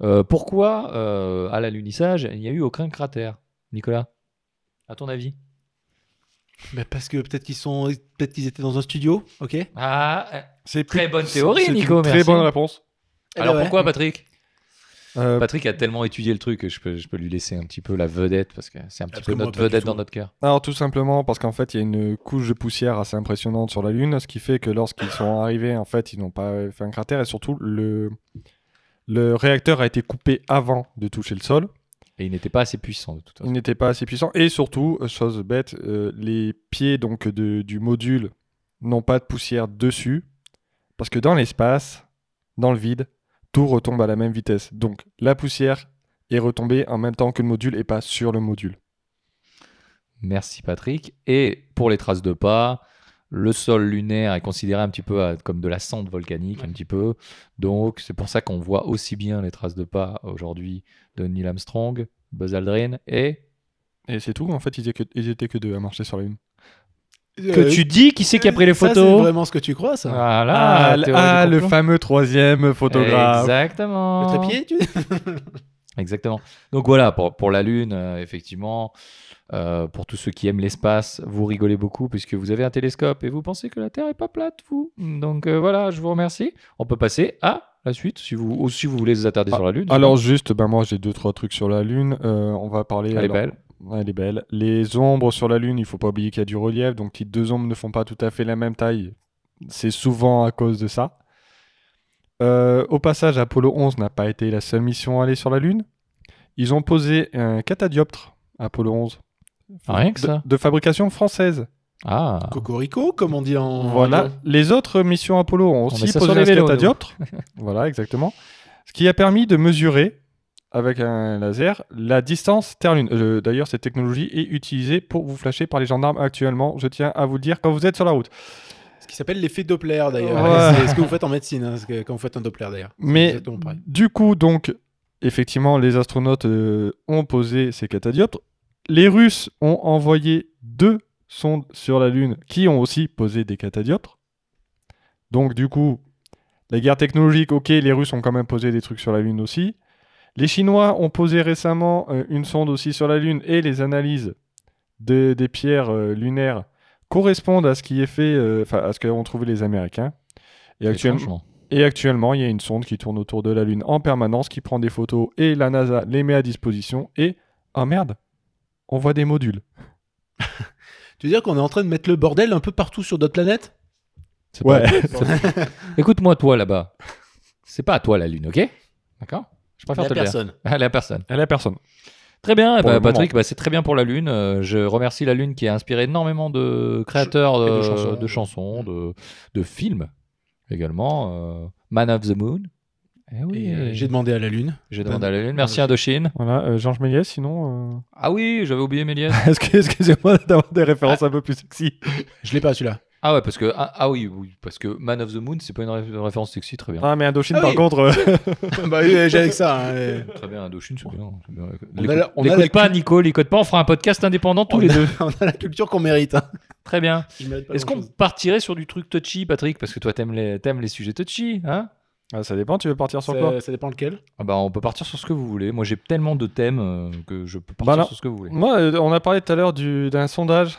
S2: Euh, pourquoi, euh, à l'alunissage, il n'y a eu aucun cratère, Nicolas À ton avis
S3: Mais parce que peut-être qu'ils sont, peut-être qu'ils étaient dans un studio, ok Eh
S2: Ah,
S1: C'est
S2: Très bonne théorie,
S1: c'est une
S2: Nico,
S1: Très
S2: merci.
S1: bonne réponse.
S3: eh
S2: alors
S3: ben ouais.
S2: pourquoi, Patrick
S1: Euh,
S2: Patrick a tellement étudié le truc que je peux, je peux lui laisser un petit peu la vedette parce que c'est un petit
S3: Parce
S2: peu
S3: que moi,
S2: notre
S3: pas du
S2: vedette
S3: tout. hein.
S2: dans notre cœur.
S1: Alors tout simplement parce qu'en fait il y a une couche de poussière assez impressionnante sur la Lune, ce qui fait que lorsqu'ils sont arrivés en fait ils n'ont pas fait un cratère et surtout le, le réacteur a été coupé avant de toucher le sol.
S2: Et il n'était pas assez puissant de toute façon.
S1: Il n'était pas assez puissant et surtout, euh, chose bête, euh, les pieds donc de- du module n'ont pas de poussière dessus parce que dans l'espace, dans le vide, tout retombe à la même vitesse. Donc la poussière est retombée en même temps que le module et pas sur le module.
S2: Merci Patrick. Et pour les traces de pas, le sol lunaire est considéré un petit peu à- comme de la cendre volcanique, un petit peu. Donc c'est pour ça qu'on voit aussi bien les traces de pas aujourd'hui de Neil Armstrong, Buzz Aldrin et...
S1: Et c'est tout, en fait, ils étaient que, ils étaient que deux à marcher sur la Lune.
S2: Que tu dis qui c'est qui a pris les
S3: Euh, Ça, c'est
S2: photos
S3: vraiment ce que tu crois, ça.
S2: Voilà,
S1: l-
S2: théorie
S1: ah,
S2: du
S1: le
S2: complot.
S1: fameux troisième photographe.
S2: Exactement.
S3: Le trépied, tu
S2: Exactement. Donc voilà, pour, pour la Lune, euh, effectivement, euh, pour tous ceux qui aiment l'espace, vous rigolez beaucoup puisque vous avez un télescope et vous pensez que la Terre est pas plate, vous. Donc euh, voilà, je vous remercie. On peut passer à la suite si vous, ou si vous voulez vous attarder
S1: Ah,
S2: sur la Lune.
S1: Alors juste, ben moi j'ai deux trois trucs sur la Lune. Euh, on va parler.
S2: elle est
S1: alors-
S2: belle.
S1: Ouais, Elle est belle. Les ombres sur la Lune, il faut pas oublier qu'il y a du relief, donc les deux ombres ne font pas tout à fait la même taille. C'est souvent à cause de ça. Euh, au passage, Apollo 11 n'a pas été la seule mission à aller sur la Lune. Ils ont posé un catadioptre Apollo 11
S2: Ah, rien que
S1: de,
S2: ça.
S1: de fabrication française.
S2: Ah,
S3: Cocorico, comme on dit en.
S1: Voilà. Les autres missions Apollo ont
S2: met
S1: aussi
S2: ça sur
S1: posé
S2: les
S1: un
S2: vélos, nous.
S1: catadioptre. voilà, exactement. Ce qui a permis de mesurer avec un laser la distance Terre-Lune. Euh, D'ailleurs, cette technologie est utilisée pour vous flasher par les gendarmes actuellement. Je tiens à vous le dire quand vous êtes sur la route.
S3: Ce qui s'appelle l'effet Doppler, d'ailleurs.
S1: Ouais.
S3: C'est ce que vous faites en médecine, hein, ce que- quand vous faites un Doppler, d'ailleurs. C'est
S1: Mais
S3: exactement pareil.
S1: du coup, donc, effectivement, les astronautes euh, ont posé ces catadioptres. Les Russes ont envoyé deux sondes sur la Lune qui ont aussi posé des catadioptres. Donc, du coup, la guerre technologique, ok, les Russes ont quand même posé des trucs sur la Lune aussi. Les Chinois ont posé récemment euh, une sonde aussi sur la Lune et les analyses de- des pierres euh, lunaires correspondent à ce qui est fait, euh, enfin, à ce qu'ont trouvé les Américains. Et actuellement,
S2: franchement.
S1: et actuellement, il y a une sonde qui tourne autour de la Lune en permanence, qui prend des photos et la NASA les met à disposition. Et oh merde, on voit des modules.
S3: Tu veux dire qu'on est en train de mettre le bordel un peu partout sur d'autres planètes
S2: C'est
S1: Ouais.
S2: pas- Écoute-moi, toi là-bas. C'est pas à toi la Lune, ok D'accord Je préfère
S3: La
S2: te le dire. Ah,
S3: personne.
S2: À la personne.
S1: Elle a personne.
S2: Très bien, eh
S1: Pour
S2: ben,
S1: le moment.
S2: Patrick, bah, c'est très bien pour la Lune. Euh, Je remercie la Lune qui a inspiré énormément de créateurs
S3: Et de
S2: euh,
S3: chansons.
S2: de, chansons, de, de films également. euh, Man of the Moon. Eh oui,
S3: Et, euh,
S2: euh,
S3: j'ai demandé à la Lune.
S2: j'ai demandé à la Lune. Merci Indochine.
S1: Voilà, euh, Georges Méliès, sinon.
S2: Ah oui, j'avais oublié Méliès.
S1: euh, est-ce que- Excusez-moi d'avoir des références un peu plus sexy.
S3: Je l'ai pas, celui-là.
S2: ah ouais, parce que ah, ah oui, oui, parce que Man of the Moon, c'est pas une ré- référence sexy, très bien.
S1: Ah, mais Indochine,
S3: Ah
S1: par
S3: oui.
S1: contre. euh,
S3: bah oui, j'ai avec ça. hein, et-
S2: Très bien, Indochine, c'est bien. c'est bien.
S3: On
S2: L'écoute-
S3: a la- on a
S2: l'écoute
S3: la
S2: pas,
S3: cul-
S2: Nico, l'écoute pas. On fera un podcast indépendant tous
S3: On
S2: les
S3: a-
S2: deux.
S3: on a la culture qu'on mérite. hein.
S2: Très bien.
S3: Je mérite pas
S2: Est-ce qu'on
S3: grand-chose.
S2: partirait sur du truc touchy, Patrick Parce que toi, t'aimes les, t'aimes les sujets touchy, hein
S1: ah, ça dépend, tu veux partir sur
S3: Ça-
S1: quoi
S3: Ça dépend lequel.
S2: Ah bah, on peut partir sur ce que vous voulez. Moi, j'ai tellement de thèmes euh, que je peux partir
S1: Bah alors-
S2: sur ce que vous voulez.
S1: Moi, euh, on a parlé tout à l'heure du- d'un sondage.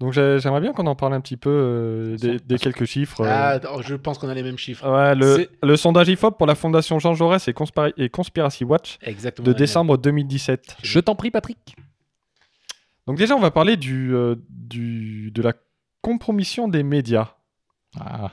S1: Donc j'ai- j'aimerais bien qu'on en parle un petit peu euh, des, des quelques chiffres. euh.
S3: Ah, attends, je pense qu'on a les mêmes chiffres.
S1: Ouais, le,
S3: c'est-
S1: le sondage IFOP pour la fondation Jean Jaurès et, Conspira- et Conspiracy Watch
S3: Exactement.
S1: de
S3: les mêmes.
S1: décembre 2017.
S2: Je t'en prie, Patrick.
S1: Donc déjà, on va parler du, euh, du- de la compromission des médias.
S2: Ah,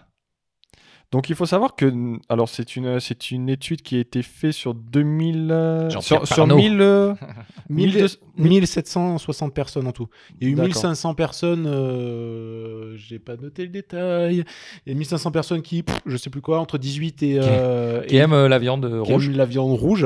S1: Donc il faut savoir que alors c'est une c'est une étude qui a été faite sur 2000 euh,
S2: Jean-Pierre
S1: sur, sur
S2: Parnot.
S1: 1000 euh,
S3: Ah, Mille-
S1: 1200
S3: 1760 personnes en tout. Il y a eu
S1: D'accord.
S3: 1500 personnes, euh, j'ai pas noté le détail. Il y a 1500 personnes qui, pff, je sais plus quoi, entre 18 et, euh,
S2: qui
S3: et-
S2: aime euh, la viande euh,
S3: qui
S2: rouge
S3: aiment la viande rouge.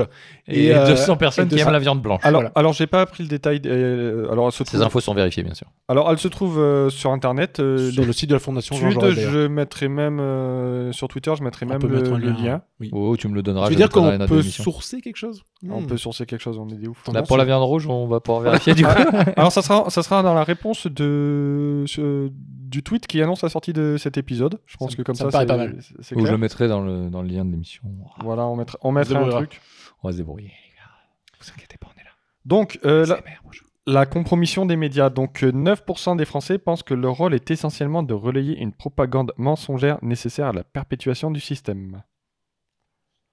S2: et, Ah,
S3: et, euh,
S2: 200 personnes
S3: et
S2: qui
S3: 200.
S2: aiment la viande blanche.
S1: alors
S3: Voilà.
S1: alors j'ai pas appris le détail euh, alors elle se
S2: Ces
S1: trouve,
S2: infos sont vérifiées, bien sûr.
S1: alors elle se trouve euh, sur internet euh,
S3: sur
S1: l'étude,
S3: le site de la Fondation Jean Jaurès. d'ailleurs.
S1: je mettrai même euh, sur Twitter je mettrai
S3: On
S1: même
S3: peut
S1: le,
S3: mettre un
S1: le lien.
S3: oui.
S2: Oh, tu me le donneras.
S3: Tu veux
S2: je
S3: dire
S2: le donnerai à
S3: qu'on
S2: notre
S3: peut
S2: émission.
S3: sourcer quelque chose
S1: On
S3: Hmm.
S1: peut sourcer quelque chose on est des ouf.
S2: Là, Bah, pour la viande rouge, on va pouvoir vérifier du coup.
S1: Alors ça sera, ça sera dans la réponse de, ce- du tweet qui annonce la sortie de cet épisode. Je pense
S3: Ça-
S1: que comme
S3: ça
S1: ça,
S3: me paraît
S1: c'est-
S3: pas mal.
S1: c'est- c'est
S2: Ou je
S1: clair.
S2: le mettrai dans le, dans le lien de l'émission.
S1: Voilà, on mettra, on mettra un
S3: débrouillera.
S1: truc.
S2: On va se débrouiller, les gars. Vous inquiétez pas, on est là.
S1: Donc, euh,
S2: C'est
S1: la,
S2: la merde, bonjour.
S1: la compromission des médias. Donc, euh, 9% des Français pensent que leur rôle est essentiellement de relayer une propagande mensongère nécessaire à la perpétuation du système.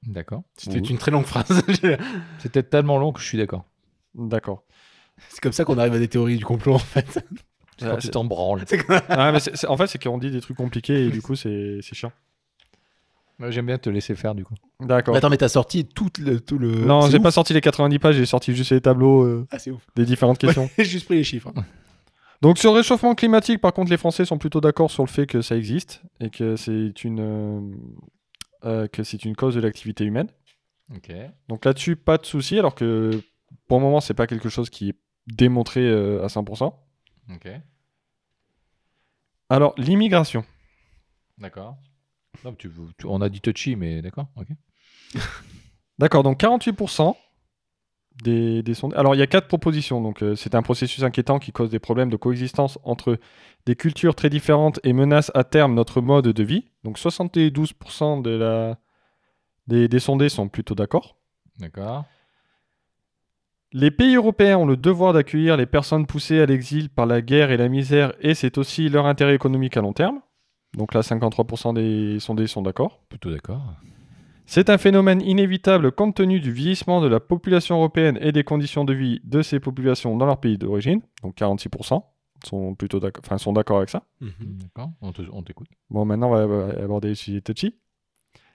S2: D'accord.
S3: C'était
S2: Oui.
S3: une très longue phrase.
S2: C'était tellement long que je suis d'accord.
S1: D'accord.
S3: c'est comme ça qu'on arrive à des théories du complot, en fait.
S2: Euh, C'est Quand
S1: Ah,
S2: tu t'en branles.
S3: C'est comme-
S1: Ah, mais c'est- c'est- en fait, c'est qu'on dit des trucs compliqués et du coup, c'est c'est chiant.
S2: Moi, J'aime bien te laisser faire du coup.
S1: D'accord.
S3: Mais attends, mais t'as sorti tout le. Tout le...
S1: Non,
S3: Bah, euh, c'est
S1: j'ai
S3: ouf.
S1: pas sorti les 90 pages, j'ai sorti juste les tableaux euh,
S3: Ah, c'est ouf.
S1: des différentes questions.
S3: J'ai juste pris les chiffres.
S1: hein. Donc sur le réchauffement climatique, par contre, les Français sont plutôt d'accord sur le fait que ça existe et que c'est une, euh, euh, que c'est une cause de l'activité humaine.
S2: Ok.
S1: Donc là-dessus, pas de souci, alors que pour le moment, c'est pas quelque chose qui est démontré euh, à 100%.
S2: Ok.
S1: Alors, l'immigration.
S2: D'accord. Non, mais tu, tu- on a dit touchy, mais d'accord. Ok.
S1: D'accord, donc 48% des, des sondages. Alors, il y a quatre propositions. Donc, euh, c'est un processus inquiétant qui cause des problèmes de coexistence entre des cultures très différentes et menace à terme notre mode de vie. Donc, 72% de la... des, des sondés sont plutôt d'accord.
S2: D'accord.
S1: Les pays européens ont le devoir d'accueillir les personnes poussées à l'exil par la guerre et la misère, et c'est aussi leur intérêt économique à long terme. Donc là, 53% des sondés sont d'accord.
S2: Plutôt d'accord.
S1: C'est un phénomène inévitable compte tenu du vieillissement de la population européenne et des conditions de vie de ces populations dans leur pays d'origine. Donc 46% sont plutôt d'accord, enfin, sont d'accord avec ça.
S3: Mhm.
S2: D'accord. On te- on t'écoute.
S1: Bon, maintenant, on va euh, aborder le sujet touchy.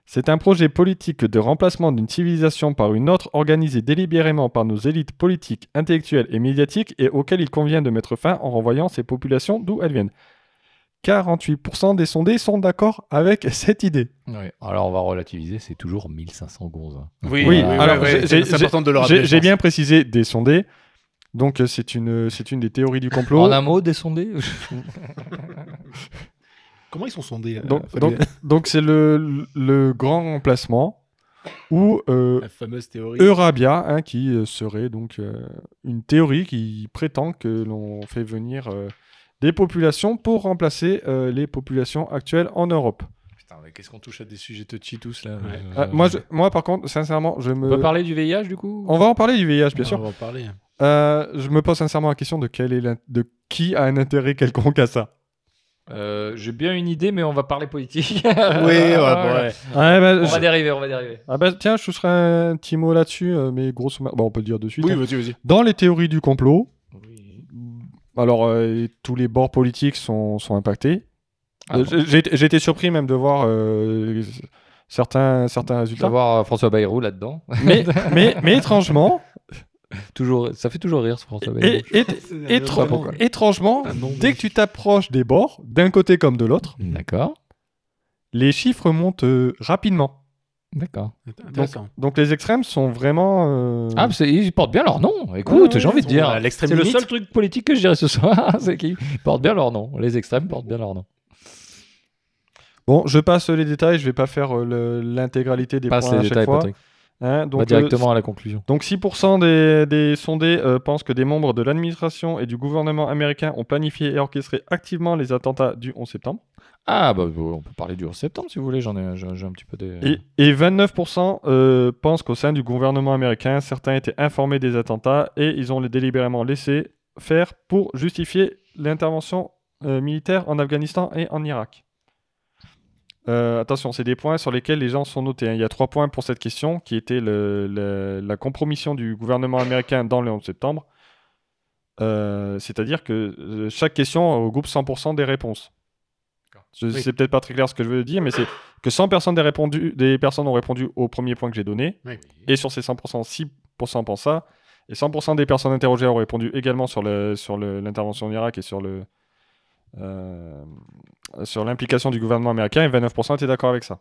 S1: C'est un projet politique de remplacement d'une civilisation par une autre organisée délibérément par nos élites politiques, intellectuelles et médiatiques et auquel il convient de mettre fin en renvoyant ces populations d'où elles viennent. 48% des sondés sont d'accord avec cette idée.
S2: Ouais, Alors on va relativiser, c'est toujours 1500 gonzes. hein.
S3: Oui,
S1: Oui,
S2: Voilà.
S1: oui, alors, oui, j'ai- j'ai-
S3: c'est important de le rappeler.
S1: J'ai
S3: je
S1: j'ai
S3: pense.
S1: bien précisé des sondés, donc euh, c'est une, c'est une des théories du complot.
S2: En un mot, des sondés
S3: Comment ils sont sondés euh,
S1: Donc-
S3: Fabien
S1: donc- Donc c'est le, le grand remplacement où euh,
S3: La fameuse théorie.
S1: Eurabia, hein, qui euh, serait donc euh, une théorie qui prétend que l'on fait venir euh, des populations pour remplacer euh, les populations actuelles en Europe.
S2: Putain, mais qu'est-ce qu'on touche à des sujets touchy tous là
S3: euh,
S1: Ah, moi, je- moi, par contre, sincèrement, je
S2: On
S1: me.
S2: peut parler du VIH du coup
S1: On va en parler du VIH, bien sûr.
S3: On va en parler.
S1: Euh, je me pose sincèrement la question de quel est l'in- de qui a un intérêt quelconque à ça.
S2: Euh, J'ai bien une idée, mais on va parler politique. oui,
S3: ouais, bon, ouais.
S1: Ouais, bah,
S2: On
S1: je-
S2: va dériver, on va dériver.
S1: Ah bah, tiens, je serais un petit mot là-dessus, euh, mais grosso modo, bon, on peut le dire de suite.
S3: Oui,
S1: hein.
S3: vas-y, vas-y.
S1: Dans les théories du complot,
S2: Oui.
S1: alors euh, tous les bords politiques sont, sont impactés.
S2: Ah
S1: Euh, j'ai- J'ai été surpris même de voir euh, certains, certains
S2: Tu vas
S1: résultats.
S2: voir euh, François Bayrou là-dedans.
S1: Mais, mais, mais étrangement,
S2: toujours, ça fait toujours rire ce François Bayrou.
S1: et, et- étran- étrangement,
S3: Ah non, mais-
S1: dès que tu t'approches des bords, d'un côté comme de l'autre,
S2: D'accord,
S1: les chiffres montent euh, rapidement.
S2: d'accord.
S3: Intéressant.
S1: Donc les extrêmes sont vraiment... euh,
S2: Ah, c'est- ils portent bien leur nom. Écoute,
S1: ouais,
S2: j'ai envie de
S3: on a
S2: dire.
S3: l'extrême
S2: C'est le
S3: limite.
S2: seul truc politique que je dirais ce soir, c'est qu'ils portent bien leur nom. Les extrêmes portent bien leur nom.
S1: Bon, je passe les détails, je vais pas faire euh, le- l'intégralité des
S2: Passe
S1: points
S2: les
S1: à
S2: détails,
S1: chaque fois.
S2: Patrick.
S1: Hein,
S2: On
S1: donc,
S2: va
S1: euh,
S2: directement à la conclusion.
S1: Donc 6% des, des sondés euh, pensent que des membres de l'administration et du gouvernement américain ont planifié et orchestré activement les attentats du 11 septembre.
S2: Ah, bah, on peut parler du 11 septembre si vous voulez. J'en ai, j'ai j'ai un petit peu des.
S1: Et, et 29% euh, pensent qu'au sein du gouvernement américain, certains étaient informés des attentats et ils ont les délibérément laissé faire pour justifier l'intervention euh, militaire en Afghanistan et en Irak. Euh, attention, c'est des points sur lesquels les gens sont notés. hein. Il y a trois points pour cette question qui était le- le- la compromission du gouvernement américain dans le 11 septembre. Euh, C'est-à-dire que euh, chaque question regroupe 100% des réponses. Je-
S3: Oui.
S1: C'est peut-être pas très clair ce que je veux dire, mais c'est que 100 personnes, des, répondu- des personnes ont répondu au premier point que j'ai donné.
S3: Oui.
S1: Et sur ces 100%, 6% pensent ça. Et 100% des personnes interrogées ont répondu également sur le- sur le- l'intervention en Irak et sur le euh, sur l'implication du gouvernement américain. Et 29% étaient d'accord avec ça.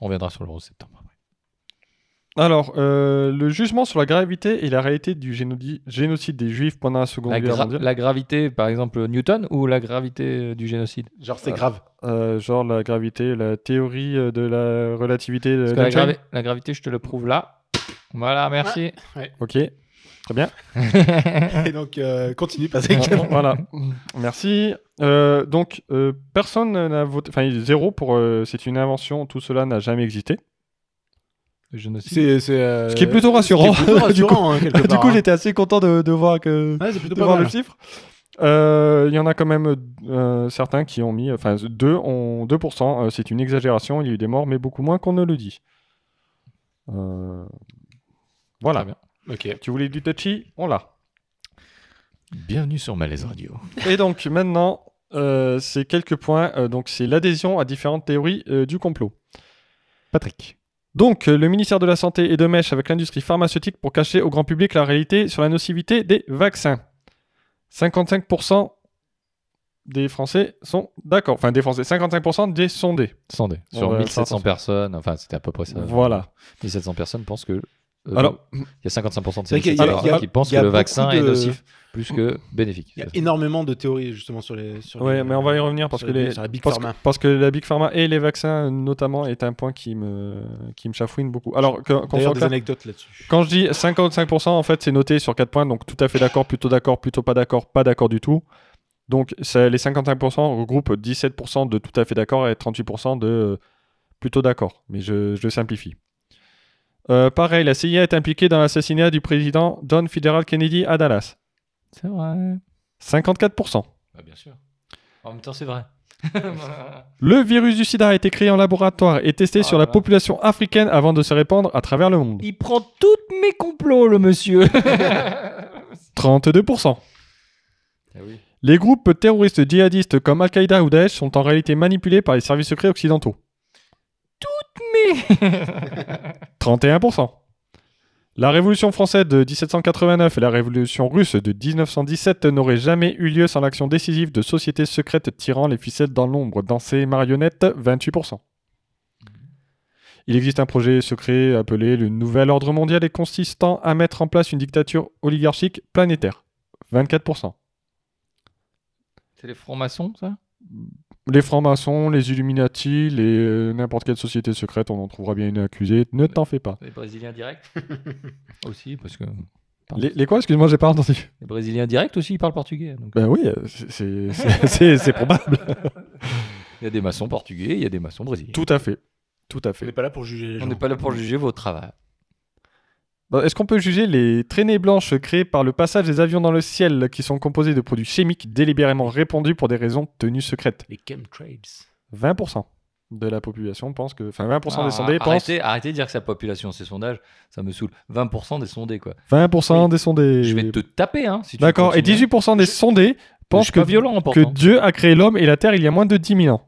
S2: On viendra sur le 11 septembre. après.
S1: Alors, euh, le jugement sur la gravité et la réalité du génodi- génocide des Juifs pendant la Seconde
S2: La,
S1: Guerre
S2: gra-
S1: mondiale.
S2: la gravité, par exemple, Newton ou la gravité euh, du génocide
S3: Genre, c'est
S1: Ah.
S3: grave.
S1: Euh, genre la gravité, la théorie euh, de la relativité euh,
S2: Parce que la,
S1: d'Einstein.
S2: gravi- la gravité, je te le prouve là. Voilà, merci.
S1: Ok, très bien.
S3: Et donc, euh, continue, Patrick.
S1: voilà, merci. Euh, donc, euh, personne n'a voté, enfin, zéro pour euh, c'est une invention, tout cela n'a jamais existé.
S2: Le génocide.
S3: C'est, c'est, euh,
S1: Ce qui est plutôt rassurant.
S3: ce qui est plutôt
S1: Du coup-
S3: rassurant, hein, quelque
S1: du
S3: part,
S1: coup,
S3: hein.
S1: j'étais assez content de, de voir, que,
S3: Ouais, c'est plutôt
S1: de
S3: pas
S1: voir
S3: mal.
S1: le chiffre. Euh, Il y en a quand même euh, certains qui ont mis, enfin 2, ont 2%, euh, c'est une exagération, il y a eu des morts, mais beaucoup moins qu'on ne le dit. Euh, Voilà.
S2: Très bien.
S3: Ok.
S1: Tu voulais du touchy On l'a.
S2: Bienvenue sur Malaise Radio.
S1: Et donc maintenant, euh, c'est quelques points. Euh, donc c'est l'adhésion à différentes théories euh, du complot.
S2: Patrick.
S1: Donc euh, le ministère de la Santé est de mèche avec l'industrie pharmaceutique pour cacher au grand public la réalité sur la nocivité des vaccins. 55% des Français sont d'accord. Enfin des Français, 55% des sondés.
S2: Sondé.
S1: Bon,
S2: Sur
S1: bah,
S2: 1700
S1: 500.
S2: personnes, enfin c'était à peu près ça.
S1: Voilà.
S2: 1700 personnes pensent que. euh,
S1: Alors-
S2: il y a 55% de
S3: C'est vrai
S2: ces
S3: qu'il y
S1: il
S2: 1700
S3: a-
S1: y a-
S2: personnes qui pensent
S3: il y a
S2: que le
S3: beaucoup
S2: vaccin est
S3: de-
S2: nocif plus que bénéfique.
S3: Il y a énormément de théories justement sur les. euh, Sur
S1: Ouais,
S3: les-
S1: mais on va y revenir parce
S3: sur
S1: que les
S3: sur la Big
S1: parce, que,
S3: Pharma.
S1: parce que la big pharma et les vaccins euh, notamment est un point qui me qui me chafouine beaucoup. Alors que- qu'on
S3: D'ailleurs,
S1: soit
S3: des
S1: clair-
S3: anecdotes là-dessus.
S1: Quand je dis 55%, en fait, c'est noté sur 4 points, donc tout à fait d'accord, plutôt d'accord, plutôt pas d'accord, pas d'accord du tout. Donc ça- les 55% regroupent 17% de tout à fait d'accord et 38% de euh, plutôt d'accord, mais je, je simplifie. Euh, pareil, la CIA est impliquée dans l'assassinat du président John Fitzgerald Kennedy à Dallas.
S2: C'est vrai.
S1: 54%.
S2: Bah, bien sûr. En même temps, c'est vrai.
S1: Le virus du sida a été créé en laboratoire et testé
S2: Ah
S1: sur
S2: là
S1: la
S2: là.
S1: population africaine avant de se répandre à travers le monde.
S2: Il prend toutes mes complots, le monsieur.
S1: 32%.
S2: Eh
S1: Les groupes terroristes djihadistes comme Al-Qaïda ou Daesh sont en réalité manipulés par les services secrets occidentaux. Toutes mes 31%. La révolution française de 1789 et la révolution russe de 1917 n'auraient jamais eu lieu sans l'action décisive de sociétés secrètes tirant les ficelles dans l'ombre. Dans ces marionnettes, 28%. Il existe un projet secret appelé le Nouvel Ordre Mondial et consistant à mettre en place une dictature oligarchique planétaire. 24%.
S2: C'est les francs-maçons, ça
S1: Les francs-maçons, les Illuminati, les euh, n'importe quelle société secrète, on en trouvera bien une accusée. Ne t'en fais pas.
S2: Les Brésiliens directs Aussi, parce que.
S1: Les, les quoi Excuse-moi, j'ai pas entendu.
S2: Les Brésiliens directs aussi, ils parlent portugais. donc.
S1: Ben oui, euh, c'est- c'est- c'est c'est- c'est probable.
S2: Il y a des maçons portugais, il y a des maçons brésiliens.
S1: Tout à fait. Tout à
S3: On
S1: fait.
S3: n'est pas là pour juger les gens.
S2: On n'est pas là pour juger vos travail.
S1: Bon, Est-ce qu'on peut juger les traînées blanches créées par le passage des avions dans le ciel qui sont composées de produits chimiques délibérément répandus pour des raisons tenues secrètes
S3: Les chemtrails.
S1: 20% de la population pense que... Enfin, 20% des sondés pensent...
S2: Ah, arrêtez, arrêtez de dire que sa population, ces sondages, ça me saoule. 20% des sondés, quoi.
S1: 20% des sondés...
S2: Je vais te taper, hein, si tu
S1: D'accord. Et
S2: continues.
S1: 18% des sondés
S2: Je
S1: pensent
S2: suis pas
S1: que,
S2: violent,
S1: que
S2: pourtant.
S1: Dieu a créé l'homme et la Terre il y a moins de 10 000 ans.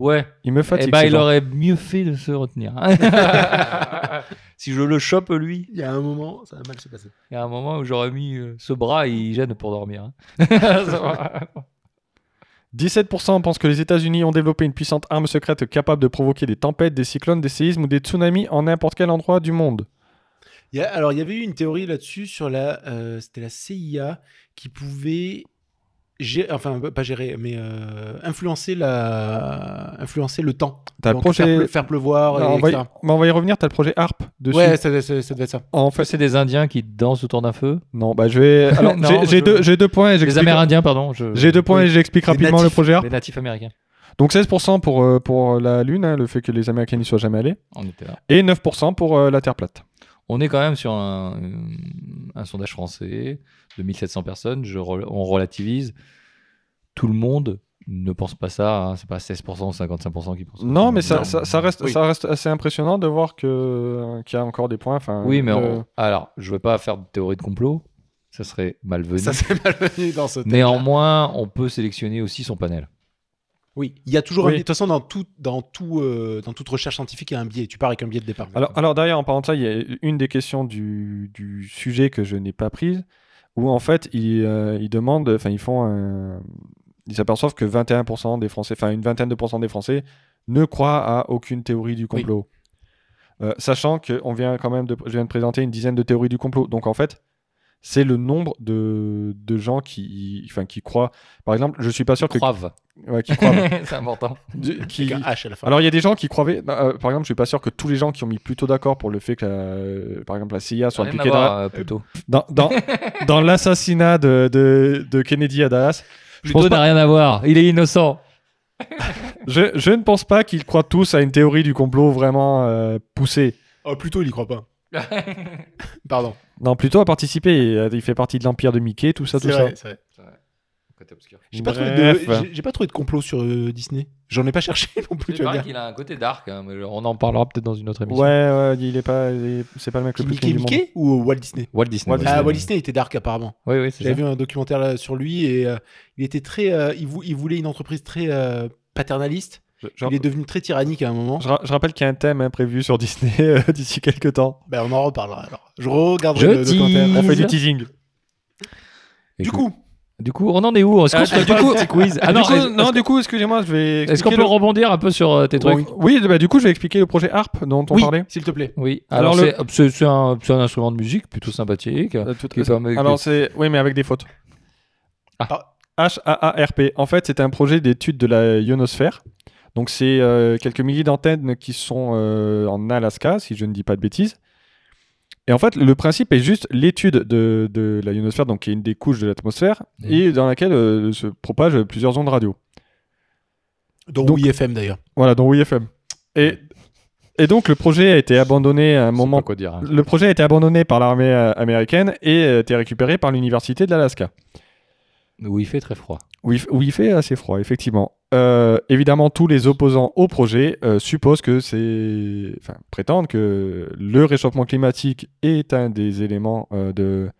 S2: Ouais.
S1: Il me
S2: Eh
S1: fatigue.
S2: ben,
S1: ce
S2: il
S1: genre.
S2: aurait mieux fait de se retenir. hein. si je le chope, lui,
S3: Il y a un moment, ça va mal se passer.
S2: il y a un moment où j'aurais mis euh, ce bras, il gêne pour dormir. hein. Ça va.
S1: 17% pensent que les États-Unis ont développé une puissante arme secrète capable de provoquer des tempêtes, des cyclones, des séismes ou des tsunamis en n'importe quel endroit du monde.
S3: Il y a- alors, il y avait eu une théorie là-dessus sur la, euh, c'était la CIA qui pouvait, gérer, enfin pas gérer, mais euh, influencer la, influencer le temps.
S1: T'as le
S3: Donc,
S1: projet-
S3: faire, pleu- faire pleuvoir,
S1: Alors, on,
S3: et,
S1: va y...
S3: etc.
S1: mais on va y revenir, t'as le projet HARP dessus.
S3: Ouais, ça, ça- ça devait être ça.
S1: En
S2: En fait,
S1: fait,
S2: c'est des Indiens qui dansent autour d'un feu.
S1: non, bah je vais. Alors,
S2: Non,
S1: j'ai- j'ai
S2: je-
S1: deux, j'ai deux points et
S2: Les
S1: j'explique.
S2: Amérindiens, pardon. je-
S1: J'ai deux points et j'explique
S3: Les
S1: rapidement le
S3: natifs.
S1: projet HARP.
S2: Les natifs américains.
S1: Donc 16% pour, euh, pour la Lune, hein, le fait que les Américains n'y soient jamais allés,
S2: On était là.
S1: et 9% pour euh, la Terre plate.
S2: On est quand même sur un, euh, un sondage français de 1700 personnes. Je re- on relativise. Tout le monde ne pense pas ça. hein. C'est pas 16% ou 55% qui pensent.
S1: Non, mais ça,
S2: Non.
S1: ça, ça reste,
S3: Oui.
S1: ça reste assez impressionnant de voir que- euh, qu'il y a encore des points. enfin,
S2: Oui, mais
S1: de-
S2: on- alors, je veux pas faire de théorie de complot. Ça serait malvenu.
S3: Ça s'est malvenu dans ce. thème.
S2: Néanmoins, on peut sélectionner aussi son panel.
S3: Oui, il y a toujours. un
S1: Oui.
S3: biais. De toute façon, dans tout, dans tout, euh, dans toute recherche scientifique, il y a un biais. Tu pars avec un biais de départ.
S1: Alors, alors d'ailleurs, en parlant de ça, il y a une des questions du, du sujet que je n'ai pas prise, où en fait, ils, euh, ils demandent, enfin, ils font un- Ils s'aperçoivent que 21% des Français, enfin une vingtaine de pourcents des Français, ne croient à aucune théorie du complot. Euh, sachant que on vient quand même de, je viens de présenter une dizaine de théories du complot. Donc en fait, c'est le nombre de, de gens qui, enfin, qui croient. Par exemple, je suis pas sûr que.
S2: Croive.
S1: Ouais, qui croient.
S2: c'est important.
S1: Du- qui-
S3: Avec un H à la fin.
S1: alors il y a des gens qui croyaient, bah, euh, par exemple, je suis pas sûr que tous les gens qui ont mis plutôt d'accord pour le fait que, la- euh, par exemple, la CIA soit
S2: Rien à
S1: impliquée dans,
S2: voir, euh, plutôt.
S1: dans, dans, dans l'assassinat de, de, de Kennedy à Dallas. Je, pense
S2: Plutôt
S1: pas-
S2: n'a rien à voir. Il est innocent.
S1: je, je ne pense pas qu'ils croient tous à une théorie du complot vraiment euh, poussée.
S3: Oh, plutôt, il y croit pas. Pardon.
S1: Non, plutôt à participer. Il euh, fait partie de l'empire de Mickey, tout ça,
S3: C'est
S1: tout ça.
S3: vrai, c'est vrai.
S2: côté obscur.
S3: J'ai pas, trouvé
S1: Bref.
S3: de- j'ai- j'ai pas trouvé de complot sur euh, Disney. J'en ai pas cherché non plus,
S2: Il
S3: tu vois.
S2: paraît qu'il a un côté dark, hein, mais on en parlera peut-être dans une autre
S1: Ouais,
S2: émission.
S1: ouais, il est pas, il est- c'est pas le mec le plus con
S3: Mickey
S1: du monde.
S3: Mickey ou Walt Disney
S2: Walt Disney.
S1: Walt
S3: Ah,
S1: Disney.
S3: Walt Disney était dark apparemment.
S2: Oui, oui, c'est
S3: J'avais
S2: ça.
S3: vu un documentaire là, sur lui et euh, il était très. euh, il, vou- il voulait une entreprise très euh, paternaliste.
S1: Je, je-
S3: Il est devenu très tyrannique à un moment.
S1: je ra- je rappelle qu'il y a un thème hein, prévu sur Disney euh, d'ici quelques temps.
S3: Ben, on en reparlera alors. Je regarderai
S2: Je
S3: le documentaire.
S2: tease.
S1: On fait du
S2: Tease.
S1: teasing.
S3: Du
S2: Écoute,
S3: coup,
S2: du coup, on en est où Est-ce qu'on
S1: Ah,
S2: se fait
S1: du
S2: pas
S1: coup-
S2: un petit quiz Ah
S1: Ah,
S2: non,
S1: du coup,
S2: est-ce-
S1: non, du coup, excusez-moi, je vais.
S2: Est-ce qu'on
S1: expliquer
S2: peut
S1: le-
S2: rebondir un peu sur euh, tes trucs
S1: Oui, bah, du coup, je vais expliquer le projet ARP dont on
S3: oui,
S1: parlait.
S3: s'il te plaît.
S2: Oui, alors,
S1: Alors le-
S2: c'est- c'est c'est un, c'est un instrument de musique plutôt sympathique.
S1: Euh, tout-
S2: qui permet-
S1: Alors, c'est. Oui, mais avec des fautes.
S2: Ah.
S3: Ah.
S1: H-A-A-R-P. En fait, c'était un projet d'étude de la ionosphère. Donc, c'est euh, quelques milliers d'antennes qui sont euh, en Alaska, si je ne dis pas de bêtises. Et en fait, le principe est juste l'étude de, de la ionosphère, donc qui est une des couches de l'atmosphère,
S2: Mhm.
S1: et dans laquelle euh, se propagent plusieurs ondes radio.
S3: Dont
S1: Donc-
S3: IFM d'ailleurs.
S1: Voilà, dans WFM. Et, et donc, le projet a été abandonné à un
S2: Je sais
S1: moment
S2: pas quoi dire. hein.
S1: le projet a été abandonné par l'armée euh, américaine et euh, a été récupéré par l'université de l'Alaska,
S2: Où il fait très froid.
S1: où, il f- où il fait assez froid, effectivement. Euh, évidemment, tous les opposants au projet euh, supposent que c'est, enfin, prétendent que le réchauffement climatique est un des éléments euh, de,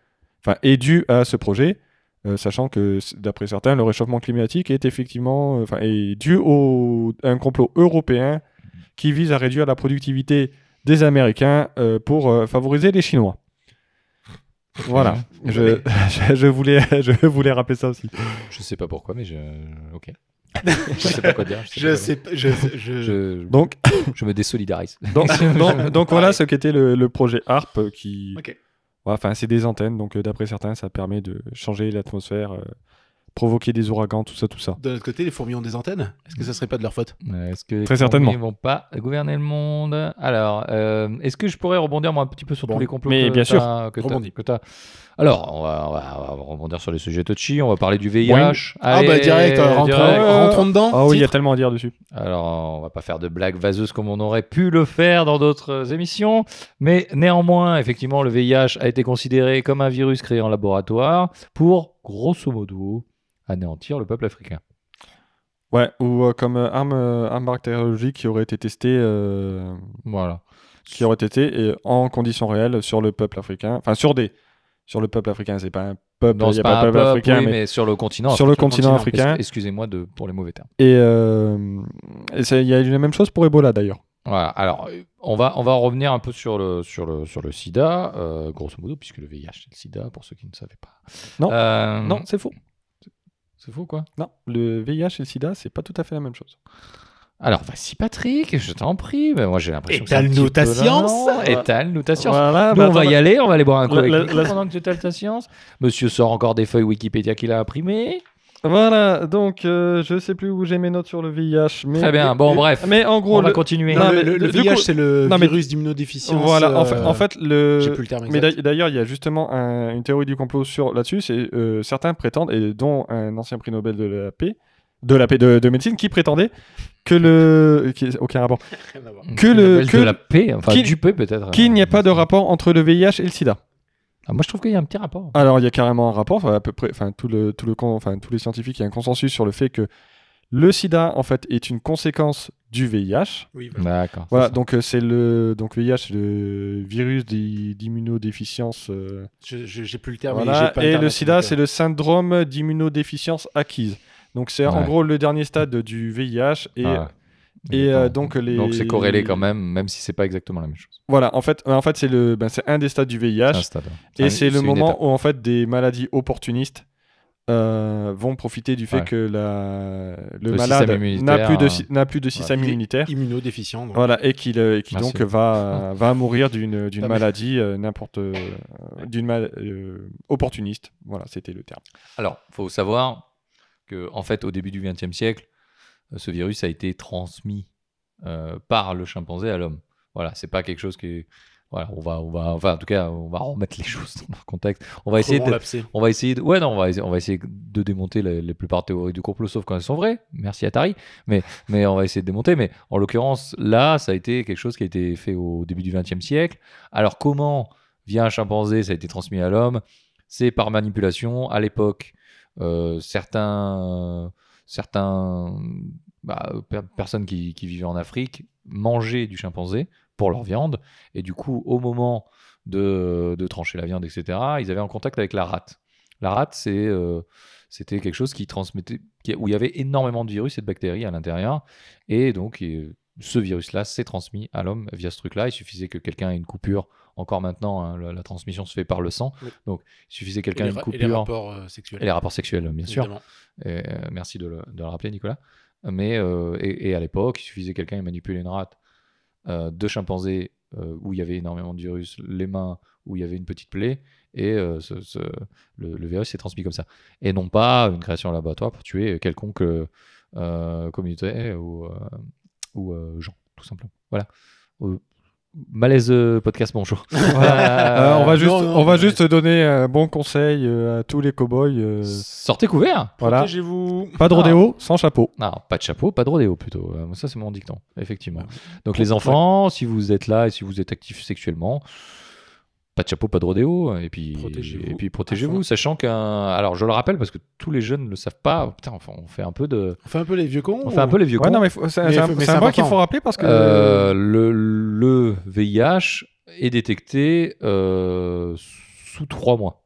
S1: enfin, est dû à ce projet, euh, sachant que c- d'après certains, le réchauffement climatique est effectivement, euh, enfin, est dû au à un complot européen qui vise à réduire la productivité des Américains euh, pour euh, favoriser les Chinois. Voilà, je, je, je voulais, je voulais rappeler ça aussi.
S2: Je sais pas pourquoi, mais je. Ok. je sais pas quoi dire.
S3: Je
S2: pas
S3: sais pas. Je,
S2: quoi
S3: je-
S2: dire. Je,
S1: Donc,
S2: je me désolidarise.
S1: Donc, donc- donc voilà
S3: Pareil.
S1: ce qu'était le, le projet ARP euh, qui.
S3: Ok.
S1: Ouais, Enfin, c'est des antennes, donc euh, d'après certains, ça permet de changer l'atmosphère, euh, provoquer des ouragans, tout ça, tout ça.
S3: De notre côté, les fourmis ont des antennes. Est-ce que ça serait pas de leur faute
S2: Euh, Est-ce que les
S1: Très certainement.
S2: Ils vont pas gouverner le monde. Alors, euh, est-ce que je pourrais rebondir moi un petit peu sur
S3: Bon,
S2: tous les complots
S1: mais
S2: que
S1: bien sûr,
S2: t'as- que t'as-
S3: rebondis.
S2: que t'as- Alors, on va, on va- on va rebondir sur les sujets touchy. On va parler du VIH. Allez,
S3: Ah bah direct, euh, rentrons,
S2: direct.
S1: euh,
S3: rentrons dedans.
S1: Ah oui, il y a
S3: titre.
S1: tellement à dire dessus.
S2: Alors, on va pas faire de blagues vaseuses comme on aurait pu le faire dans d'autres émissions, mais néanmoins, effectivement, le VIH a été considéré comme un virus créé en laboratoire pour, grosso modo, anéantir le peuple africain.
S1: Ouais, ou euh, comme euh, arme, euh, arme bactériologique qui aurait été testée, euh,
S2: Voilà.
S1: qui aurait été testée et en conditions réelles sur le peuple africain, enfin sur des, sur le peuple africain. C'est pas un peuple,
S2: Non,
S1: il y
S2: c'est
S1: a
S2: pas
S1: pas
S2: un
S1: de
S2: peuple,
S1: peuple africain,
S2: oui,
S1: mais-
S2: mais, sur le continent.
S1: sur le continent africain.
S2: Ex- Excusez-moi de, pour les mauvais termes.
S1: Et euh, et ça- il y a eu la même chose pour Ebola d'ailleurs.
S2: Voilà, alors euh, on va, on va revenir un peu sur le, sur le, sur le sida, euh, grosso modo, puisque le VIH c'est le sida, pour ceux qui ne savaient pas.
S1: Non.
S2: Euh,
S1: Non, c'est faux.
S2: c'est faux quoi.
S1: Non, le VIH et le SIDA, c'est pas tout à fait la même chose.
S2: Alors vas-y Patrick, je t'en prie, mais moi j'ai l'impression que c'est un
S3: Étale-nous
S2: petit
S3: ta
S2: peu
S3: science.
S2: lent. Étale-nous ta science
S1: Voilà,
S2: Nous,
S1: bah,
S2: on va
S1: attends,
S2: y aller, on va aller boire un coup
S1: la-
S2: avec
S1: la-
S2: Nico
S1: la-
S2: pendant que tu étales ta science. Monsieur sort encore des feuilles Wikipédia qu'il a imprimées.
S1: Voilà, donc euh, je sais plus où j'ai mes notes sur le VIH. Mais,
S2: Très bien, bon,
S1: mais-
S2: bref.
S1: Mais en gros,
S2: on va
S1: le-
S2: continuer.
S1: Non,
S3: Non, le,
S1: mais
S3: le- le
S1: du
S3: VIH,
S1: coup-
S3: c'est le
S1: non, mais-
S3: virus d'immunodéficience.
S1: voilà, en fait,
S3: euh,
S1: en fait,
S3: j'ai
S1: le.
S3: plus le terme
S1: Mais
S3: exact.
S1: d'ail- d'ailleurs, il y a justement un- une théorie du complot sur là-dessus. C'est euh, certains prétendent, et dont un ancien prix Nobel de la paix, de la paix de, de médecine, qui prétendait que le, qui- aucun rapport,
S3: Rien à voir.
S1: que le-
S2: Nobel
S1: que-
S2: de la paix, enfin
S1: qu'il-
S2: du paix peut-être.
S1: qu'il n'y a pas de rapport entre le VIH et le SIDA.
S2: Ah, moi je trouve qu'il y a un petit rapport.
S1: Alors, il y a carrément un rapport, enfin, à peu près, enfin, tout le, tout le, con- enfin, tous les scientifiques, il y a un consensus sur le fait que le sida, en fait, est une conséquence du VIH.
S3: Oui, voilà.
S2: D'accord.
S1: Voilà,
S2: c'est ça.
S1: donc euh, c'est le donc VIH, c'est le virus d'i- d'immunodéficience. euh,
S3: Je- je- J'ai plus le
S2: Ah
S3: terme.
S1: voilà. Et le sida,
S2: euh.
S1: c'est le syndrome d'immunodéficience acquise. Donc c'est en
S2: Ouais.
S1: gros le dernier stade du VIH et,
S2: Ah.
S1: et euh,
S2: Attends.
S1: donc les
S2: Donc c'est corrélé quand même, même si c'est pas exactement la même chose.
S1: Voilà, en fait, en fait c'est le ben, c'est un des stades du VIH.
S2: C'est un stade.
S1: Et Ah, c'est le
S2: une étape.
S1: moment où en fait des maladies opportunistes euh, vont profiter du fait
S2: Ouais.
S1: que la, le, hein.
S2: Le
S1: malade
S2: système immunitaire,
S1: n'a plus de,
S2: euh,
S1: sy- n'a plus de système
S3: Il est
S1: immunitaire.
S3: Euh, Immunodéficient. donc.
S1: Voilà, et qu'il euh, et qui
S2: Merci.
S1: donc va, va mourir d'une d'une
S3: Pas mal.
S1: maladie euh, n'importe euh, d'une mal euh, opportuniste. Voilà, c'était le terme.
S2: Alors, faut savoir que en fait, au début du XXe siècle, euh, ce virus a été transmis euh, par le chimpanzé à l'homme. Voilà, c'est pas quelque chose qui. Voilà, on va, on va, enfin, en tout cas, on va remettre les choses dans leur contexte. On va essayer
S3: Crevons
S2: de,
S3: l'abcès.
S2: on va essayer de, ouais, non, on va, essayer- on va essayer de démonter les, les plupart théories du complot, sauf quand elles sont vraies. Merci Atari, mais, mais on va essayer de démonter. Mais en l'occurrence, là, ça a été quelque chose qui a été fait au début du XXe siècle. Alors, comment via un chimpanzé, ça a été transmis à l'homme C'est par manipulation. À l'époque, euh, certains, certains bah, per- personnes qui, qui vivaient en Afrique mangeaient du chimpanzé pour leur viande. Et du coup, au moment de, de trancher la viande, etc., ils avaient un contact avec la rate. La rate, c'est, euh, c'était quelque chose qui transmettait, qui- où il y avait énormément de virus et de bactéries à l'intérieur. Et donc, euh, ce virus-là s'est transmis à l'homme via ce truc-là. Il suffisait que quelqu'un ait une coupure. Encore maintenant, hein, la, la transmission se fait par le sang.
S3: Oui.
S2: Donc, il suffisait que
S3: Et les,
S2: quelqu'un ait une
S3: ra- et
S2: coupure.
S3: les rapports euh, sexuels.
S2: Et les rapports sexuels, bien sûr.
S3: évidemment.
S2: Et, euh, merci de le, de le rappeler, Nicolas. Mais euh, et, et à l'époque, il suffisait que quelqu'un ait manipulé une rate euh, de chimpanzé euh, où il y avait énormément de virus, les mains où il y avait une petite plaie, et euh, ce- ce- le, le virus s'est transmis comme ça. Et non pas une création en laboratoire pour tuer quelconque euh, euh, communauté ou, euh, ou euh, gens, tout simplement. Voilà. Euh, malaise euh, podcast, bonjour.
S1: Euh, on va
S3: non,
S1: juste,
S3: non,
S1: on va
S3: mais-
S1: juste donner un bon conseil euh, à tous les cowboys. euh,
S2: Sortez couverts
S1: voilà.
S3: Protégez-vous.
S1: Pas de rodéo, sans chapeau.
S2: Non, Ah, pas de chapeau, pas de rodéo plutôt. Euh, Ça, c'est mon dicton, effectivement.
S3: Ah
S2: Donc, les enfants, si vous êtes là et si vous êtes actif sexuellement, pas de chapeau, pas de rodéo. hein, Et puis,
S3: Protégez-vous
S2: et puis
S3: à
S2: protégez-vous.
S3: fond.
S2: Sachant qu'un. Alors, je le rappelle parce que tous les jeunes ne le savent pas. Oh, Putain, enfin, on fait un peu de.
S3: On fait un peu les vieux cons.
S2: On fait un peu les vieux
S1: Ouais,
S2: cons.
S1: non, mais faut- c'est
S3: Mais
S1: c'est un,
S3: faut- mais
S1: c'est
S3: c'est
S1: un point qu'il
S3: important.
S1: faut rappeler parce que.
S2: Euh, le, le VIH est détecté euh, sous 3 mois,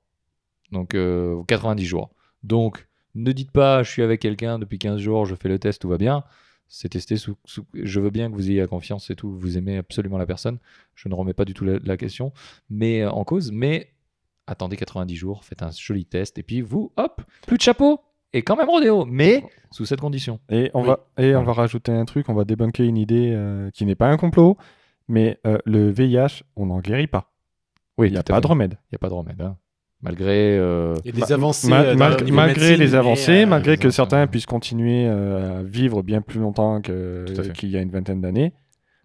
S2: donc euh, 90 jours. Donc ne dites pas je suis avec quelqu'un depuis 15 jours, je fais le test, tout va bien. C'est testé sous, sous- Je veux bien que vous ayez la confiance et tout, vous aimez absolument la personne. Je ne remets pas du tout la, la question mais, euh, en cause, mais attendez 90 jours, faites un joli test et puis vous, hop, plus de chapeau et quand même rodéo, mais sous cette condition.
S1: Et on
S3: Oui.
S1: va et on va rajouter un truc, on va débunker une idée euh, qui n'est pas un complot, mais euh, le VIH, on n'en guérit pas.
S2: Oui,
S1: Il n'y a
S2: tout à
S1: pas
S2: fait.
S1: de remède.
S2: Il n'y a pas de remède. hein. Malgré. euh,
S3: Il y a
S1: Ma-
S3: des avancées.
S1: Ma-
S3: euh, dans
S1: mal-
S3: la médecine,
S1: malgré les
S3: mais,
S1: avancées,
S3: euh,
S1: malgré que
S2: avancées.
S1: certains puissent continuer euh, à vivre bien plus longtemps que-
S2: Tout à fait.
S1: qu'il y a une vingtaine d'années,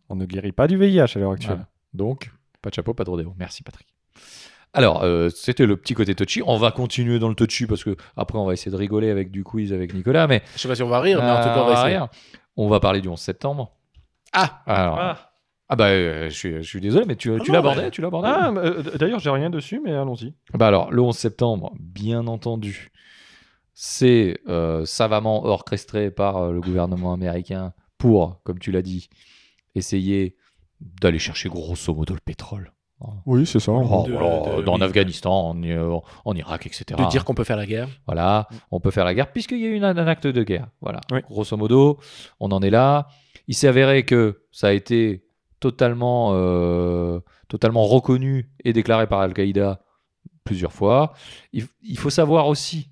S1: on ne guérit pas du VIH à l'heure actuelle.
S2: voilà. Donc, pas de chapeau, pas de rodéo. Merci, Patrick. Alors, euh, c'était le petit côté touchy. On va continuer dans le touchy parce que après, on va essayer de rigoler avec du quiz avec Nicolas. Mais
S3: Je sais pas si on va rire, mais en tout
S2: Euh,
S3: cas, on
S1: Bah,
S3: va essayer.
S2: rien. On va parler du 11 septembre.
S3: Ah
S2: Alors, ah.
S1: Ah,
S2: bah, euh, je, suis, je suis désolé, mais tu, tu
S3: non,
S2: l'abordais,
S3: mais- Ah.
S2: tu l'abordais.
S1: mais, euh, d'ailleurs, j'ai rien dessus, mais allons-y.
S2: Bah alors, le 11 septembre, bien entendu, c'est euh, savamment orchestré par euh, le gouvernement américain pour, comme tu l'as dit, essayer d'aller chercher grosso modo le pétrole.
S1: Oui, c'est ça.
S2: Oh,
S3: De-
S2: voilà,
S3: de-
S2: dans
S3: oui.
S2: l'Afghanistan, en, euh, en Irak, etc.
S3: De dire qu'on peut faire la guerre.
S2: Voilà, on peut faire la guerre puisqu'il y a eu un, un acte de guerre. Voilà,
S1: Oui.
S2: grosso modo, on en est là. Il s'est avéré que ça a été totalement, euh, totalement reconnu et déclaré par Al-Qaïda plusieurs fois. Il, il faut savoir aussi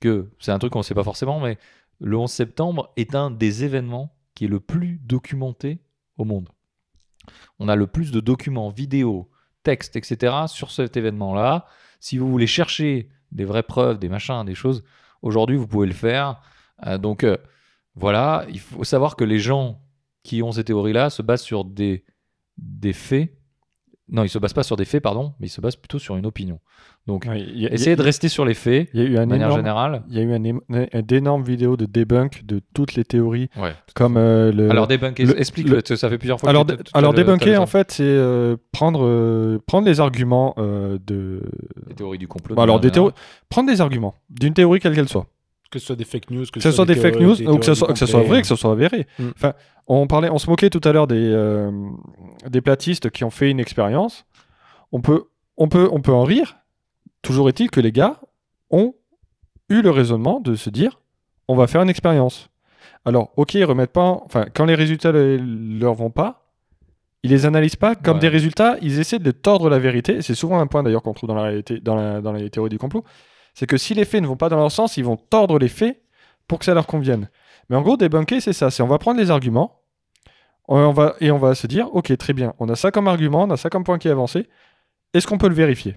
S2: que c'est un truc qu'on ne sait pas forcément, mais le 11 septembre est un des événements qui est le plus documenté au monde. On a le plus de documents, vidéos, textes, etc. sur cet événement-là. Si vous voulez chercher des vraies preuves, des machins, des choses, aujourd'hui, vous pouvez le faire. Euh, donc euh, voilà, il faut savoir que les gens qui ont ces théories-là se basent sur des, des faits. Non, ils se basent pas sur des faits, pardon, mais ils se basent plutôt sur une opinion. Donc,
S1: Il y, a-
S2: essayez de rester sur les faits,
S1: il y a eu un
S2: de manière
S1: énorme-
S2: générale.
S1: il y a eu un émo- un- d'énormes vidéos de debunk de toutes les théories,
S2: Ouais.
S1: comme euh, le.
S2: Alors, débunker,
S1: le-
S2: explique,
S1: le-
S2: parce que ça fait plusieurs fois
S1: alors,
S2: que
S1: dé-
S2: tu- tu- tu-
S1: alors
S2: t'as le- t'as le
S1: débunker,
S2: temps.
S1: en fait, c'est euh, prendre, euh, prendre les arguments euh, de.
S2: Les théories du complot.
S1: Bah, alors,
S2: de
S1: des
S2: manière
S1: théories- prendre des arguments d'une théorie quelle qu'elle soit.
S3: Que ce soit des fake news, que
S1: que ce soit des fake
S3: théories-
S1: news
S3: des
S1: ou que ce
S3: théories
S1: soit,
S3: du
S1: que ce soit
S3: complot.
S1: vrai, que ce soit avéré.
S3: Mm.
S1: Enfin, on, parlait, on se moquait tout à l'heure des, euh, des platistes qui ont fait une expérience. On peut, on, peut, on peut en rire. Toujours est-il que les gars ont eu le raisonnement de se dire on va faire une expérience. Alors, ok, ils remettent pas. en- Enfin, quand les résultats ne leur vont pas, ils les analysent pas comme
S2: Ouais.
S1: des résultats. Ils essaient de tordre la vérité. C'est souvent un point d'ailleurs qu'on trouve dans la réalité, dans, la- dans les théories du complot. C'est que si les faits ne vont pas dans leur sens, ils vont tordre les faits pour que ça leur convienne. Mais en gros, débunker, c'est ça. C'est on va prendre les arguments on- on va, et on va se dire, ok, très bien, on a ça comme argument, on a ça comme point qui est avancé. Est-ce qu'on peut le vérifier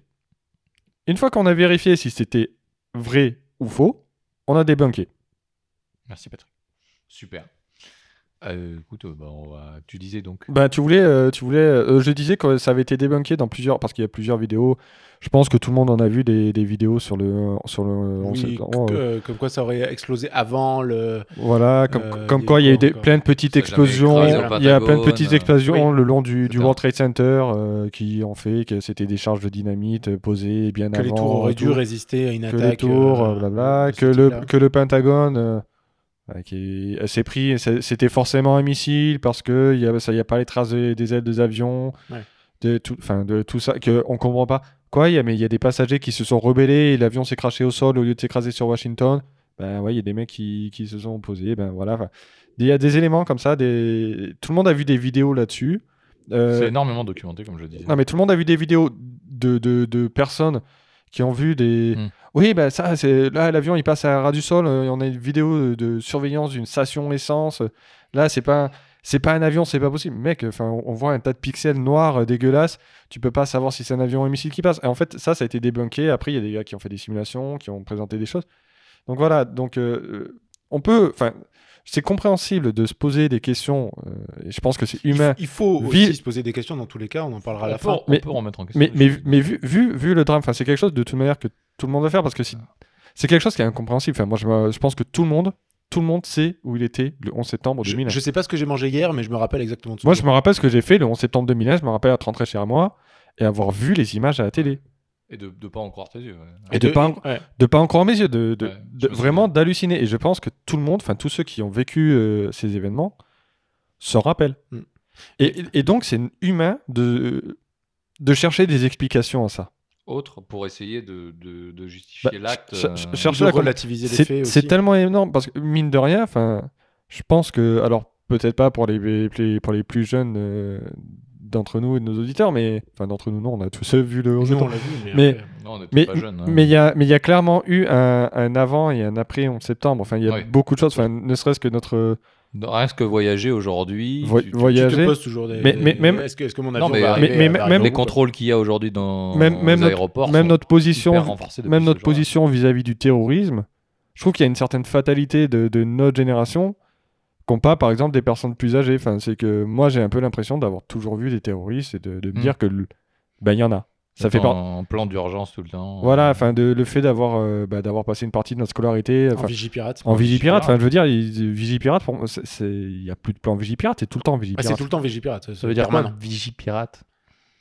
S1: Une fois qu'on a vérifié si c'était vrai ou faux, on a débunké.
S2: Merci Patrick. Super. Euh, écoute, euh, bah, on va- tu disais donc.
S1: Bah, tu voulais, euh, tu voulais. euh, je disais que ça avait été débunké dans plusieurs, parce qu'il y a plusieurs vidéos. Je pense que tout le monde en a vu des, des vidéos sur le, sur le. on sait-
S3: Oui,
S1: oh,
S3: que- euh, comme quoi ça aurait explosé avant le.
S1: Voilà, comme,
S3: Euh,
S1: comme
S3: il y
S1: quoi
S3: a
S1: il y a eu
S3: encore,
S1: des,
S3: quoi.
S1: plein de petites
S2: Ça a jamais
S1: explosions.
S2: écrasé
S3: le
S1: Il y a plein de
S2: Pentagone,
S1: petites
S2: euh,
S1: explosions le long du,
S2: c'est
S1: du
S2: ça.
S1: World Trade Center euh, qui ont fait que c'était des charges de dynamite euh, posées bien
S3: Que
S1: avant.
S3: les tours auraient dû
S1: tout.
S3: résister à une
S1: que
S3: attaque.
S1: les tours,
S3: euh,
S1: euh, blabla,
S3: de ce
S1: que le
S3: type-là.
S1: que le Pentagone. euh, euh, qui euh, s'est pris, c'est- c'était forcément un missile parce que il y a, ça, il y a pas les traces des, des ailes des avions,
S3: Ouais.
S1: de tout, enfin de tout ça que on comprend pas. Quoi, il y a mais il y a des passagers qui se sont rebellés et l'avion s'est craché au sol au lieu de s'écraser sur Washington. Ben ouais, il y a des mecs qui, qui se sont opposés. Ben voilà, enfin, il y a des éléments comme ça. Des... Tout le monde a vu des vidéos là-dessus. Euh,
S2: C'est énormément documenté, comme je disais.
S1: non, mais tout le monde a vu des vidéos de, de, de personnes qui ont vu des.
S2: Hmm.
S1: Oui, bah ça, c'est là, l'avion il passe à ras du sol. euh, on a une vidéo de- de surveillance d'une station essence. euh, Là, c'est pas. C'est pas un avion, c'est pas possible. Mec, enfin, on on voit un tas de pixels noirs euh, dégueulasses. Tu peux pas savoir si c'est un avion ou un missile qui passe. Et en fait, ça, ça a été débunké. Après, il y a des gars qui ont fait des simulations, qui ont présenté des choses. Donc voilà, donc euh, on peut. Enfin, c'est compréhensible de se poser des questions. euh, et je pense que c'est
S3: Il,
S1: humain.
S3: il faut
S1: Ville-
S3: aussi se poser des questions dans tous les cas, on en parlera à la
S2: on, peut,
S3: fin.
S2: on
S1: Mais-
S2: peut remettre en question.
S1: Mais,
S2: les
S1: mais,
S2: choses.
S1: mais vu, vu, vu le drame, enfin, c'est quelque chose de toute manière que tout le monde va faire parce que si, c'est quelque chose qui est incompréhensible. Enfin, moi, je, me- je pense que tout le monde, tout le monde sait où il était le 11 septembre
S3: Je,
S1: 2001.
S3: je sais pas ce que j'ai mangé hier, mais je me rappelle exactement de ce
S1: Moi,
S3: que-
S1: je me rappelle ce que j'ai fait le 11 septembre 2001. Je me rappelle être rentré chez moi et avoir vu les images à la télé.
S2: Et de ne pas en croire tes yeux. ouais.
S1: Et de pas,
S3: ouais.
S1: de pas encore en mes yeux, de, de-
S2: Ouais,
S1: de-
S2: je me
S1: vraiment
S2: souviens.
S1: d'halluciner. Et je pense que tout le monde, enfin tous ceux qui ont vécu euh, ces événements, s'en rappellent.
S3: Mm.
S1: Et, et donc, c'est humain de, de chercher des explications à ça.
S2: Autre pour essayer de, de, de justifier
S1: Bah,
S2: l'acte.
S1: ch-
S2: euh,
S1: ch-
S3: De
S1: cherche- chercher la com-
S3: relativiser les
S1: C'est
S3: faits
S1: c'est
S3: aussi.
S1: tellement énorme parce que mine de rien, enfin, je pense que alors peut-être pas pour les, les- pour les plus jeunes euh, d'entre nous et de nos auditeurs, mais enfin d'entre nous non, on a tous vu le.
S3: Nous, on l'a vu, mais, euh,
S1: Mais-
S3: après-
S2: Non, on n'était
S1: Mais
S2: pas jeune. hein.
S1: mais il y a mais il y a clairement eu un, un avant et un après 11 septembre. Enfin, il y a
S2: Ouais.
S1: beaucoup de choses. Enfin, ne serait-ce que notre euh,
S2: Non, Rien que voyager aujourd'hui.
S1: vo-
S2: tu- tu-
S3: Tu te
S1: voyager.
S3: poses toujours des.
S1: Mais- mais-
S3: des-
S1: même-
S3: Est-ce que, est-ce que mon
S2: Non,
S3: avion
S2: mais-
S3: va arriver
S1: mais-
S3: à-
S1: mais-
S3: à
S1: même-
S2: Même
S3: Rio,
S2: les
S3: quoi.
S2: contrôles qu'il y a aujourd'hui dans
S1: Même- même
S2: les
S1: notre-
S2: aéroports.
S1: Même
S2: sont
S1: notre
S2: hyper
S1: position,
S2: renforcés depuis
S1: même
S2: ce
S1: notre
S2: jour-là.
S1: position vis-à-vis du terrorisme. Je trouve qu'il y a une certaine fatalité de, de notre génération qu'ont pas, par exemple, des personnes plus âgées. Enfin, c'est que moi, j'ai un peu l'impression d'avoir toujours vu des terroristes et de, de me
S2: Mm.
S1: dire que le- ben il y en a. Ça fait
S2: Tout le temps
S1: part.
S2: En plan d'urgence tout le temps.
S1: Voilà, enfin, de, le fait d'avoir euh, bah, d'avoir passé une partie de notre scolarité
S3: En
S1: enfin,
S3: Vigipirate.
S1: en vigipirate.
S2: Vigipirate.
S1: Enfin, je veux dire, il- vigipirate, pour moi, c'est- c'est- il n'y a plus de plan vigipirate, c'est tout le temps
S3: Ah, c'est
S1: vigipirate.
S3: tout le temps Vigipirate.
S2: Ça veut dire quoi
S3: permanent.
S2: Vigipirate.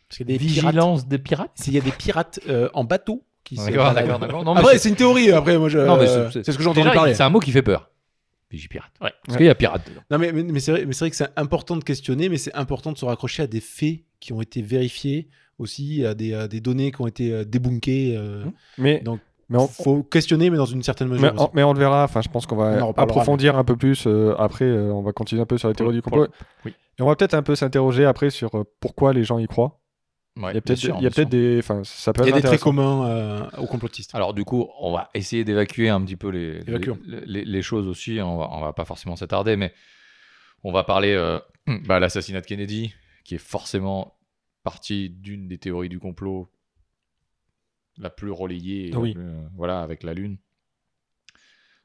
S3: Parce qu'il y a des pirates.
S2: Vigilance des pirates.
S3: S'il y a des pirates euh, en bateau qui se.
S2: D'accord,
S3: baladent.
S2: d'accord, d'accord. Non, mais
S3: Après,
S2: c'est-
S3: c'est une théorie. Après, moi, je.
S2: Non, mais
S3: euh,
S2: c'est-
S3: C'est ce que j'ai entendu
S2: Déjà,
S3: parler.
S2: C'est un mot qui fait peur. Vigipirate.
S3: Ouais.
S2: Parce qu'il y a pirate dedans.
S3: Non, mais, mais, mais c'est vrai, mais c'est vrai que c'est important de questionner, mais c'est important de se raccrocher à des faits qui ont été vérifiés aussi, à des, à des données qui ont été euh, débunkées. euh,
S1: Hum. Mais,
S3: Donc,
S1: mais on-
S3: faut questionner, mais dans une certaine
S1: Mais
S3: mesure.
S1: on, mais on le verra, enfin, je pense qu'on
S3: On
S1: va
S3: en reparlera,
S1: approfondir un peu plus. euh, après, euh, on va continuer un peu sur la
S2: Pour
S1: théorie du
S2: le- pour
S1: complot.
S2: le- oui.
S1: Et on va peut-être un peu s'interroger après sur euh, pourquoi les gens y croient.
S2: Ouais,
S1: il y a
S2: bien
S1: peut-être
S2: sûr,
S1: il y a
S2: bien
S1: peut-être
S2: sûr.
S1: des. Enfin, ça peut
S3: Il y a
S1: être
S3: des traits
S1: intéressant.
S3: communs euh, aux complotistes.
S2: Alors du coup, on va essayer d'évacuer un petit peu les, les,
S3: Évacuons.
S2: les- les choses aussi. On va, on va pas forcément s'attarder, mais on va parler euh, bah, l'assassinat de Kennedy, qui est forcément partie d'une des théories du complot la plus relayée, et la
S1: Oui.
S2: plus, euh, voilà, avec la Lune.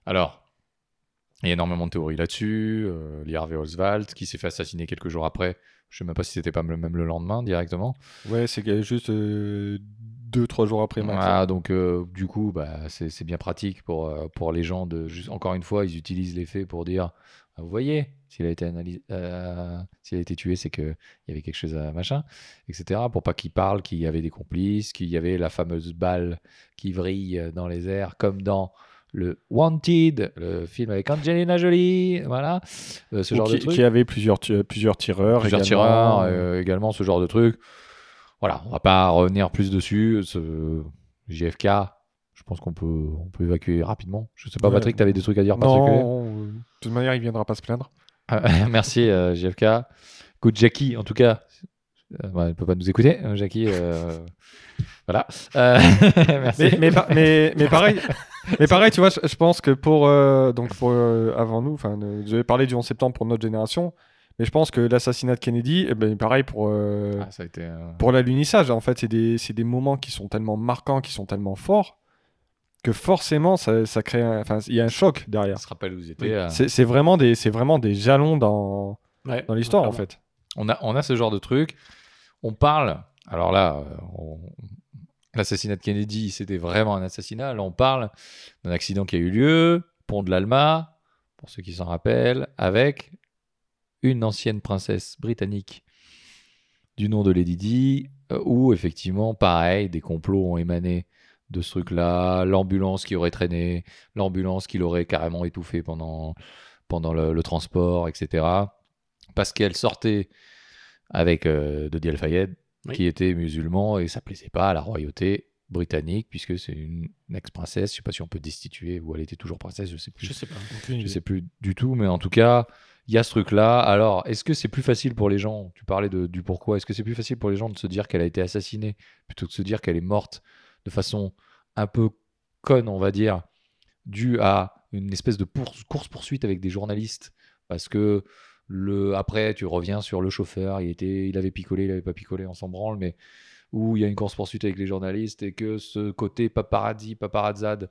S2: Alors, il y a énormément de théories là-dessus. Euh, Lee Harvey Oswald, qui s'est fait assassiner quelques jours après. Je sais même pas si c'était pas le- même le lendemain directement.
S1: Ouais, c'est que juste 2 deux, trois jours après. max. hein.
S2: Ah, donc euh, du coup, bah, c'est c'est bien pratique pour, euh, pour les gens de. Juste, encore une fois, ils utilisent les faits pour dire Ah, Vous voyez, s'il a été analysé, euh, s'il a été tué, c'est qu'il y avait quelque chose à machin, etc. Pour pas qu'il parle qu'il y avait des complices, qu'il y avait la fameuse balle qui vrille dans les airs, comme dans le Wanted, le film avec Angelina Jolie, voilà, euh, ce
S1: Ou
S2: genre
S1: qui,
S2: de truc
S1: qui avait plusieurs, tu- plusieurs tireurs.
S2: plusieurs
S1: également.
S2: tireurs, euh, également ce genre de truc. Voilà, on va pas revenir plus dessus. Ce JFK, je pense qu'on peut, on peut évacuer rapidement. Je sais pas,
S1: Ouais.
S2: Patrick, tu avais des trucs à dire particuliers
S1: non, euh, de toute manière, il viendra pas se plaindre.
S2: Euh, Merci, euh, JFK. Écoute, Jackie, en tout cas, euh, bah, elle peut pas nous écouter, hein, Jackie. euh, voilà. Euh, merci.
S1: Mais, mais, par- mais, mais pareil, mais pareil, tu vois, je, je pense que pour euh, donc pour euh, avant nous, enfin, euh, je vais parler du 11 septembre pour notre génération, mais je pense que l'assassinat de Kennedy, eh ben, pareil pour euh,
S2: Ah, ça a été. euh,
S1: pour l'alunissage. En fait, c'est des c'est des moments qui sont tellement marquants, qui sont tellement forts que forcément, ça, ça crée un- enfin, il y a un choc derrière.
S2: On se rappelle où vous
S1: Oui.
S2: étiez. euh,
S1: C'est c'est vraiment, des- c'est vraiment des jalons dans,
S3: Ouais,
S1: dans l'histoire, en
S3: clairement.
S1: fait.
S2: On a, on a ce genre de truc. On parle. Alors là, euh, on- l'assassinat de Kennedy, c'était vraiment un assassinat. Là, on parle d'un accident qui a eu lieu, pont de l'Alma, pour ceux qui s'en rappellent, avec une ancienne princesse britannique du nom de Lady Di, euh, où effectivement, pareil, des complots ont émané de ce truc-là, l'ambulance qui aurait traîné, l'ambulance qui l'aurait carrément étouffé pendant, pendant le, le transport, etc. Parce qu'elle sortait avec euh, Dodi Al-Fayed,
S3: Oui.
S2: qui était musulman, et ça plaisait pas à la royauté britannique, puisque c'est une ex-princesse, je sais pas si on peut destituer, ou elle était toujours princesse, je sais plus.
S3: Je sais pas.
S2: Je
S3: Euh,
S2: sais plus du tout, mais en tout cas, il y a ce truc-là. Alors, est-ce que c'est plus facile pour les gens Tu parlais de- du pourquoi. Est-ce que c'est plus facile pour les gens de se dire qu'elle a été assassinée plutôt que de se dire qu'elle est morte de façon un peu conne, on va dire, due à une espèce de pour- course-poursuite avec des journalistes Parce que le après, tu reviens sur le chauffeur, il, était, il avait picolé, il avait pas picolé, on s'en branle, mais où il y a une course-poursuite avec les journalistes et que ce côté paparazzi, paparazzade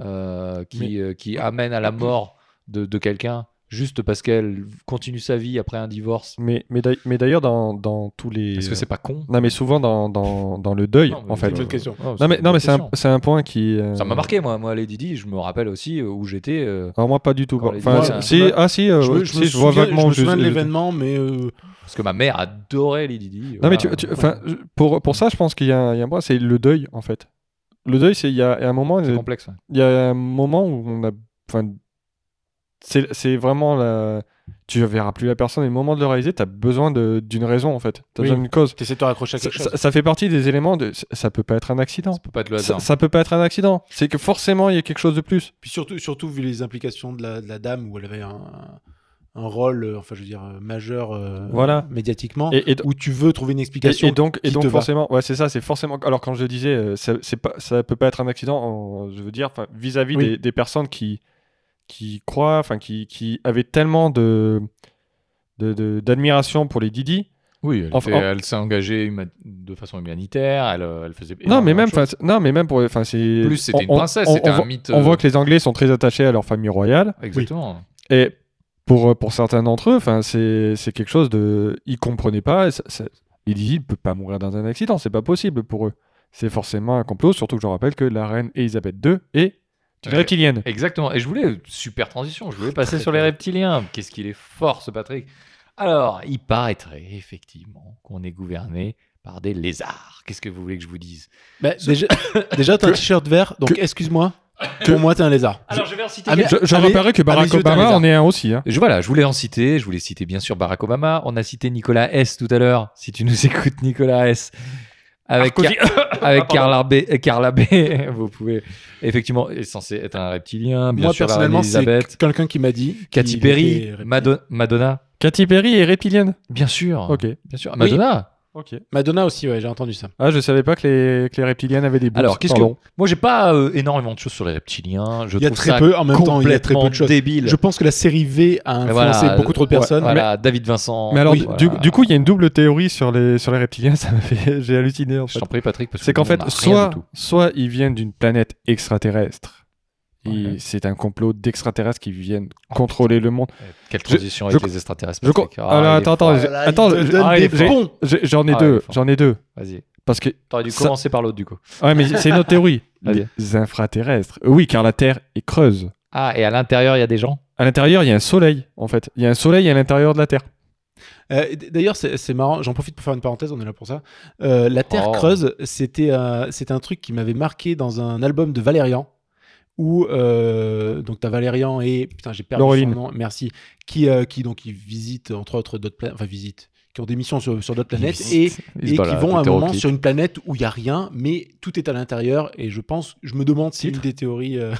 S2: euh, qui,
S1: Mais-
S2: euh, qui amène à la mort de, de quelqu'un juste parce qu'elle continue sa vie après un divorce.
S1: Mais, mais d'ail- mais d'ailleurs, dans, dans tous les. euh,
S2: Est-ce que c'est pas con
S1: Non, mais souvent dans, dans, dans le deuil,
S2: Non, mais
S1: en
S2: c'est
S1: fait.
S3: une bonne question.
S2: Non,
S1: Non, mais, non,
S2: une bonne
S1: mais c'est un,
S2: question.
S1: c'est un point qui. euh,
S2: Ça m'a marqué, moi, moi, Lady Di, je me rappelle aussi euh, où j'étais. euh,
S1: Alors, moi, pas du tout.
S2: Quand
S1: pas-
S2: les-
S1: Enfin,
S2: Moi,
S1: si,
S3: ça
S1: ah, si, euh,
S3: Je me, je
S1: si,
S3: me
S1: vois
S3: souviens,
S1: vaguement.
S3: je me
S1: je-
S3: souviens de
S1: je-
S3: l'événement, mais euh,
S2: parce que ma mère adorait Lady Di.
S1: Non,
S2: voilà.
S1: mais tu, tu- enfin, je- pour, pour ça, je pense qu'il y, a un- il y a un point, c'est le deuil, en fait. Le deuil, c'est il y a un moment,
S2: C'est
S1: euh,
S2: complexe. ouais.
S1: il y a un moment où on a, enfin, c'est c'est vraiment la, tu verras plus la personne. Et le moment de le réaliser, t'as besoin de- d'une raison, en fait. T'as
S3: Oui.
S1: besoin d'une cause.
S3: t'essaies de te raccrocher à
S1: Ça,
S3: quelque chose.
S1: ça- ça fait partie des éléments de, ça- ça peut pas être un accident.
S2: Ça peut pas être le
S1: Ça,
S2: hasard.
S1: ça peut pas être un accident. C'est que forcément, il y a quelque chose de plus.
S3: Puis surtout, surtout vu les implications de la, de la dame où elle avait un, un rôle, euh, enfin je veux dire, euh, majeur euh,
S1: Voilà.
S3: médiatiquement,
S1: Et, et-
S3: où tu veux trouver une
S1: et-
S3: explication.
S1: et donc, et
S3: qui
S1: donc
S3: te va.
S1: forcément, ouais, c'est ça, c'est forcément. Alors quand je disais, euh, ça, c'est pas, ça peut pas être un accident. en- je veux dire, enfin, vis-à-vis
S3: Oui.
S1: des, des personnes qui qui croient, enfin, qui, qui avaient tellement de de- de- d'admiration pour les Didi.
S2: Oui, elle,
S1: Enfin,
S2: fait-
S1: en-
S2: elle s'est engagée huma- de façon humanitaire. Elle, euh, elle faisait.
S1: Non mais,
S2: énormément
S1: même,
S2: de choses.
S1: enfin, c'est- non, mais même pour. Enfin, c'est.
S2: plus, c'était une
S1: on- on-
S2: princesse.
S1: on-
S2: C'était
S1: on
S2: un
S1: voit-
S2: mythe.
S1: On
S2: euh,
S1: voit que les Anglais sont très attachés à leur famille royale.
S2: Exactement.
S1: Et pour, euh, pour certains d'entre eux, enfin, c'est c'est quelque chose de. Ils comprenaient pas. ça- ça- ils disent il peut pas mourir dans un accident. C'est pas possible pour eux. C'est forcément un complot. Surtout que je rappelle que la reine Elisabeth II est une
S2: Ouais.
S1: reptilienne.
S2: Exactement. Et je voulais, super transition, je voulais passer sur les reptiliens. Qu'est-ce qu'il est fort, ce Patrick. Alors, il paraîtrait effectivement qu'on est gouverné par des lézards. Qu'est-ce que vous voulez que je vous dise
S3: Bah, déjà, déjà t'as un t-shirt vert, donc excuse-moi, pour moi t'es un lézard.
S2: Alors, je vais en citer.
S3: Ah, mais-
S2: quelques-
S1: Je, je
S3: allez,
S1: rappellerai que Barack
S3: allez-y, t'as
S1: Obama
S3: raison.
S1: en est un aussi. hein.
S2: Je- voilà, je voulais en citer. Je voulais citer bien sûr Barack Obama. On a cité Nicolas S tout à l'heure. Si tu nous écoutes, Nicolas S. Avec,
S1: Sarkozy.
S2: Car- avec Carla B, Carla B, vous pouvez effectivement est censé être un reptilien. Bien
S3: moi
S2: sûr, la reine
S3: personnellement, c'est
S2: Elisabeth,
S3: quelqu'un qui m'a dit.
S2: Katy
S3: qu'il
S2: Perry,
S3: était reptilien.
S2: Madon- Madonna,
S1: Katy Perry est reptilienne.
S2: bien sûr,
S1: Ah. Ok.
S2: bien sûr,
S3: Oui.
S2: Madonna.
S1: Ok.
S3: Madonna aussi, ouais, j'ai entendu ça.
S1: Ah, je savais pas que les, que les reptiliennes avaient des boobs.
S2: Alors, qu'est-ce que.
S1: Pardon.
S2: Moi, j'ai pas euh, énormément de choses sur les reptiliens. Je
S3: Il y a
S2: trouve
S3: très
S2: ça
S3: peu, en même temps, il y a très
S2: complètement
S3: peu de choses.
S2: débile.
S3: Je pense que la série V a
S2: Et
S3: influencé
S2: voilà,
S3: beaucoup trop de
S2: ouais,
S3: personnes.
S2: Voilà, David Vincent.
S1: Mais alors,
S2: oui,
S1: du,
S2: voilà.
S1: du- du coup, il y a une double théorie sur les, sur les reptiliens. Ça m'a fait. J'ai halluciné en
S2: je
S1: fait.
S2: t'en prie, Patrick, parce que
S1: C'est qu'en
S2: nous, on
S1: fait,
S2: a rien
S1: soit,
S2: du tout.
S1: soit ils viennent d'une planète extraterrestre. et
S2: Ouais. Oh,
S1: C'est un complot d'extraterrestres qui viennent contrôler le monde.
S2: Quelle transition
S1: je-
S2: avec les extraterrestres.
S1: Je co-
S2: Patrick. Ah,
S1: Ah là,
S2: il est
S1: attends,
S2: fort.
S1: attends, j'ai- attends,
S3: il te
S1: j'ai-
S3: donne
S2: ah, il
S3: des
S2: est fort.
S3: ponts.
S1: j'ai- j'en ai
S2: Ah, il est
S1: deux,
S2: fort.
S1: j'en ai deux,
S2: Vas-y.
S1: parce que
S2: T'aurais dû
S1: Ça-
S2: commencer par l'autre, du coup.
S1: ouais, mais c'est notre théorie.
S2: Vas-y.
S1: Les infraterrestres. Oui, car la Terre est creuse.
S2: Ah, et à l'intérieur, il y a des gens
S1: À l'intérieur, il y a un soleil, en fait. Il y a un soleil à l'intérieur de la Terre.
S3: Euh, d- D'ailleurs, c'est c'est marrant, j'en profite pour faire une parenthèse, on est là pour ça. Euh, la Terre
S2: Oh.
S3: creuse, c'était euh, c'était un truc qui m'avait marqué dans un album de Valérian, où euh, donc t'as Valérian et putain j'ai perdu
S1: Laureline.
S3: son nom, merci, qui euh, qui donc ils visitent entre autres d'autres planètes, enfin visitent, qui ont des missions sur, sur d'autres planètes et,
S2: Ils se
S3: et qui
S2: baladent,
S3: vont à un moment
S2: hétéroclites.
S3: sur une planète où il y a rien, mais tout est à l'intérieur et je pense, je me demande si une des théories euh,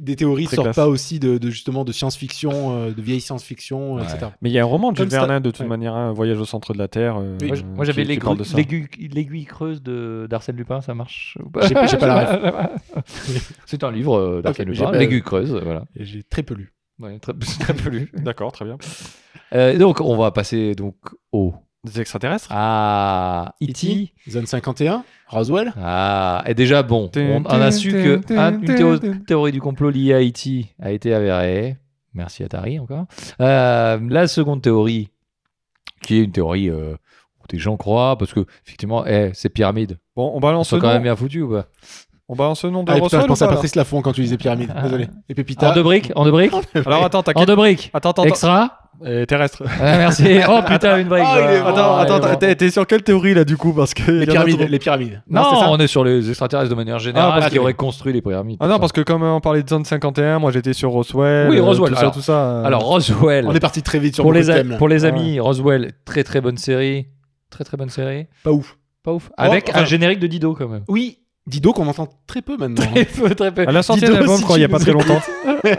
S3: des théories
S1: Très
S3: sort
S1: classe.
S3: pas aussi de, de, justement de science-fiction, euh, de vieille science-fiction, euh,
S2: Ouais.
S3: etc.
S1: Mais il y a un roman de Jules
S3: Comme ça-
S1: Verne, de toute
S3: ouais.
S1: manière, hein, Un voyage au centre de la Terre. euh,
S3: Oui.
S2: Moi, j- moi, j'avais
S1: qui- qui
S2: l'aigru-
S1: parle de ça.
S2: l'aigu- l'aiguille creuse de d'Arsène Lupin, ça marche ou pas
S3: J'ai pas- j'ai pas la
S2: C'est un livre euh, d'Arsène
S3: Ok, j'ai
S2: Lupin,
S3: pas-
S2: l'aiguille creuse, euh, voilà.
S3: Et J'ai très peu lu.
S2: Ouais, très, très peu lu.
S1: D'accord, très bien.
S2: Euh, donc on va passer donc au
S1: Des extraterrestres
S2: Ah,
S1: E
S2: E.T.
S3: E Zone 51, Roswell.
S2: Ah, et déjà, bon, on, on a su que un- une théo- théorie du complot liée à E.T. a été avérée. Merci Atari encore. Euh, la seconde théorie, qui est une théorie euh, où des gens croient, parce que, effectivement, eh, ces pyramides
S1: Bon, on balance
S2: sont
S1: le
S2: quand
S1: nom.
S2: même bien foutues ou pas
S1: On balance le nom de
S3: Ah, et putain,
S1: Bah, Roswell
S3: je
S1: ou
S3: pensais à
S1: pas, là
S3: Patrice Lafont quand tu disais pyramide. Désolé. Et Pépita.
S2: En deux briques En deux briques
S1: Alors attends, t'as
S2: En
S1: quel-
S2: deux briques
S1: Ah. Attends, attends, attends.
S2: Extra
S1: Euh, terrestre.
S2: Ah, Merci. Oh putain, une brique.
S3: Ah, il est-
S2: voilà.
S1: Attends,
S2: Oh, elle est
S1: attends,
S2: morte.
S1: t'es- t'es sur quelle théorie là du coup Parce que. y en
S3: Les
S1: a
S3: pyramides.
S1: trop.
S3: Les pyramides.
S2: Non,
S3: c'est ça
S2: on est sur les extraterrestres de manière générale
S3: parce
S2: qui
S3: que-
S2: auraient construit les pyramides.
S1: Ah non, parce que comme euh, on parlait de zone 51, moi j'étais sur Roswell.
S2: Oui,
S1: euh,
S2: Roswell,
S1: Tout ça,
S2: alors.
S1: tout ça. euh.
S2: Alors Roswell.
S3: On est parti très vite sur
S2: pour
S3: beaucoup
S2: les,
S3: de
S2: a-
S3: thèmes. là.
S2: pour les amis, Roswell, très très bonne série. Très très bonne série.
S3: Pas ouf.
S2: Pas ouf. Avec
S3: enfin-
S2: un générique de Dido quand même.
S3: Oui, Dido qu'on entend très peu maintenant.
S2: Très peu, très peu.
S1: Elle a sorti un
S2: Dido,
S1: album,
S2: si
S1: quoi,
S2: tu
S1: il y a pas
S2: nous
S1: très longtemps.
S2: écoutes.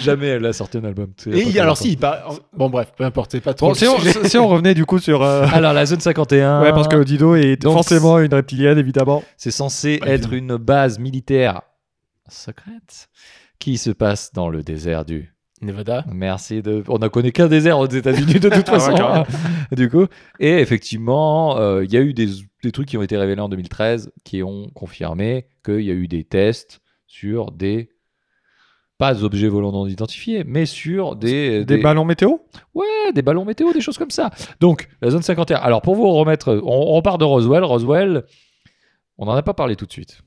S2: Jamais elle a sorti un album. tu sais, il y
S3: Et
S2: a pas
S3: il-
S2: très
S3: alors
S2: longtemps.
S3: si, il par- bon bref, peu importe, c'est pas trop.
S1: Bon,
S3: le
S1: si on,
S3: sujet.
S1: si on revenait du coup sur. euh,
S2: Alors la zone 51.
S1: Ouais, parce que Dido est
S2: Donc,
S1: forcément une reptilienne, évidemment.
S2: C'est censé
S3: Pas
S2: être une base militaire secrète qui se passe dans le désert du.
S3: Nevada.
S2: Merci de. On n'a connu qu'un désert aux États-Unis de toute
S1: Ah ouais,
S2: façon.
S1: carrément.
S2: du coup. Et effectivement, euh, il y a eu des, des trucs qui ont été révélés en 2013 qui ont confirmé qu'il y a eu des tests sur des. Pas objets volants non identifiés, mais sur des.
S1: Des ballons météo
S2: Ah, des ballons météo, des choses comme ça. Donc, la zone 51. Alors, pour vous remettre, on, on repart de Roswell. Roswell, on n'en a pas parlé tout de suite.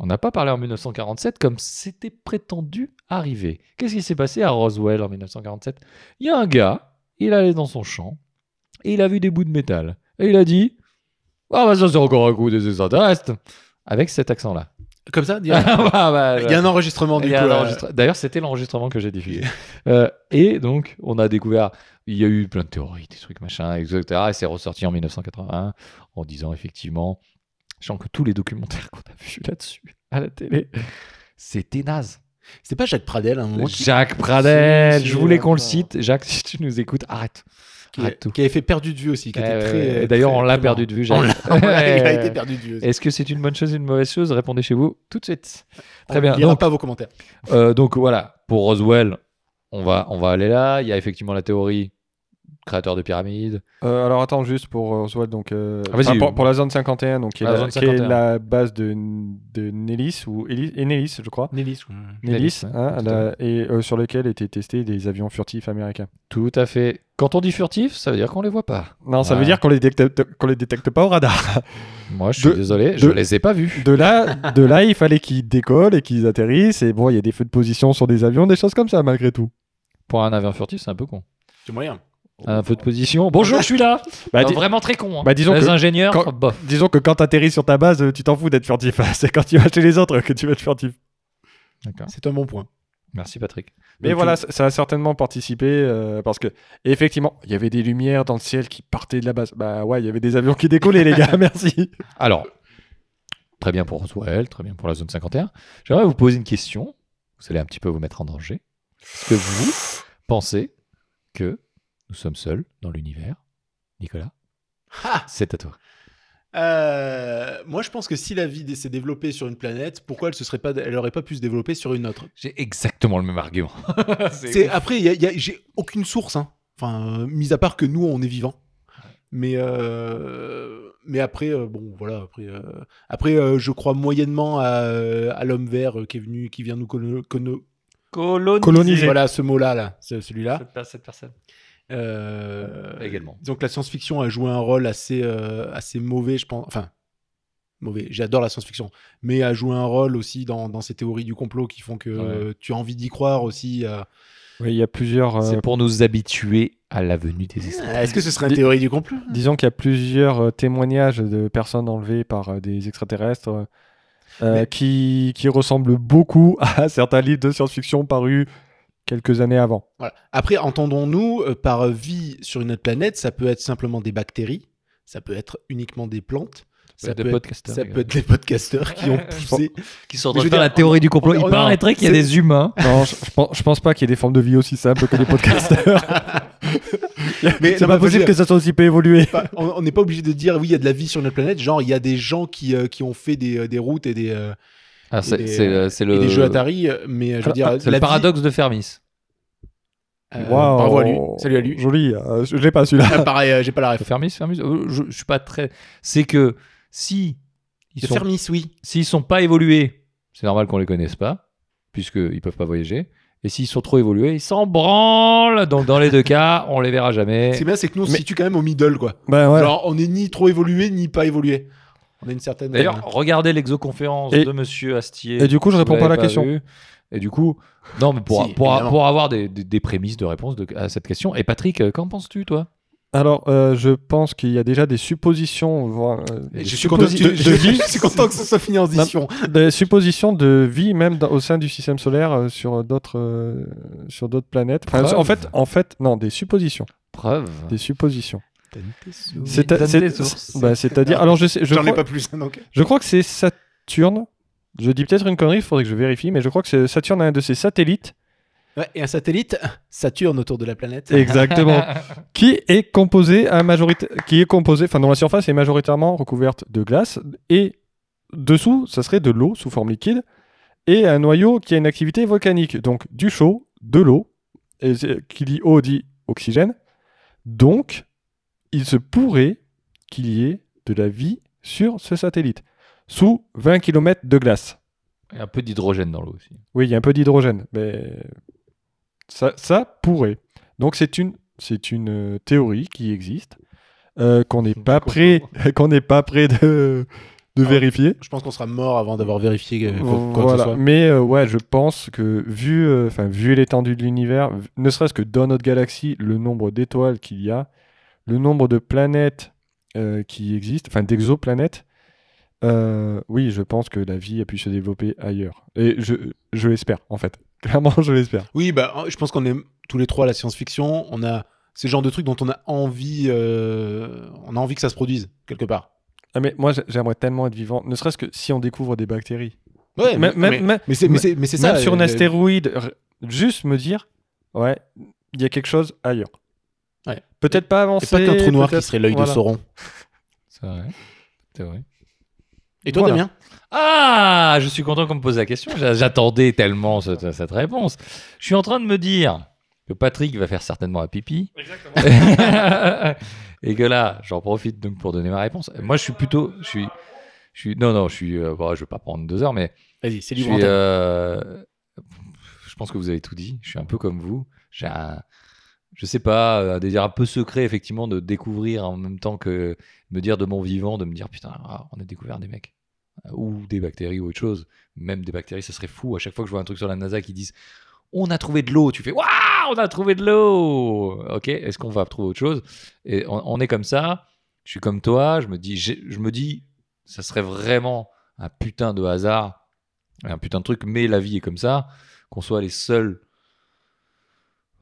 S2: On n'a pas parlé en 1947 comme c'était prétendu arriver. Qu'est-ce qui s'est passé à Roswell en 1947 Il y a un gars, il allait dans son champ et il a vu des bouts de métal. Et il a dit Ah, bah ça, c'est encore un coup des extraterrestres Avec cet accent-là.
S3: Comme ça, direct.
S2: Ah, bah, bah,
S3: il y a un enregistrement du
S2: il y a
S3: coup,
S2: un
S3: euh,
S2: enregistre- D'ailleurs, c'était l'enregistrement que j'ai diffusé. Euh, et donc, on a découvert, il y a eu plein de théories, des trucs machin, etc. Et c'est ressorti en 1981 en disant effectivement, sachant que tous les documentaires qu'on a vus là-dessus à la télé, c'était naze.
S3: C'est pas Jacques Pradel à un moment qui,
S2: Jacques Pradel,
S1: Si, si,
S2: je voulais qu'on le
S1: attends.
S2: cite. Jacques, si tu nous écoutes, arrête.
S3: qui-
S2: Arrête tout.
S3: qui avait fait perdu de vue aussi, qui
S2: Ouais,
S3: était
S2: ouais,
S3: très.
S2: ouais.
S3: euh,
S2: Et D'ailleurs,
S3: très-
S2: on l'a
S3: très
S2: perdu de vue, Jacques.
S3: marrant. On l'a- Il a
S2: Ouais.
S3: été perdu de vue. aussi.
S2: Est-ce que c'est une bonne chose ou une mauvaise chose Répondez chez vous tout de suite. Très bien.
S3: On lira
S2: Donc,
S3: pas vos commentaires.
S2: Euh, donc voilà, pour Roswell, on va, on va aller là. Il y a effectivement la théorie créateur de pyramides.
S1: Euh, alors attends juste pour euh, Oswald donc euh,
S2: Ah, vas-y.
S1: enfin, pour, pour la zone 51 donc qui est
S2: La
S1: la,
S2: zone
S1: qui est
S2: 51.
S1: la base de, de Nellis ou Elis- et Nellis je crois
S3: Nélis.
S1: Nellis,
S2: Nellis, ouais,
S1: hein,
S2: tout à
S1: la- et euh, sur lequel étaient testés des avions furtifs américains.
S2: Tout à fait. Quand on dit furtif, ça veut dire qu'on les voit pas.
S1: Non, ça
S2: Ouais.
S1: veut dire qu'on les détecte qu'on les détecte pas au radar.
S2: Moi, je suis
S1: De-
S2: désolé, je
S1: de-
S2: les ai pas vus.
S1: De là de là il fallait qu'ils décollent et qu'ils atterrissent et bon il y a des feux de position sur des avions des choses comme ça malgré tout.
S2: Pour un avion furtif, c'est un peu con.
S3: C'est moyen.
S2: Un feu de position. Bonjour, je suis là.
S1: Bah,
S2: Non,
S1: dis-
S2: vraiment très con. hein.
S1: bah, disons
S2: les
S1: que
S2: ingénieurs,
S1: quand-
S2: bof.
S1: disons que quand t'atterris sur ta base euh, tu t'en fous d'être furtif. C'est quand tu vas chez les autres que tu vas être furtif.
S2: D'accord.
S3: C'est un bon point.
S2: Merci Patrick.
S1: Mais
S2: Donc,
S1: voilà, ça ça a certainement participé euh, parce que effectivement, il y avait des lumières dans le ciel qui partaient de la base. Bah ouais, il y avait des avions qui décollaient, les gars. Merci.
S2: tout- Alors, très bien pour Roswell, très bien pour la zone 51. J'aimerais vous poser une question. Vous allez un petit peu vous mettre en danger. Est-ce que vous pensez que nous sommes seuls dans l'univers Nicolas
S3: Ah
S2: C'est à toi.
S3: Euh, moi, je pense que si la vie s'est développée sur une planète, pourquoi elle se serait pas, elle aurait pas pu se développer sur une autre
S2: J'ai exactement le même argument.
S3: C'est après, il y a- il y a- j'ai aucune source, hein. enfin, euh, mis à part que nous, on est vivants. Mais euh, mais après, euh, bon, voilà, après, euh, après, euh, je crois moyennement à, à l'homme vert euh, qui est venu, qui vient nous colo- cono-
S2: colonisé.
S1: Colonisé.
S3: Voilà, ce mot-là, là, ce- celui-là.
S2: Cette personne.
S3: Euh,
S2: Également.
S3: Donc la science-fiction a joué un rôle assez, euh, assez mauvais, je pense. Enfin, mauvais, j'adore la science-fiction, mais a joué un rôle aussi dans, dans ces théories du complot qui font que euh, tu as envie d'y croire aussi. euh.
S1: Oui, il y a plusieurs. euh,
S2: C'est pour nous habituer à la venue des extraterrestres.
S3: Est-ce que ce serait une
S1: Des-
S3: théorie du complot
S1: Mm. disons qu'il y a plusieurs euh, témoignages de personnes enlevées par euh, des extraterrestres euh, euh,
S3: Mais-
S1: qui, qui ressemblent beaucoup à certains livres de science-fiction parus quelques années avant.
S3: Voilà. Après, entendons-nous, euh, par euh, vie sur une autre planète, ça peut être simplement des bactéries, ça peut être uniquement des plantes, ça, peut, être,
S2: podcasteurs.
S3: ça peut être les podcasteurs qui ont poussé.
S2: qui sont en
S3: Mais je
S2: train de
S3: veux
S2: faire
S3: dire,
S2: la théorie du complot.
S3: on-
S2: Il
S3: on-
S2: paraîtrait qu'il y a
S3: c'est-
S2: des humains.
S1: Non, je, je pense, je pense pas qu'il y ait des formes de vie aussi simples que les podcasteurs.
S3: Mais
S1: C'est
S3: non, mais
S1: pas
S3: je veux
S1: possible
S3: dire-
S1: que ça soit aussi peu évolué.
S3: Pas- on on n'est pas obligé de dire oui, il y a de la vie sur notre planète. Genre, il y a des gens qui, euh, qui ont fait des, euh, des routes et des, euh,
S2: Ah, c'est
S3: des-
S2: c'est le- Ah, c'est
S3: et
S2: le,
S3: euh, des jeux Atari, euh, mais euh, je veux dire,
S2: c'est
S3: la
S2: le
S3: vie-
S2: paradoxe de Fermi.
S3: Euh,
S1: Waouh.
S3: Bravo à lui. Salut à lui.
S1: Joli. euh, je je l'ai pas celui-là.
S3: Ah, pareil, euh, j'ai pas la ref.
S2: Fermis, Fermis, euh, je, je suis pas très. C'est que si ils
S3: C'est
S2: sont
S3: Fermis, oui.
S2: S'ils sont pas évolués, c'est normal qu'on les connaisse pas, puisqu'ils peuvent pas voyager. Et s'ils sont trop évolués, ils s'en branlent. Donc dans les deux cas, on les verra jamais.
S3: Ce qui est bien, c'est que nous, on
S1: Mais-
S3: se situe quand même au middle, quoi.
S1: Ben ouais.
S3: Genre, on est ni trop évolué, ni pas évolué. On a une certaine.
S2: D'ailleurs, regardez l'exoconférence
S1: Et-
S2: de Monsieur Astier.
S1: et du coup, je
S2: si vous
S1: réponds pas à la
S2: l'avez
S1: question.
S2: vu. Et du coup, non, mais pour,
S3: Si,
S2: pour,
S3: évidemment.
S2: pour avoir des, des- des prémices de réponse de- à cette question. Et Patrick, euh, qu'en penses-tu, toi
S1: Alors, euh, je pense qu'il y a déjà des suppositions, voire, euh, des,
S3: je suis content,
S1: supposi-
S3: que tu-
S1: de- de vie,
S3: je suis content que ça soit fini en discussion.
S1: des suppositions de vie même dans- au sein du système solaire euh, sur d'autres euh, sur d'autres planètes. Ah. Enfin,
S2: Preuve.
S1: en fait, en fait, non, des suppositions,
S2: Preuve.
S1: des suppositions.
S2: C'est-
S1: C'est-
S2: Donne
S1: c'est-
S2: tes sources.
S1: bah, C'est-à-dire, alors je sais, je
S3: J'en ai
S1: crois,
S3: pas plus. hein, Donc.
S1: je crois que c'est Saturne. Je dis peut-être une connerie, il faudrait que je vérifie, mais je crois que c'est Saturne a un de ses satellites
S3: Ouais, et un satellite, Saturne autour de la planète.
S1: Exactement. qui est composé à majorité, qui est composé, enfin dont la surface est majoritairement recouverte de glace et dessous, ça serait de l'eau sous forme liquide et un noyau qui a une activité volcanique. Donc du chaud, de l'eau, et c'est- qui dit eau dit oxygène. Donc il se pourrait qu'il y ait de la vie sur ce satellite sous 20 km de glace.
S2: Et un peu d'hydrogène dans l'eau aussi.
S1: Oui, il y a un peu d'hydrogène, mais ça, ça pourrait. Donc c'est une, c'est une euh, théorie qui existe, euh, qu'on n'est pas prêt, qu'on n'est pas prêt de, de
S3: Ah,
S1: vérifier.
S3: Je pense qu'on sera mort avant d'avoir vérifié euh, quoi, quoi que ce
S1: Voilà.
S3: soit.
S1: Mais euh, ouais, je pense que vu, euh, enfin vu l'étendue de l'univers, v- ne serait-ce que dans notre galaxie, le nombre d'étoiles qu'il y a, le nombre de planètes euh, qui existent, enfin d'exoplanètes, euh, oui, je pense que la vie a pu se développer ailleurs. Et je, je l'espère, en fait. Clairement, je l'espère.
S3: Oui, bah, je pense qu'on est tous les trois à la science-fiction. On a ces genres de trucs dont on a envie, euh, on a envie que ça se produise quelque part.
S1: Ah, mais moi, j'ai- j'aimerais tellement être vivant, ne serait-ce que si on découvre des bactéries.
S3: Ouais,
S1: Même-
S3: mais,
S1: même-
S3: mais-
S1: même-
S3: mais c'est, mais c'est- mais c'est ça.
S1: Même sur
S3: euh,
S1: un astéroïde, r- juste me dire, ouais, il y a quelque chose ailleurs.
S3: Ouais.
S1: Peut-être pas
S3: C'est
S1: avancer.
S3: pas qu'un trou noir qui
S1: peut-être-
S3: serait l'œil
S1: voilà.
S3: de Sauron.
S2: C'est vrai. C'est vrai.
S3: Et toi,
S1: Voilà.
S3: Damien
S2: Ah, je suis content qu'on me pose la question. J'a- J'attendais tellement ce- cette, réponse. Je suis en train de me dire que Patrick va faire certainement un pipi. Exactement. Et que là, j'en profite donc pour donner ma réponse. Moi, je suis plutôt, je suis, je suis, non, non, je suis, euh, bon, je vais pas prendre deux heures, mais
S3: Vas-y, c'est
S2: je
S3: libre.
S2: suis,
S3: antenne.
S2: euh, je pense que vous avez tout dit. Je suis un peu comme vous. J'ai un, je sais pas, un désir un peu secret, effectivement, de découvrir en même temps que me dire de mon vivant, de me dire putain, ah, on a découvert des mecs ou des bactéries ou autre chose. Même des bactéries, ce serait fou. À chaque fois que je vois un truc sur la NASA qui disent on a trouvé de l'eau, tu fais waouh, on a trouvé de l'eau. Ok, est-ce qu'on va trouver autre chose Et on, on est comme ça. Je suis comme toi. Je me dis, j'ai- je me dis, ça serait vraiment un putain de hasard un putain de truc, mais la vie est comme ça, qu'on soit les seuls.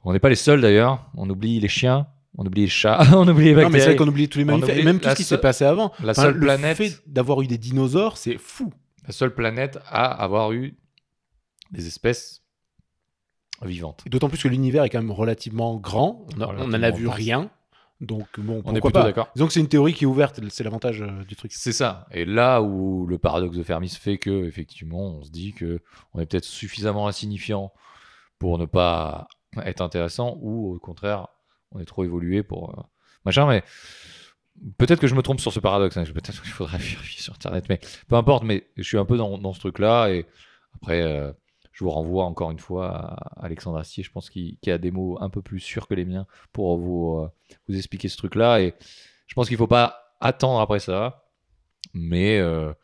S2: On n'est pas les seuls d'ailleurs, on oublie les chiens, on oublie les chats, on oublie les
S3: Non, mais c'est vrai
S2: bactéries.
S3: qu'on oublie tous les
S2: On
S3: mammifères et
S2: oublie
S3: même tout
S2: la
S3: ce qui
S2: seule-
S3: s'est passé avant.
S2: la,
S3: Enfin,
S2: seule
S3: le
S2: planète,
S3: fait d'avoir eu des dinosaures, c'est fou.
S2: la seule planète à avoir eu des espèces vivantes.
S3: Et D'autant plus que l'univers est quand même relativement grand. On, a- on en a
S2: Relativement
S3: vu
S2: vaste.
S3: rien. Donc, bon, pourquoi
S2: on est plutôt
S3: pas
S2: d'accord.
S3: Disons que c'est une théorie qui est ouverte, c'est l'avantage euh, du truc.
S2: C'est ça. Et là où le paradoxe de Fermi fait que, effectivement, on se dit que on est peut-être suffisamment insignifiant pour ne pas être intéressant, ou au contraire, on est trop évolué pour euh, machin. Mais peut-être que je me trompe sur ce paradoxe. hein. Peut-être qu'il faudra vérifier sur Internet, mais peu importe. Mais je suis un peu dans, dans ce truc-là. Et après, euh, je vous renvoie encore une fois à Alexandre Astier, je pense, qui, qui a des mots un peu plus sûrs que les miens pour vous, euh, vous expliquer ce truc-là. Et je pense qu'il ne faut pas attendre après ça, mais, euh,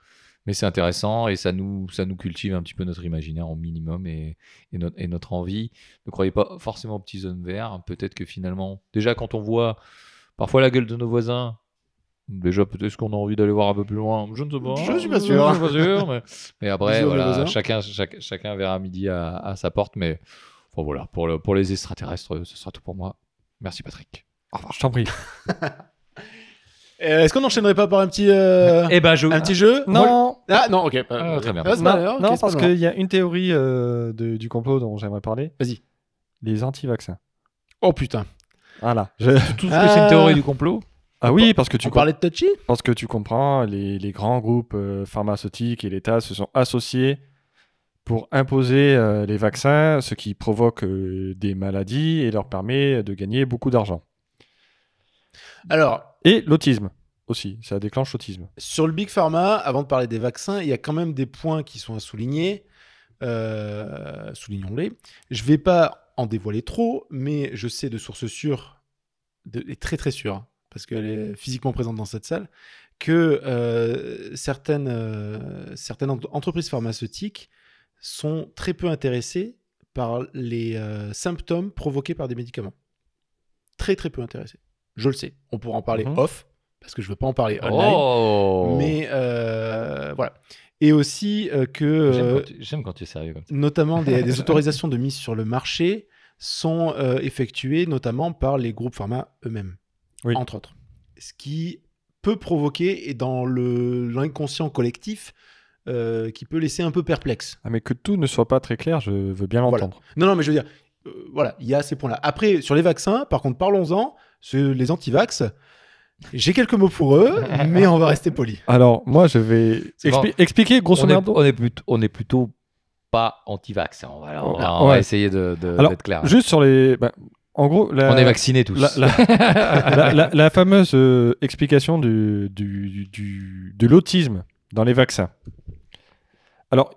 S2: mais c'est intéressant et ça nous, ça nous cultive un petit peu notre imaginaire au minimum et, et, no- et notre envie. Ne croyez pas forcément aux petits zones verts. Peut-être que finalement, déjà quand on voit parfois la gueule de nos voisins, déjà peut-être qu'on a envie d'aller voir un peu plus loin. Je ne sais pas.
S3: Je suis pas sûr.
S2: Je suis pas sûr, mais, mais après,
S3: Bisous à nos
S2: voilà,
S3: voisins.
S2: chacun, chaque- chacun verra midi à, à sa porte. Mais enfin, voilà, pour, le- pour les extraterrestres, ce sera tout pour moi. Merci Patrick.
S1: Ah, Je t'en prie.
S3: Euh, Est-ce qu'on n'enchaînerait pas par un petit, euh,
S2: Eh ben, je...
S3: un petit jeu
S1: Non,
S3: Ah non, ok.
S2: Ah, très bien.
S3: Ah, c'est pas-
S1: non,
S3: ok,
S1: non,
S3: c'est pas
S1: parce
S3: le
S1: qu'il y a une théorie euh, de- du complot dont j'aimerais parler.
S3: Vas-y.
S1: Les anti-vaccins.
S3: Oh putain.
S1: Voilà. Je-
S2: Tout ce que c'est une
S3: Ah.
S2: théorie du complot
S1: Ah oui, parce que tu,
S3: Tu parlais de Touchy
S1: com- parce que tu comprends, les, les grands groupes euh, pharmaceutiques et l'État se sont associés pour imposer euh, les vaccins, ce qui provoque euh, des maladies et leur permet de gagner beaucoup d'argent.
S3: Alors,
S1: Et l'autisme aussi, ça déclenche l'autisme.
S3: Sur le Big Pharma, avant de parler des vaccins, il y a quand même des points qui sont à souligner. Euh, Soulignons-les. Je vais pas en dévoiler trop, mais je sais de sources sûres, de, et très très sûres, hein, parce qu'elle est physiquement présente dans cette salle, que euh, certaines, euh, certaines ent- entreprises pharmaceutiques sont très peu intéressées par les euh, symptômes provoqués par des médicaments. Très très peu intéressées. Je le sais. On pourra en parler
S1: Mhm.
S3: off, parce que je veux pas en parler online.
S2: Oh
S3: Mais euh, voilà. Et aussi euh, que
S2: J'aime
S3: euh,
S2: quand, tu- j'aime quand tu es sérieux comme ça.
S3: notamment des, des autorisations de mise sur le marché sont euh, effectuées notamment par les groupes pharma eux-mêmes,
S1: Oui.
S3: entre autres. Ce qui peut provoquer, et dans le- l'inconscient collectif, euh, qui peut laisser un peu perplexe.
S1: Ah, mais que tout ne soit pas très clair, je veux bien l'entendre.
S3: Non, non, mais je veux dire, euh, voilà, il y a ces points-là. Après, sur les vaccins, par contre, parlons-en, sur les antivax, j'ai quelques mots pour eux, mais on va rester poli.
S1: Alors, moi, je vais
S2: C'est
S1: expli- expliquer grosso
S2: on, est,
S1: merdo.
S2: on, est plutôt, on est plutôt pas anti-vax. hein, On va, on va- on
S1: Ouais.
S2: va essayer de- de-
S1: Alors,
S2: d'être clair.
S1: Juste sur les. bah, en gros, la,
S2: Ah. on est vaccinés tous.
S1: la, la- la- la- la fameuse euh, explication du, du- du- de l'autisme dans les vaccins. Alors,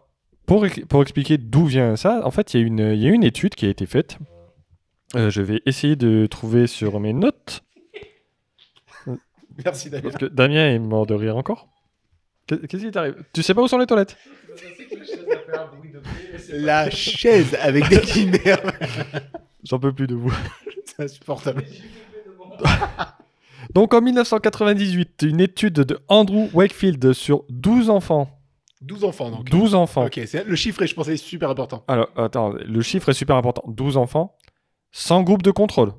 S1: pour, ex- pour expliquer d'où vient ça, en fait, il y, a une- il y a une étude qui a été faite. Euh, je vais essayer de trouver sur mes notes,
S3: Merci David.
S1: parce que Damien est mort de rire encore. Qu'est- Qu'est-ce qui t'arrive Tu sais pas où sont les toilettes
S3: La chaise avec des guillemets.
S1: J'en peux plus de vous.
S3: C'est insupportable.
S1: Donc, en 1998, une étude de Andrew Wakefield sur 12 enfants.
S3: 12 enfants donc.
S1: 12 enfants.
S3: Ok, c'est le chiffre, et je pensais, super important.
S1: Alors, attends, le chiffre est super important. 12 enfants, 100 groupes de contrôle.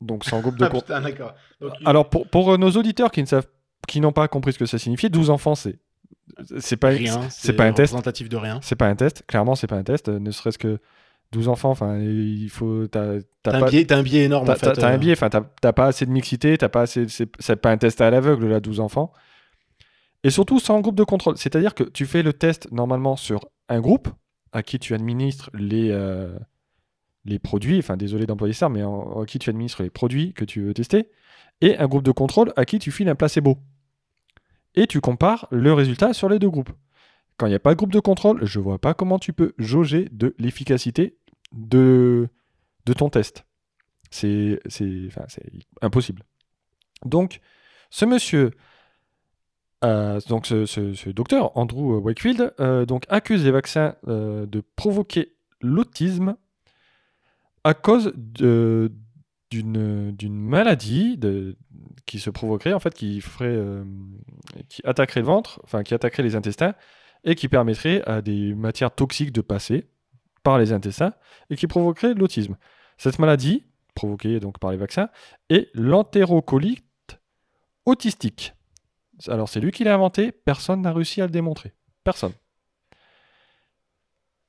S1: Donc, 100 groupes de
S3: Ah,
S1: contrôle.
S3: putain, d'accord. Donc, il-
S1: Alors, pour, pour euh, nos auditeurs qui ne savent qui n'ont pas compris ce que ça signifiait, 12 enfants, c'est. C'est pas,
S3: rien,
S1: c'est pas un test.
S3: représentatif de rien.
S1: C'est pas un test. Clairement, c'est pas un test. euh, Ne serait-ce que 12 enfants, enfin, il faut. T'as t'as
S3: T'as un,
S1: pas-
S3: biais- t'as un biais énorme
S1: t'as-
S3: en fait.
S1: t'as- t'as
S3: euh,
S1: un biais. Enfin, t'as t'as pas assez de mixité. T'as pas assez. C'est c'est pas un test à l'aveugle, là, 12 enfants. Et surtout, sans groupe de contrôle. C'est-à-dire que tu fais le test normalement sur un groupe à qui tu administres les, euh, les produits, enfin désolé d'employer ça, mais en- à qui tu administres les produits que tu veux tester, et un groupe de contrôle à qui tu files un placebo. Et tu compares le résultat sur les deux groupes. Quand il n'y a pas de groupe de contrôle, je vois pas comment tu peux jauger de l'efficacité de, de ton test. C'est c'est- enfin, c'est impossible. Donc, ce monsieur, euh, donc ce, ce- ce docteur, Andrew Wakefield, euh, donc accuse les vaccins euh, de provoquer l'autisme à cause de- d'une d'une maladie de- qui se provoquerait, en fait, qui ferait. euh, qui attaquerait le ventre, enfin, qui attaquerait les intestins, et qui permettrait à des matières toxiques de passer par les intestins, et qui provoquerait l'autisme. Cette maladie, provoquée donc par les vaccins, est l'entérocolite autistique. Alors, c'est lui qui l'a inventé, personne n'a réussi à le démontrer. Personne.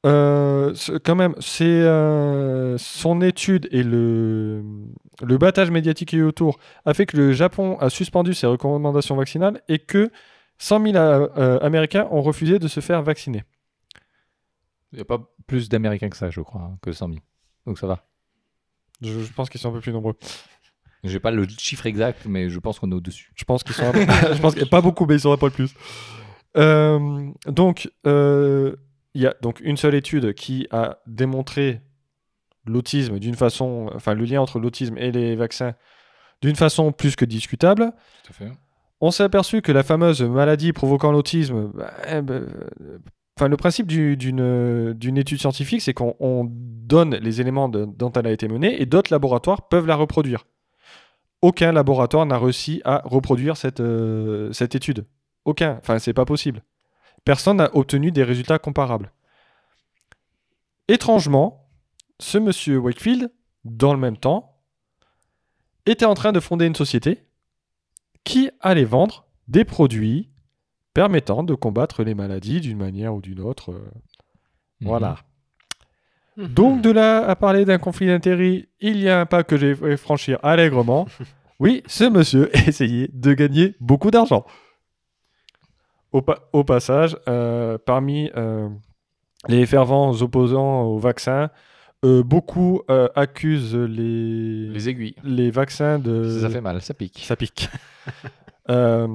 S1: Euh, ce- quand même, c'est euh, son étude et le, le battage médiatique qui est autour a fait que le Japon a suspendu ses recommandations vaccinales et que 100 000 euh, euh, Américains ont refusé de se faire vacciner.
S2: Il n'y a pas plus d'Américains que ça, je crois, hein, que 100 000. Donc ça va.
S1: Je, je pense qu'ils sont un peu plus nombreux.
S2: J'ai pas le chiffre exact, mais je pense qu'on est au-dessus.
S1: Je pense qu'ils sont. un peu- je pense qu'il y a pas beaucoup, mais ils sont un poil plus. Euh, donc, euh, il y a donc une seule étude qui a démontré l'autisme d'une façon, enfin le lien entre l'autisme et les vaccins d'une façon plus que discutable.
S2: Tout à fait.
S1: On s'est aperçu que la fameuse maladie provoquant l'autisme, bah, eh ben, euh, enfin, le principe du- d'une euh, d'une étude scientifique, c'est qu'on on donne les éléments de- dont elle a été menée et d'autres laboratoires peuvent la reproduire. Aucun laboratoire n'a réussi à reproduire cette, euh, cette étude. Aucun. Enfin, c'est pas possible. Personne n'a obtenu des résultats comparables. Étrangement, ce monsieur Wakefield, dans le même temps, était en train de fonder une société qui allait vendre des produits permettant de combattre les maladies d'une manière ou d'une autre. euh,
S2: Mhm.
S1: Voilà. Donc de là à parler d'un conflit d'intérêts, il y a un pas que j'ai fait franchir allègrement. Oui, ce monsieur essayait de gagner beaucoup d'argent. Au, pa- au passage, euh, parmi euh, les fervents opposants au vaccin. Euh, beaucoup euh, accusent les, les...
S2: Les aiguilles.
S1: vaccins de.
S2: Ça fait mal, ça pique.
S1: Ça pique. Euh,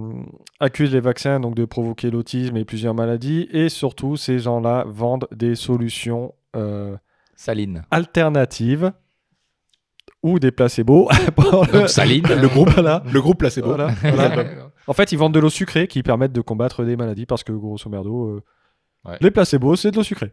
S1: accusent les vaccins donc de provoquer l'autisme et plusieurs maladies. Et surtout, ces gens-là vendent des solutions euh,
S2: Saline.
S1: alternatives ou des placebos. Pour
S3: Euh,
S2: Donc saline.
S3: Le groupe,
S1: euh, Voilà.
S3: le groupe là, c'est beau.
S1: Voilà, voilà. En fait, ils vendent de l'eau sucrée qui permettent de combattre des maladies parce que, grosso merdo, euh,
S2: Ouais.
S1: les placebos, c'est de l'eau sucrée.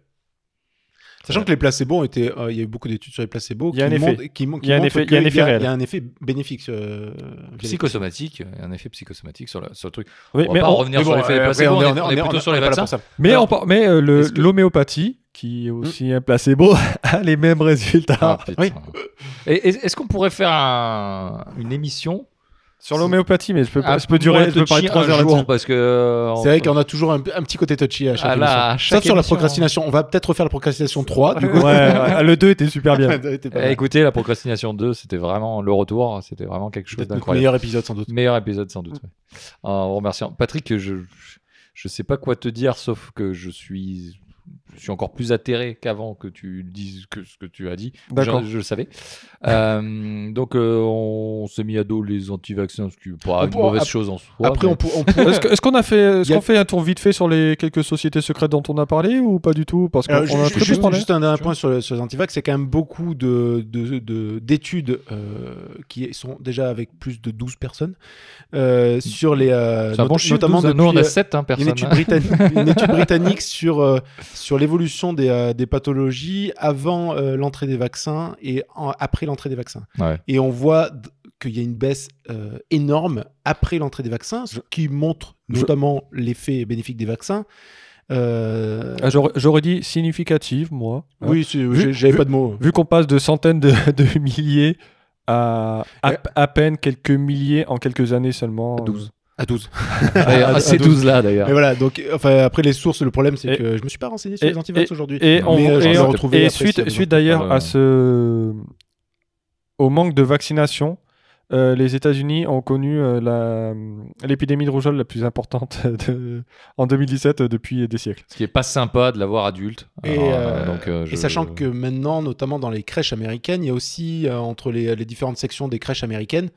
S3: Sachant que les placebos ont été, euh, il y a eu beaucoup d'études sur les placebos
S1: Il y a
S3: qui
S1: un
S3: montrent-
S1: effet.
S3: qui mon- qui
S1: Il y a un
S3: montrent
S1: effet- il y a
S3: qu'il
S1: un effet réel.
S3: Il y a un effet bénéfique. euh,
S2: Psychosomatique, euh, un effet psychosomatique sur, la- sur le truc.
S1: Oui,
S2: on va pas
S1: on-
S2: revenir
S3: Mais
S2: sur
S3: bon,
S2: l'effet
S3: euh,
S2: placebo,
S3: on est-
S2: on,
S3: on
S2: est,
S3: est-
S2: on est plutôt
S3: on est-
S2: sur les
S3: on est pas là
S2: vaccins.
S3: pour ça.
S1: mais
S2: alors-
S1: on par- mais, euh, le-
S2: Est-ce que- Hmm.
S1: l'homéopathie, qui est aussi un placebo, a les mêmes résultats.
S2: Ah, putain.
S3: oui.
S2: Et- et- Est-ce qu'on pourrait faire un- une émission
S1: Sur l'homéopathie, mais je peux, pas-
S2: un-
S1: je peux durer,
S2: ouais,
S1: je peux parler
S2: touchy
S1: trois
S2: un
S1: heures
S2: jour,
S1: là-dessus.
S2: parce que euh,
S3: C'est vrai qu'on a toujours un, un petit côté touchy à chaque
S2: Ah là,
S3: émission.
S2: à chaque
S3: Sauf sur la
S2: émission.
S3: procrastination. On va peut-être refaire la procrastination 3. Du coup.
S1: Ouais, ouais, le 2 était super bien.
S3: C'était pas
S2: Eh,
S3: mal.
S2: écoutez, la procrastination 2, c'était vraiment le retour, c'était vraiment quelque chose
S3: Peut-être notre
S2: d'incroyable.
S3: meilleur épisode sans doute.
S2: Meilleur épisode sans doute. ouais. En vous remerciant Patrick, je je sais pas quoi te dire sauf que je suis je suis encore plus atterré qu'avant que tu dises que ce que tu as dit.
S1: D'accord.
S2: Je, je le savais. Euh, donc euh, on s'est mis à dos les anti-vaccins, ce qui n'est pas
S3: On
S2: une
S3: peut-
S2: mauvaise
S3: ap-
S2: chose en soi.
S3: Après,
S2: mais-
S3: on, peut- on peut-
S1: Est-ce que- est-ce qu'on a fait, est-ce
S3: Y a-
S1: qu'on fait un tour vite fait sur les quelques sociétés secrètes dont on a parlé ou pas du tout Parce qu'on
S3: Euh, ju-
S1: on a un
S3: ju-
S1: peu
S3: juste,
S1: plus parlé.
S3: juste un dernier point sur, le- sur les antivax, c'est quand même beaucoup de- de- de- d'études de, qui sont déjà avec plus de 12 personnes euh, sur les. euh,
S2: C'est un
S3: not-
S2: bon chiffre,
S3: notamment
S2: 12, hein. nous on
S3: depuis,
S2: a
S3: euh,
S2: 7 hein,
S3: une
S2: personnes.
S3: étude, britannique, une étude britannique sur, euh, sur l'évolution des, euh, des pathologies avant euh, l'entrée des vaccins et en- après l'entrée des vaccins.
S2: Ouais.
S3: Et on voit d- qu'il y a une baisse euh, énorme après l'entrée des vaccins, ce qui montre
S1: je-
S3: notamment l'effet bénéfique des vaccins. Euh,
S1: Ah, j'aurais- J'aurais dit significative, moi.
S2: Hein
S1: Euh,
S3: oui, c'est- j'ai- j'avais pas de mots.
S1: Vu qu'on passe de centaines de, de milliers à à, à peine quelques milliers en quelques années seulement. euh,
S2: 12.
S3: À 12.
S1: Ah,
S2: D'ailleurs,
S3: À- à
S2: ces 12 là d'ailleurs.
S3: Mais voilà, donc euh, enfin, après les sources, le problème c'est
S1: Et-
S3: que je me suis pas renseigné sur
S1: et-
S3: les antivax aujourd'hui.
S1: Et, on,
S3: Mais, euh, je
S1: et
S3: les ai
S1: on-
S3: retrouvés
S1: et
S3: après, s'il y a
S1: suite,
S3: besoin.
S1: suite d'ailleurs
S2: Voilà.
S1: à ce au manque de vaccination, euh, les États-Unis ont connu euh, la- l'épidémie de rougeole la plus importante de- en 2017 euh, depuis des siècles.
S2: Ce qui est pas sympa de l'avoir adulte.
S3: Et,
S2: Alors,
S3: euh,
S2: donc, euh, je-
S3: Et sachant que maintenant, notamment dans les crèches américaines, il y a aussi euh, entre les, les différentes sections des crèches américaines,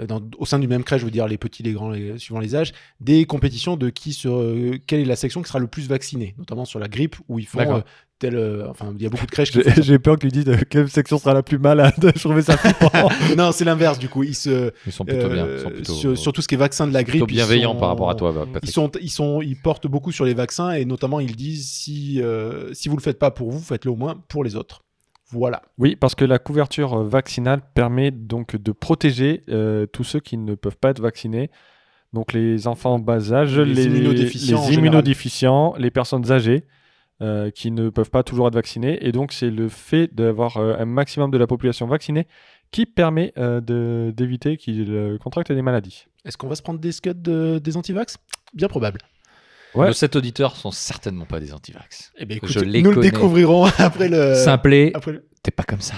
S3: euh, dans- au sein du même crèche, je veux dire les petits, les grands, les- suivant les âges, des compétitions de qui sur euh, quelle est la section qui sera le plus vaccinée, notamment sur la grippe où ils font
S2: D'accord.
S3: euh, tel, euh, enfin il y a beaucoup de crèches. Qui font
S1: J'ai
S3: ça.
S1: j'ai peur qu'ils disent euh, quelle section sera la plus malade. Je trouvais ça flippant.
S3: non, c'est l'inverse du coup. Ils se
S2: ils sont plutôt bien,
S3: euh,
S2: ils sont plutôt,
S3: sur, sur tout ce qui est vaccin de la grippe.
S2: plutôt
S3: ils
S2: bienveillants
S3: sont-
S2: par rapport à toi, Patrick.
S3: Ils, sont, ils, sont, ils portent beaucoup sur les vaccins et notamment ils disent si, euh, si vous le faites pas pour vous, faites-le au moins pour les autres. Voilà.
S1: oui, parce que la couverture euh, vaccinale permet donc de protéger euh, tous ceux qui ne peuvent pas être vaccinés. Donc les enfants en bas âge,
S3: Les
S1: les,
S3: immunodéficients en
S1: les immunodéficients, les personnes âgées euh, qui ne peuvent pas toujours être vaccinées. Et donc c'est le fait d'avoir euh, un maximum de la population vaccinée qui permet euh, de- d'éviter qu'ils euh, contractent des maladies.
S3: Est-ce qu'on va se prendre des scuds de- des antivax Bien probable.
S1: Ouais.
S2: Nos sept auditeurs sont certainement pas des antivax.
S3: Eh bien,
S2: Je
S3: écoute,
S2: les
S3: nous le
S2: connais.
S3: découvrirons après
S1: Euh,
S3: le.
S2: Simplet,
S1: ah,
S3: après le-
S2: t'es pas comme ça.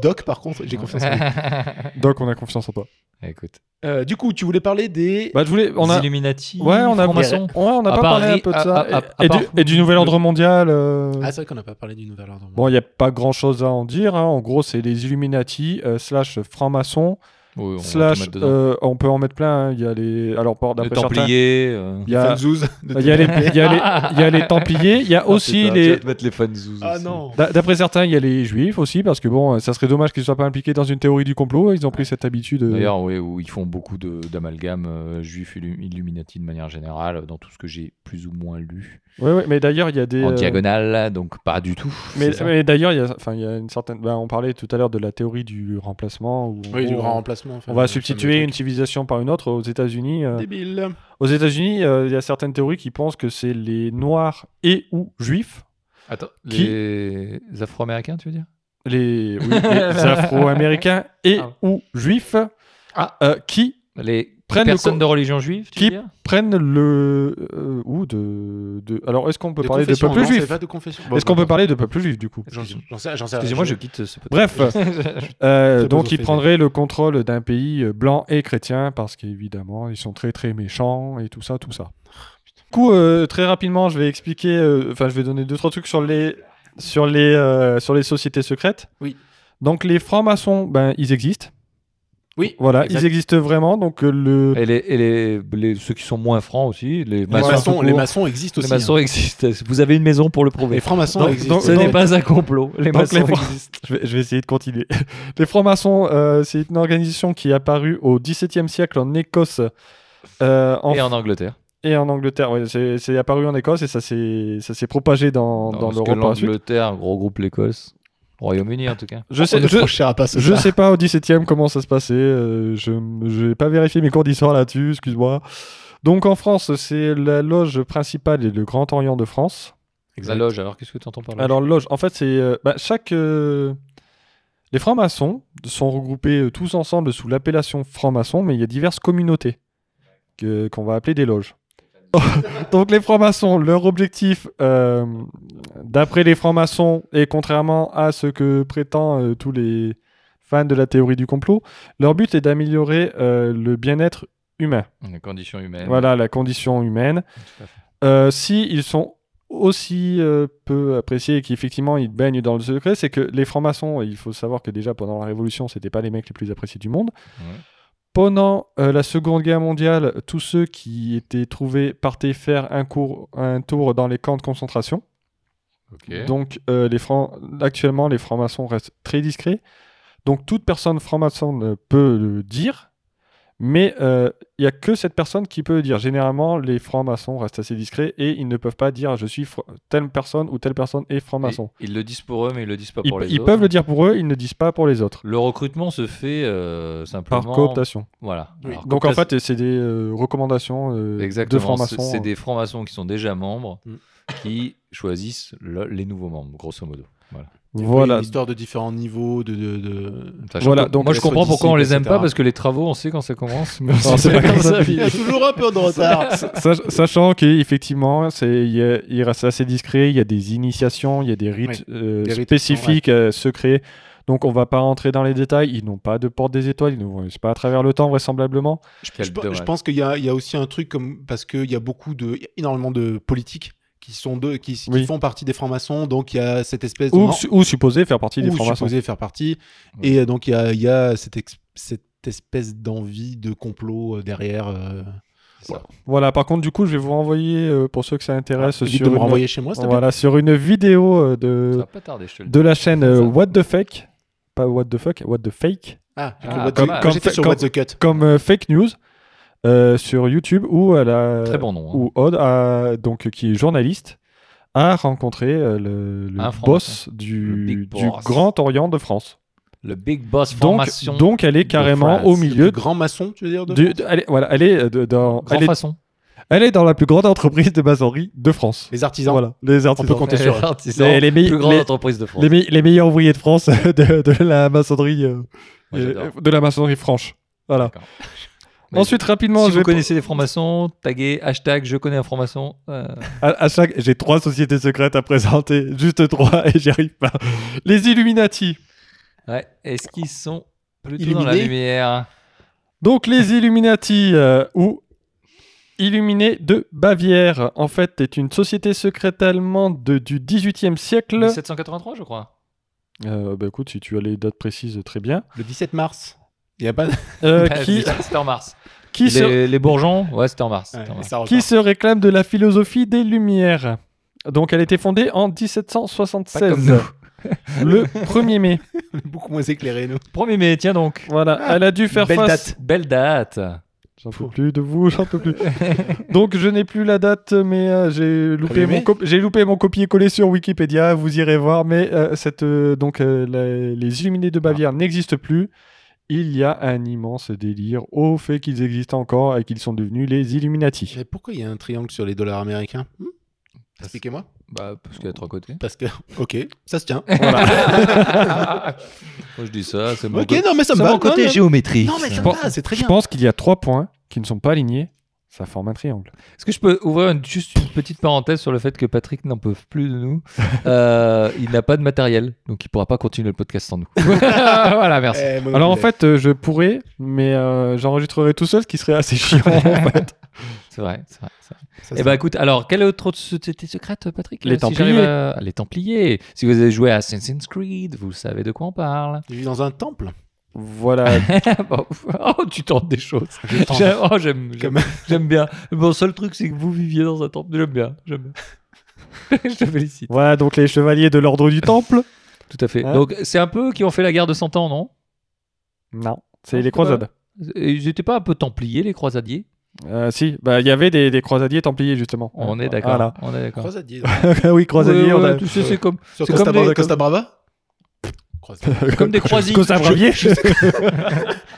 S3: Doc, par contre, j'ai confiance en lui.
S1: Donc on a confiance en toi.
S2: Écoute,
S3: Euh, du coup, tu voulais parler des.
S1: Bah, je voulais, on
S2: les
S1: a,
S2: Illuminati,
S1: Ouais, on a, ouais,
S2: francs-maçons.
S1: on a
S2: À
S1: pas
S2: part
S1: parlé un
S2: Harry-
S1: peu de
S2: à-
S1: ça.
S2: à- à- à
S1: et,
S2: part-
S1: du, et du nouvel ordre mondial. euh,
S3: Ah, c'est vrai qu'on n'a pas parlé du Nouvel Ordre.
S1: Bon, il n'y a pas grand chose à en dire. hein. En gros, c'est les Illuminati euh, slash francs-maçons
S2: Oui, on va tout
S1: slash.
S2: mettre dedans.
S1: euh, on peut en mettre plein. hein. Il y a les. Alors, par-
S2: les
S1: d'après certains,
S2: Templiers. euh,
S1: il y a,
S3: Fanzouz de
S1: il y a les,
S3: Tibet.
S1: il y a les- il y a les Templiers. Il y a
S2: oh,
S1: aussi
S2: putain, tu vas
S1: les.
S2: te mettre les fanzouz
S3: Ah
S2: aussi.
S3: non
S1: d'a- D'après certains, il y a les Juifs aussi parce que bon, euh, ça serait dommage qu'ils ne soient pas impliqués dans une théorie du complot. hein. Ils ont pris cette habitude. euh,
S2: D'ailleurs, oui, où ils font beaucoup de- d'amalgames euh, juifs illu- illuminati de manière générale, dans tout ce que j'ai plus ou moins lu.
S1: Ouais, ouais, mais d'ailleurs, il y a des.
S2: En
S1: euh,
S2: diagonale, donc pas du tout.
S1: Mais,
S2: c'est ça
S1: mais d'ailleurs, il y a, enfin, il y a une certaine. bah, on parlait tout à l'heure de la théorie du remplacement. Où, en
S3: Oui, du
S1: gros,
S3: grand remplacement. enfin,
S1: On va
S3: le
S1: substituer
S3: fameux
S1: une civilisation par une autre aux États-Unis. euh,
S3: truc. Débile.
S1: aux États-Unis, euh, il y a certaines théories qui pensent que c'est les Noirs et ou Juifs,
S2: Attends,
S1: Qui-
S2: les Afro-Américains, tu veux dire
S1: les, oui, les Afro-Américains et
S2: Ah.
S1: ou Juifs,
S2: Ah.
S1: euh, qui
S2: Les
S1: prennent le
S2: personne
S1: co-
S2: de religion juive, tu
S1: Qui-
S2: veux dire
S1: prennent le euh, ou de, de- alors est-ce qu'on peut parler de
S3: confession,
S1: peuple
S3: non, c'est
S1: juif
S3: pas de confession. Bon,
S1: Est-ce qu'on
S3: bon,
S1: peut parler de peuple juif du coup
S3: J'en j'en sais, j'en sais rien.
S2: Excusez-moi, je quitte ce podcast.
S1: Bref, euh,
S3: Très
S1: donc
S3: bonjour,
S1: ils
S3: Fede.
S1: prendraient le contrôle d'un pays euh, blanc et chrétien parce qu'évidemment ils sont très très méchants et tout ça, tout ça. Du coup, euh, très rapidement, je vais expliquer, euh, enfin je vais donner deux trois trucs sur les sur les euh, sur les sociétés secrètes.
S3: Oui.
S1: Donc les francs-maçons, ben ils existent.
S3: Oui.
S1: Voilà,
S3: exact.
S1: ils existent vraiment. Donc euh, le
S2: Et, les, et les- les- ceux qui sont moins francs aussi, les
S3: Les
S2: maçons, tout
S3: maçons,
S2: court.
S3: les maçons existent
S2: Les
S3: aussi.
S2: maçons existent. Vous avez une maison pour le
S3: hein. Les
S2: prouver.
S3: francs-maçons
S1: Donc-
S3: existent.
S1: donc-
S2: Ce
S1: hein. non,
S2: n'est
S1: mais-
S2: pas un complot. Les
S1: donc, les
S2: maçons
S1: francs-
S2: existent.
S1: je, vais, je vais essayer de continuer. Les francs-maçons, euh, c'est une organisation qui est apparue au XVIIe siècle en Écosse euh, en-
S2: Et en Angleterre.
S1: et en Angleterre. Ouais, c'est c'est apparu en Écosse et ça s'est ça s'est propagé dans, dans
S2: Parce que
S1: l'Europe par la suite.
S2: L'Angleterre regroupe l'Écosse. Royaume-Uni en tout cas.
S1: Je sais,
S3: On ne
S1: je,
S3: franchira pas ce
S1: je
S3: pas.
S1: sais pas au XVIIe comment ça se passait. euh, je n'ai pas vérifié mes cours d'histoire là-dessus, excuse-moi. Donc en France, c'est la loge principale et le Grand Orient de France.
S2: La loge, alors qu'est-ce que tu entends par là
S1: Alors, Ah, loge, en fait, c'est. euh, bah, chaque. euh, les francs-maçons sont regroupés euh, tous ensemble sous l'appellation francs-maçons, mais il y a diverses communautés que- qu'on va appeler des loges. Donc, les francs-maçons, leur objectif, euh, d'après les francs-maçons, et contrairement à ce que prétend euh, tous les fans de la théorie du complot, leur but est d'améliorer euh, le bien-être humain.
S2: Les conditions humaines.
S1: Voilà la condition humaine.
S2: Tout à
S1: Euh, si ils sont aussi euh, peu appréciés et qu'effectivement ils baignent dans le secret, c'est que les francs-maçons, il faut savoir que déjà pendant la Révolution, c'était pas les mecs les plus appréciés du monde.
S2: Ouais.
S1: Pendant euh, la Seconde Guerre mondiale, tous ceux qui étaient trouvés partaient faire un, cours, un tour dans les camps de concentration.
S2: Ok.
S1: Donc, euh, les francs, actuellement, les francs-maçons restent très discrets. Donc, toute personne franc-maçonne euh, peut le dire, mais euh, il n'y a que cette personne qui peut le dire. Généralement, les francs-maçons restent assez discrets et ils ne peuvent pas dire je suis fr- telle personne ou telle personne est franc-maçon.
S2: Ils, ils le disent pour eux, mais ils le disent pas
S1: Ils,
S2: pour les
S1: ils
S2: autres.
S1: peuvent le dire pour eux, ils ne disent pas pour les autres.
S2: Le recrutement se fait euh, simplement.
S1: Par cooptation.
S2: Voilà.
S3: Oui.
S2: Alors,
S1: Donc, en
S2: cooptation-
S1: fait, c'est des euh, recommandations euh, de
S2: Exactement. c'est-
S1: francs-maçons. euh.
S2: C'est des francs-maçons qui sont déjà membres
S3: Mm.
S2: qui choisissent le- les nouveaux membres, grosso modo. Voilà.
S3: Il y a
S1: Voilà.
S3: une histoire de différents niveaux, de. de, de...
S2: Sachant
S1: Voilà,
S2: que-
S1: donc,
S2: moi je
S3: les
S2: comprends pourquoi on les aime
S3: sodicides,
S2: pas
S3: etc.
S2: parce que les travaux on sait quand ça commence. Mais
S1: Non, c'est pas comme ça.
S3: Il y a toujours un peu de retard.
S1: Sach- Sachant qu'effectivement, c'est- il y a- il reste assez discret, il y a des initiations, il y a des rites, euh,
S3: Des rites,
S1: spécifiques, euh, secrets. Donc on va pas rentrer dans les détails. Ils n'ont pas de porte des étoiles, ils ne voyagent pas à travers le temps vraisemblablement.
S2: Quel
S3: Je, pe-
S2: dommage.
S3: je pense qu'il y, a- il y a aussi un truc comme parce qu'il y a beaucoup de il y a énormément de politiques qui sont de qui, qui
S1: Oui.
S3: font partie des francs-maçons, donc il y a cette espèce de
S1: Ou, su- ou supposé faire partie des
S3: ou
S1: francs-maçons.
S3: supposé faire partie,
S2: Ouais.
S3: et euh, donc il y a, il y a cette, ex- cette espèce d'envie de complot euh, derrière. euh,
S1: Voilà, par contre, du coup, je vais vous renvoyer, euh, pour ceux que ça intéresse,
S3: Ah, Évite
S1: sur,
S3: de me
S1: une,
S3: renvoyer chez moi, s'il te plaît.
S1: voilà, sur une vidéo euh,
S2: Ça
S1: de,
S2: va pas tarder, je te le dis.
S1: de la chaîne
S2: C'est
S1: euh,
S2: ça.
S1: What the Fake. Pas What the Fuck, What the Fake.
S3: Ah, j'ai
S2: Ah,
S3: cru What the-
S2: pas mal.
S3: quand j'étais
S1: Comme-
S3: sur
S1: comme-
S3: What the Cut.
S1: Comme euh, fake news euh, sur YouTube où elle a.
S2: Très bon nom. hein.
S1: où Odd, a- euh, donc, qui est journaliste, a rencontré euh, le, le
S2: Un franc,
S1: boss
S2: Le
S1: du,
S2: big
S1: du
S2: boss.
S1: Grand Orient de France.
S2: Le Big Boss
S1: Donc,
S2: formation.
S1: donc, elle est carrément
S2: France.
S1: au
S2: Le
S1: milieu.
S3: Le grand maçon, tu veux dire de
S1: du-
S3: France
S1: de- elle, est, voilà, elle, est, euh, de- dans,
S2: Grand
S1: elle, est,
S2: façon.
S1: elle est dans la plus grande entreprise de maçonnerie de France.
S3: Les artisans.
S1: Voilà, les
S3: On
S1: artisans.
S3: peut compter sur. eux.
S1: les,
S2: Les,
S1: les,
S2: hein. plus
S1: meille-
S2: grande
S1: les-
S2: entreprise de France.
S1: les meille- les meilleurs ouvriers de France de, de la maçonnerie euh,
S2: Moi, j'adore.
S1: euh, de la maçonnerie franche. Voilà.
S2: D'accord. Mais
S1: Ensuite, rapidement,
S2: si
S1: je
S2: vous
S1: vais
S2: connaissez des francs-maçons, taguez hashtag je connais un franc-maçon. euh,
S1: À, à chaque, j'ai trois sociétés secrètes à présenter, juste trois, et j'y arrive pas. Les Illuminati.
S2: ouais. Est-ce qu'ils sont plutôt dans la
S3: Illuminés
S2: lumière
S1: Donc les Illuminati euh, ou Illuminés de Bavière, en fait, est une société secrète allemande de- du XVIIIe siècle.
S2: 1783, je crois.
S1: Euh, bah écoute, si tu as les dates précises, très bien.
S3: Le 17 mars. Il y a pas.
S1: Euh,
S2: Bah,
S1: qui,
S2: c'est- C'était en mars.
S1: qui se,
S2: les, les bourgeons, ouais, c'était en mars. c'était en
S3: Ouais,
S2: mars.
S3: ça repart.
S1: qui se réclame de la philosophie des Lumières. Donc elle a été fondée en
S2: Pas comme nous.
S1: 1776, le 1er mai.
S3: On est beaucoup moins éclairé nous.
S2: 1er mai, tiens donc.
S1: Voilà, elle a dû faire
S3: Belle
S1: face
S3: date.
S2: Belle date.
S1: J'en peux plus de vous, j'en peux plus. Donc je n'ai plus la date, mais euh, j'ai loupé
S3: Allez,
S1: mon
S3: mais-
S1: cop- j'ai loupé mon copier-coller sur Wikipédia. Vous irez voir, mais euh, cette euh, donc euh, la- les Illuminés de Bavière n'existent plus. Il y a un immense délire au fait qu'ils existent encore et qu'ils sont devenus les Illuminati.
S3: Mais pourquoi il y a un triangle sur les dollars américains Hmm Expliquez-moi.
S2: Bah, parce qu'il y a trois côtés.
S3: Parce que, ok, ça se tient.
S2: Moi, je dis ça, c'est mon
S3: ok,
S2: côté.
S3: non, mais ça me
S2: c'est
S3: va.
S2: mon côté
S3: non,
S2: géométrique.
S3: non, mais ça
S1: pense-
S3: me va, c'est très
S1: Je
S3: bien.
S1: pense qu'il y a trois points qui ne sont pas alignés, ça forme un triangle.
S2: Est-ce que je peux ouvrir une- juste une petite parenthèse sur le fait que Patrick n'en peut plus de nous Euh, Il n'a pas de matériel, donc il pourra pas continuer le podcast sans nous. voilà, merci.
S3: Eh, moi non
S1: Alors en
S3: plus,
S1: fait, euh, je pourrais, mais euh, j'enregistrerai tout seul, ce qui serait assez chiant. en fait.
S2: C'est vrai, c'est vrai. c'est vrai.
S3: ça,
S2: Eh
S3: ça-
S2: ben écoute, alors quelle autre société secrète, Patrick
S1: Les
S2: Euh, si
S1: Templiers.
S2: j'arrive à- Les Templiers. Si vous avez joué à Assassin's Creed, vous savez de quoi on parle.
S3: Je vis dans un temple.
S1: Voilà.
S2: Bon, oh, tu tentes des choses.
S3: Je tente.
S2: J'aime, oh, j'aime,
S3: Comme-
S2: j'aime, j'aime bien. Mon seul truc, c'est que vous viviez dans un temple. J'aime bien, j'aime bien. je te félicite.
S1: voilà donc les chevaliers de l'ordre du temple.
S2: Tout à fait.
S1: Hein
S2: Donc, c'est un peu eux qui ont fait la guerre de 100 ans, non
S1: Non,
S2: Non,
S1: Ah, c'est
S2: c'est
S1: les croisades.
S2: Et Ils n'étaient pas un peu templiers, les croisadiers
S1: Euh, si, bah il y avait des, des croisadiers templiers justement.
S2: On est d'accord.
S1: Voilà.
S2: On est d'accord.
S3: Croisadier.
S1: oui, croisadiers.
S2: Ouais,
S1: on
S2: ouais,
S1: a-
S2: tu sais, c'est comme,
S3: Sur
S2: C'est comme
S3: Costa
S2: des-
S3: Brava-
S2: comme-
S3: Costa Brava Croisadier.
S2: comme des croisiers.
S1: Costa Bravier.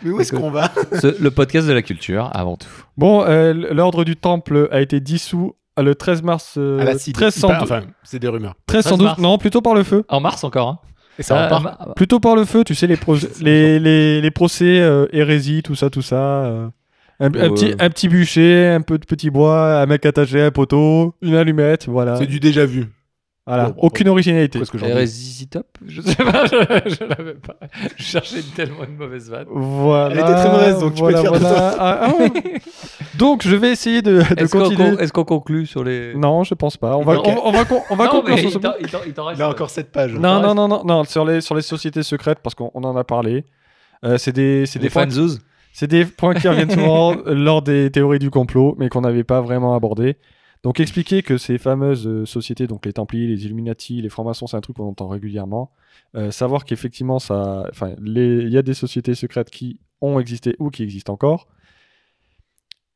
S3: Mais où est-ce qu'on va
S2: Ce- le podcast de la culture, avant tout.
S1: Bon, euh, l'ordre du temple a été dissous le 13 mars euh,
S3: À la CID.
S1: 1312.
S3: Il paraît- Enfin, c'est des rumeurs.
S1: 1312
S2: mars.
S1: non, plutôt par le feu.
S2: En mars encore. hein.
S3: Et ça
S2: Euh,
S3: repart.
S2: ma-
S1: Plutôt par le feu, tu sais, les, pro- les, les, les procès, euh, hérésie, tout ça, tout ça. euh, un, un
S2: Ouais.
S1: petit, un petit bûcher, un peu de petit bois, un mec attaché, un poteau, une allumette, voilà.
S3: C'est du déjà vu.
S1: Voilà,
S3: Bon, bon,
S1: aucune originalité.
S3: Presque aujourd'hui.
S2: Hérésie Top Je sais pas, je, je l'avais pas. Je cherchais tellement une mauvaise vanne.
S1: Voilà.
S3: Elle était très mauvaise, donc tu peux
S1: voilà,
S3: te faire de
S1: voilà. Ah, ah ouais. donc je vais essayer de, de
S2: Est-ce qu'on
S1: continuer.
S2: con- est-ce qu'on conclut sur les.
S1: Non, je pense pas. On va,
S3: Ok.
S1: on, on va, con- on va
S2: Non,
S1: conclure
S2: mais
S1: sur ce
S2: il t'en- il t'en- il t'en reste.
S3: Là encore 7 pages.
S1: Non, non, non, non, non, sur les, sur les sociétés secrètes, parce qu'on on en a parlé. Euh, c'est des, c'est
S2: C'est
S1: des,
S2: des
S1: points,
S2: fanzouz.
S1: c'est des points qui reviennent souvent lors des théories du complot, mais qu'on n'avait pas vraiment abordé. Donc expliquer que ces fameuses euh, sociétés, donc les Templiers, les Illuminati, les francs-maçons, c'est un truc qu'on entend régulièrement. Euh, savoir qu'effectivement, ça, enfin, les- il y a des sociétés secrètes qui ont existé ou qui existent encore.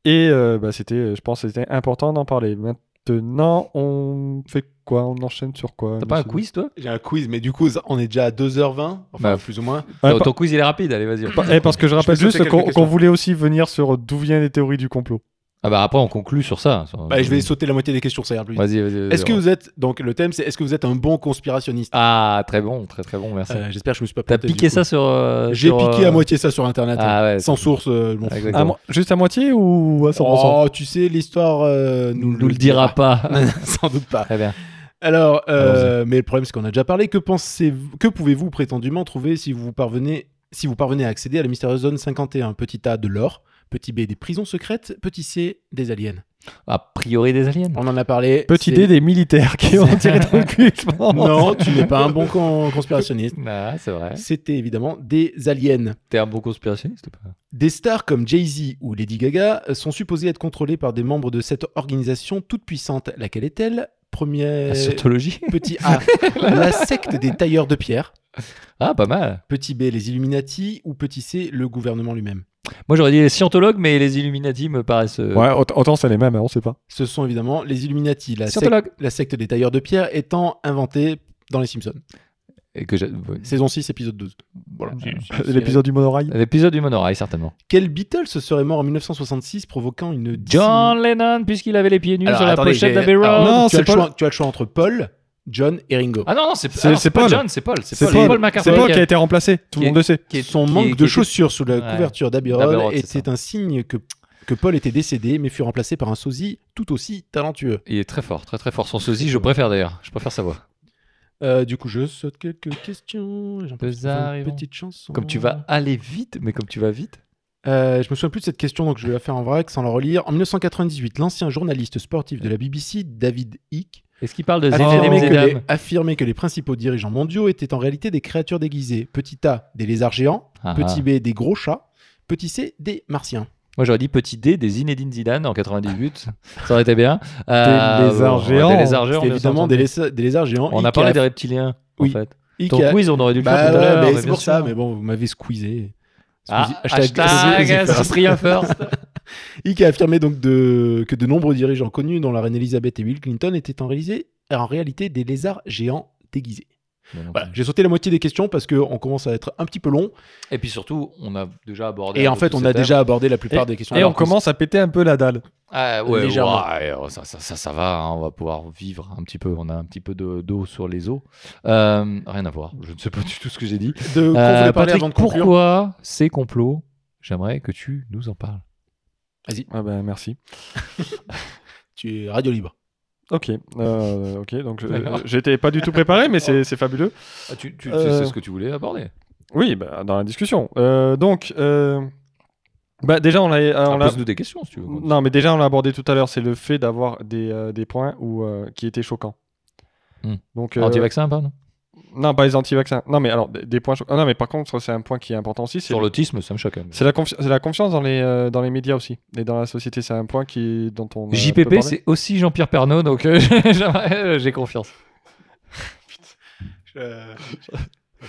S1: Et euh, bah, c'était, euh, je pense, que c'était important d'en parler. Maintenant, on fait quoi On enchaîne sur quoi
S2: T'as pas un
S1: monsieur
S2: quiz, toi
S3: J'ai un quiz, mais du coup, ça- on est déjà à 2h20, enfin
S2: Bah,
S3: plus ou moins.
S1: Ouais,
S2: Non,
S1: par-
S2: Ton quiz, il est rapide. Allez, vas-y.
S1: Pa- Ah, eh, parce que je rappelle
S3: peux sauter
S1: juste qu'on
S3: quelques
S1: qu'on
S3: questions.
S1: voulait aussi venir sur d'où viennent les théories du complot.
S2: Ah bah après, on conclut sur ça. sur-
S3: Bah, je vais sauter la moitié des questions, ça ira plus vite.
S2: Vas-y, vas-y. vas-y,
S3: Est-ce que
S2: on-
S3: vous êtes. Donc, le thème, c'est est-ce que vous êtes un bon conspirationniste
S2: Ah, très bon, très très bon, merci.
S3: Euh, J'espère que je me suis pas
S2: Ah, T'as
S3: planté,
S2: piqué
S3: du coup.
S2: ça sur. euh,
S3: J'ai
S2: sur,
S3: piqué
S2: euh,
S3: à moitié ça sur internet. hein.
S2: Ah ouais.
S3: Sans source, euh, je m'en fous.
S2: Exactement.
S1: À mo- juste à moitié ou à 100%
S3: Oh, tu sais, l'histoire euh, nous,
S2: nous le dira pas.
S3: Sans doute pas.
S2: Très bien.
S3: Alors, euh, mais le problème, c'est qu'on a déjà parlé. Que pensez que pouvez-vous prétendument trouver si vous parvenez, si vous parvenez à accéder à la mystérieuse zone 51 Petit A de l'or, petit B des prisons secrètes, petit C des aliens.
S2: A priori des aliens.
S3: On en a parlé.
S1: Petit
S3: c'est-
S1: dé des militaires qui ont tiré dans le cul, je pense.
S3: Non, tu n'es pas un bon con- conspirationniste.
S2: Ah, c'est vrai.
S3: C'était évidemment des aliens.
S2: T'es un bon conspirationniste ou pas
S3: Des stars comme Jay-Z ou Lady Gaga euh, sont supposées être contrôlées par des membres de cette organisation toute puissante. Laquelle est-elle Premier
S2: La scientologie
S3: petit A, la secte des tailleurs de pierre.
S2: Ah, pas mal.
S3: Petit B, les Illuminati. Ou petit C, le gouvernement lui-même.
S2: Moi, j'aurais dit les scientologues, mais les Illuminati me paraissent. euh,
S1: Ouais, aut- autant c'est les mêmes, hein, on sait pas.
S3: Ce sont évidemment les Illuminati, la, sec-
S2: Scientologues.
S3: la secte des tailleurs de pierre étant inventée dans Les Simpsons.
S2: Et que j'a- ouais.
S3: Saison 6, épisode 12. Voilà.
S2: Euh,
S1: L'épisode du monorail.
S2: L'épisode du monorail, certainement.
S3: Quel Beatles serait mort en 1966 provoquant une...
S2: John Lennon, puisqu'il avait les pieds nus
S3: Alors,
S2: sur la
S3: attendez,
S2: pochette
S3: j'ai-
S2: d'Abbey
S3: Alors,
S2: Road.
S1: non,
S3: tu,
S1: c'est
S3: as le
S1: Paul.
S3: choix, tu as le choix entre Paul, John et Ringo.
S2: Ah non, non, c'est
S1: C'est-
S2: pas, alors,
S1: c'est
S2: c'est pas
S1: Paul.
S2: John, c'est Paul. C'est
S1: C'est
S2: Paul,
S1: Paul.
S2: Paul
S1: C'est
S2: McCartney.
S1: Paul qui a été remplacé, tout
S2: qui
S1: le monde le sait.
S2: qui est-
S3: Son
S2: qui est-
S3: manque
S2: qui
S3: de
S2: était-
S3: chaussures sous la
S2: Ouais.
S3: couverture d'Abbey
S2: D'Abbey
S3: Road
S2: Road, c'est
S3: était un signe que, que Paul était décédé mais fut remplacé par un sosie tout aussi talentueux.
S2: Il est très fort, très très fort. Son sosie, je préfère d'ailleurs. Je préfère sa voix.
S3: Euh, du coup, je saute quelques questions. J'ai l'impression
S2: Nous
S3: de faire
S2: arrivons.
S3: une petite chanson.
S2: Comme tu vas aller vite, mais comme tu vas vite.
S3: Euh, je me souviens plus de cette question, donc je vais la faire en vrac sans la relire. En 1998, l'ancien journaliste sportif de la BBC, David Icke,
S2: Est-ce qu'il parle de Zéné des
S3: affirmait, que les,
S2: Mesdames
S3: affirmait que les principaux dirigeants mondiaux étaient en réalité des créatures déguisées. Petit A, des lézards géants.
S2: Ah,
S3: Petit
S2: ah.
S3: B, des gros chats. Petit C, des martiens.
S2: Moi j'aurais dit petit D des Zinedine Zidane en 98. Ça aurait été bien.
S1: Des lézards
S2: Ah, bon,
S1: géants.
S2: Des lézards géants.
S3: C'était
S2: bien
S3: évidemment
S2: entendu.
S3: des, léza- des lézards géants.
S2: On
S3: Icke
S2: a parlé
S3: a-
S2: des reptiliens.
S3: Oui.
S2: En fait.
S3: Icke
S2: Ton
S3: a-
S2: quiz, on aurait dû le faire
S3: Bah
S2: tout à
S3: ouais,
S2: l'heure.
S3: mais
S2: mais
S3: c'est
S2: bien
S3: pour ça,
S2: sûr.
S3: mais bon, vous m'avez squeezé.
S2: Ah,
S3: Squeezie-
S2: hashtag
S3: Squeezie-
S2: Cyprien First.
S3: Icke a affirmé donc de- que de nombreux dirigeants connus, dont la reine Elisabeth et Bill Clinton, étaient en, réalisé- en réalité des lézards géants déguisés.
S2: Hmm.
S3: Voilà, j'ai sauté la moitié des questions parce qu'on commence à être un petit peu long.
S2: Et puis surtout, on a déjà abordé.
S3: Et
S2: un
S3: en
S2: peu
S3: fait,
S2: tous
S3: on
S2: ces
S3: a
S2: thèmes.
S3: déjà abordé la plupart des questions.
S1: Et
S3: Alors
S1: on
S3: qu'on-
S1: commence à péter un peu la dalle.
S2: Ah ouais,
S3: Légèrement.
S2: ouais, ouais, ça, ça, ça, ça va, hein, on va pouvoir vivre un petit peu. On a un petit peu de- d'eau sur les os. Euh, rien à voir, je ne sais pas du tout ce que j'ai dit.
S3: De qu'on
S2: Euh,
S3: voulait parler
S2: Patrick,
S3: avant de conclure.
S2: pourquoi ces complots J'aimerais que tu nous en parles.
S3: Vas-y.
S1: Ah ben merci.
S3: Tu es radio libre.
S1: Ok, euh, ok. Donc je-
S2: D'accord.
S1: j'étais pas du tout préparé, mais c'est c'est fabuleux.
S2: Ah, tu tu-
S1: Euh.
S2: c'est ce que tu voulais aborder.
S1: Oui, bah, dans la discussion. Euh, donc, euh, bah, déjà on l'a, euh, on
S2: On
S1: l'a-
S2: Ah, Pose-nous des questions si tu veux.
S1: non, mais déjà on l'a abordé tout à l'heure, c'est le fait d'avoir des, euh, des points où, euh, qui étaient choquants.
S2: Hmm.
S1: Donc, euh,
S2: Anti-vaccin, pardon.
S1: non, pas les anti-vaccins. Non, mais alors des, des points. cho- Ah, non, mais par contre, c'est un point qui est important aussi. C'est
S2: Sur l'autisme, ça me choque. quand même.
S1: C'est la, confi- c'est la confiance dans les, euh, dans les médias aussi et dans la société. C'est un point qui, dont on. euh, peut
S2: JPP,
S1: parler.
S2: c'est aussi Jean-Pierre Pernaud, donc euh, j'aimerais- euh, j'ai confiance.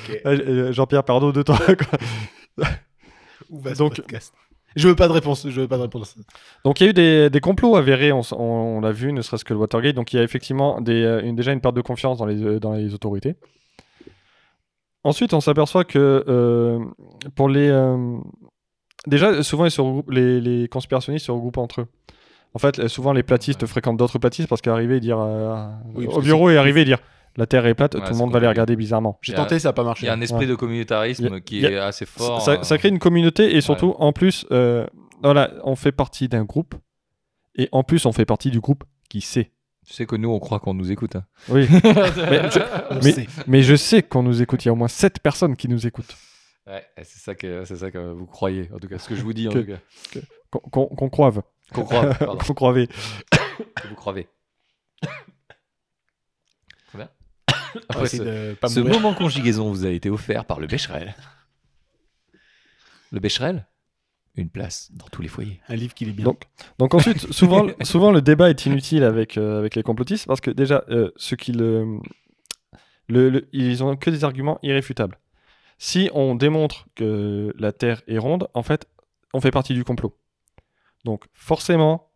S1: Euh, euh, Jean-Pierre, pardon de toi. quoi.
S3: Où va ce
S1: Donc-
S3: podcast Je veux pas de réponse. Je veux pas de réponse.
S1: Donc il y a eu des, des complots avérés, on, s- on- on l'a vu, ne serait-ce que le Watergate. Donc il y a effectivement des, euh, une- déjà une perte de confiance dans les, euh, dans les autorités. Ensuite, on s'aperçoit que euh, pour les. euh, déjà, souvent, ils se regroupent- les, les conspirationnistes se regroupent entre eux. En fait, euh, souvent, les platistes fréquentent d'autres platistes parce qu'arriver et dire. euh,
S3: Oui, parce
S1: au
S3: que
S1: bureau et arriver et dire la Terre est plate,
S2: Ouais,
S1: tout le
S2: c'est
S1: monde va les
S2: compliqué.
S1: regarder bizarrement.
S2: Il
S3: J'ai
S2: y a-
S3: tenté, ça a pas
S2: Il
S3: marché.
S2: y a un esprit de communautarisme
S1: Il y a-
S2: qui
S1: il y a-
S2: est assez fort.
S1: ça, ça
S2: euh,
S1: crée une communauté et surtout, en plus, euh, voilà, on fait partie d'un groupe et en plus, on fait partie du groupe qui sait.
S2: Tu sais que nous, on croit qu'on nous écoute. hein.
S1: Oui, mais, je,
S3: On
S1: mais-
S3: sait.
S1: mais je sais qu'on nous écoute. Il y a au moins 7 personnes qui nous écoutent.
S2: Ouais, c'est ça que c'est ça que vous croyez, en tout cas, ce que je vous dis, en
S1: Que-
S2: tout cas.
S1: Qu'on- Qu'on qu'on croive.
S2: Qu'on croit, pardon,
S1: Qu'on croivait.
S2: que vous croyez. Très bien.
S3: On va
S2: Après
S3: essayer
S2: ce,
S3: de pas
S2: ce
S3: mourir.
S2: moment conjugaison vous a été offert par le Becherel. Le Becherel, une place dans tous les foyers.
S3: Un livre qui est bien.
S1: Donc, donc ensuite, souvent, souvent le débat est inutile avec, euh, avec les complotistes parce que déjà, euh, ceux qui le, le- le- ils ont que des arguments irréfutables. Si on démontre que la Terre est ronde, en fait, on fait partie du complot. Donc forcément,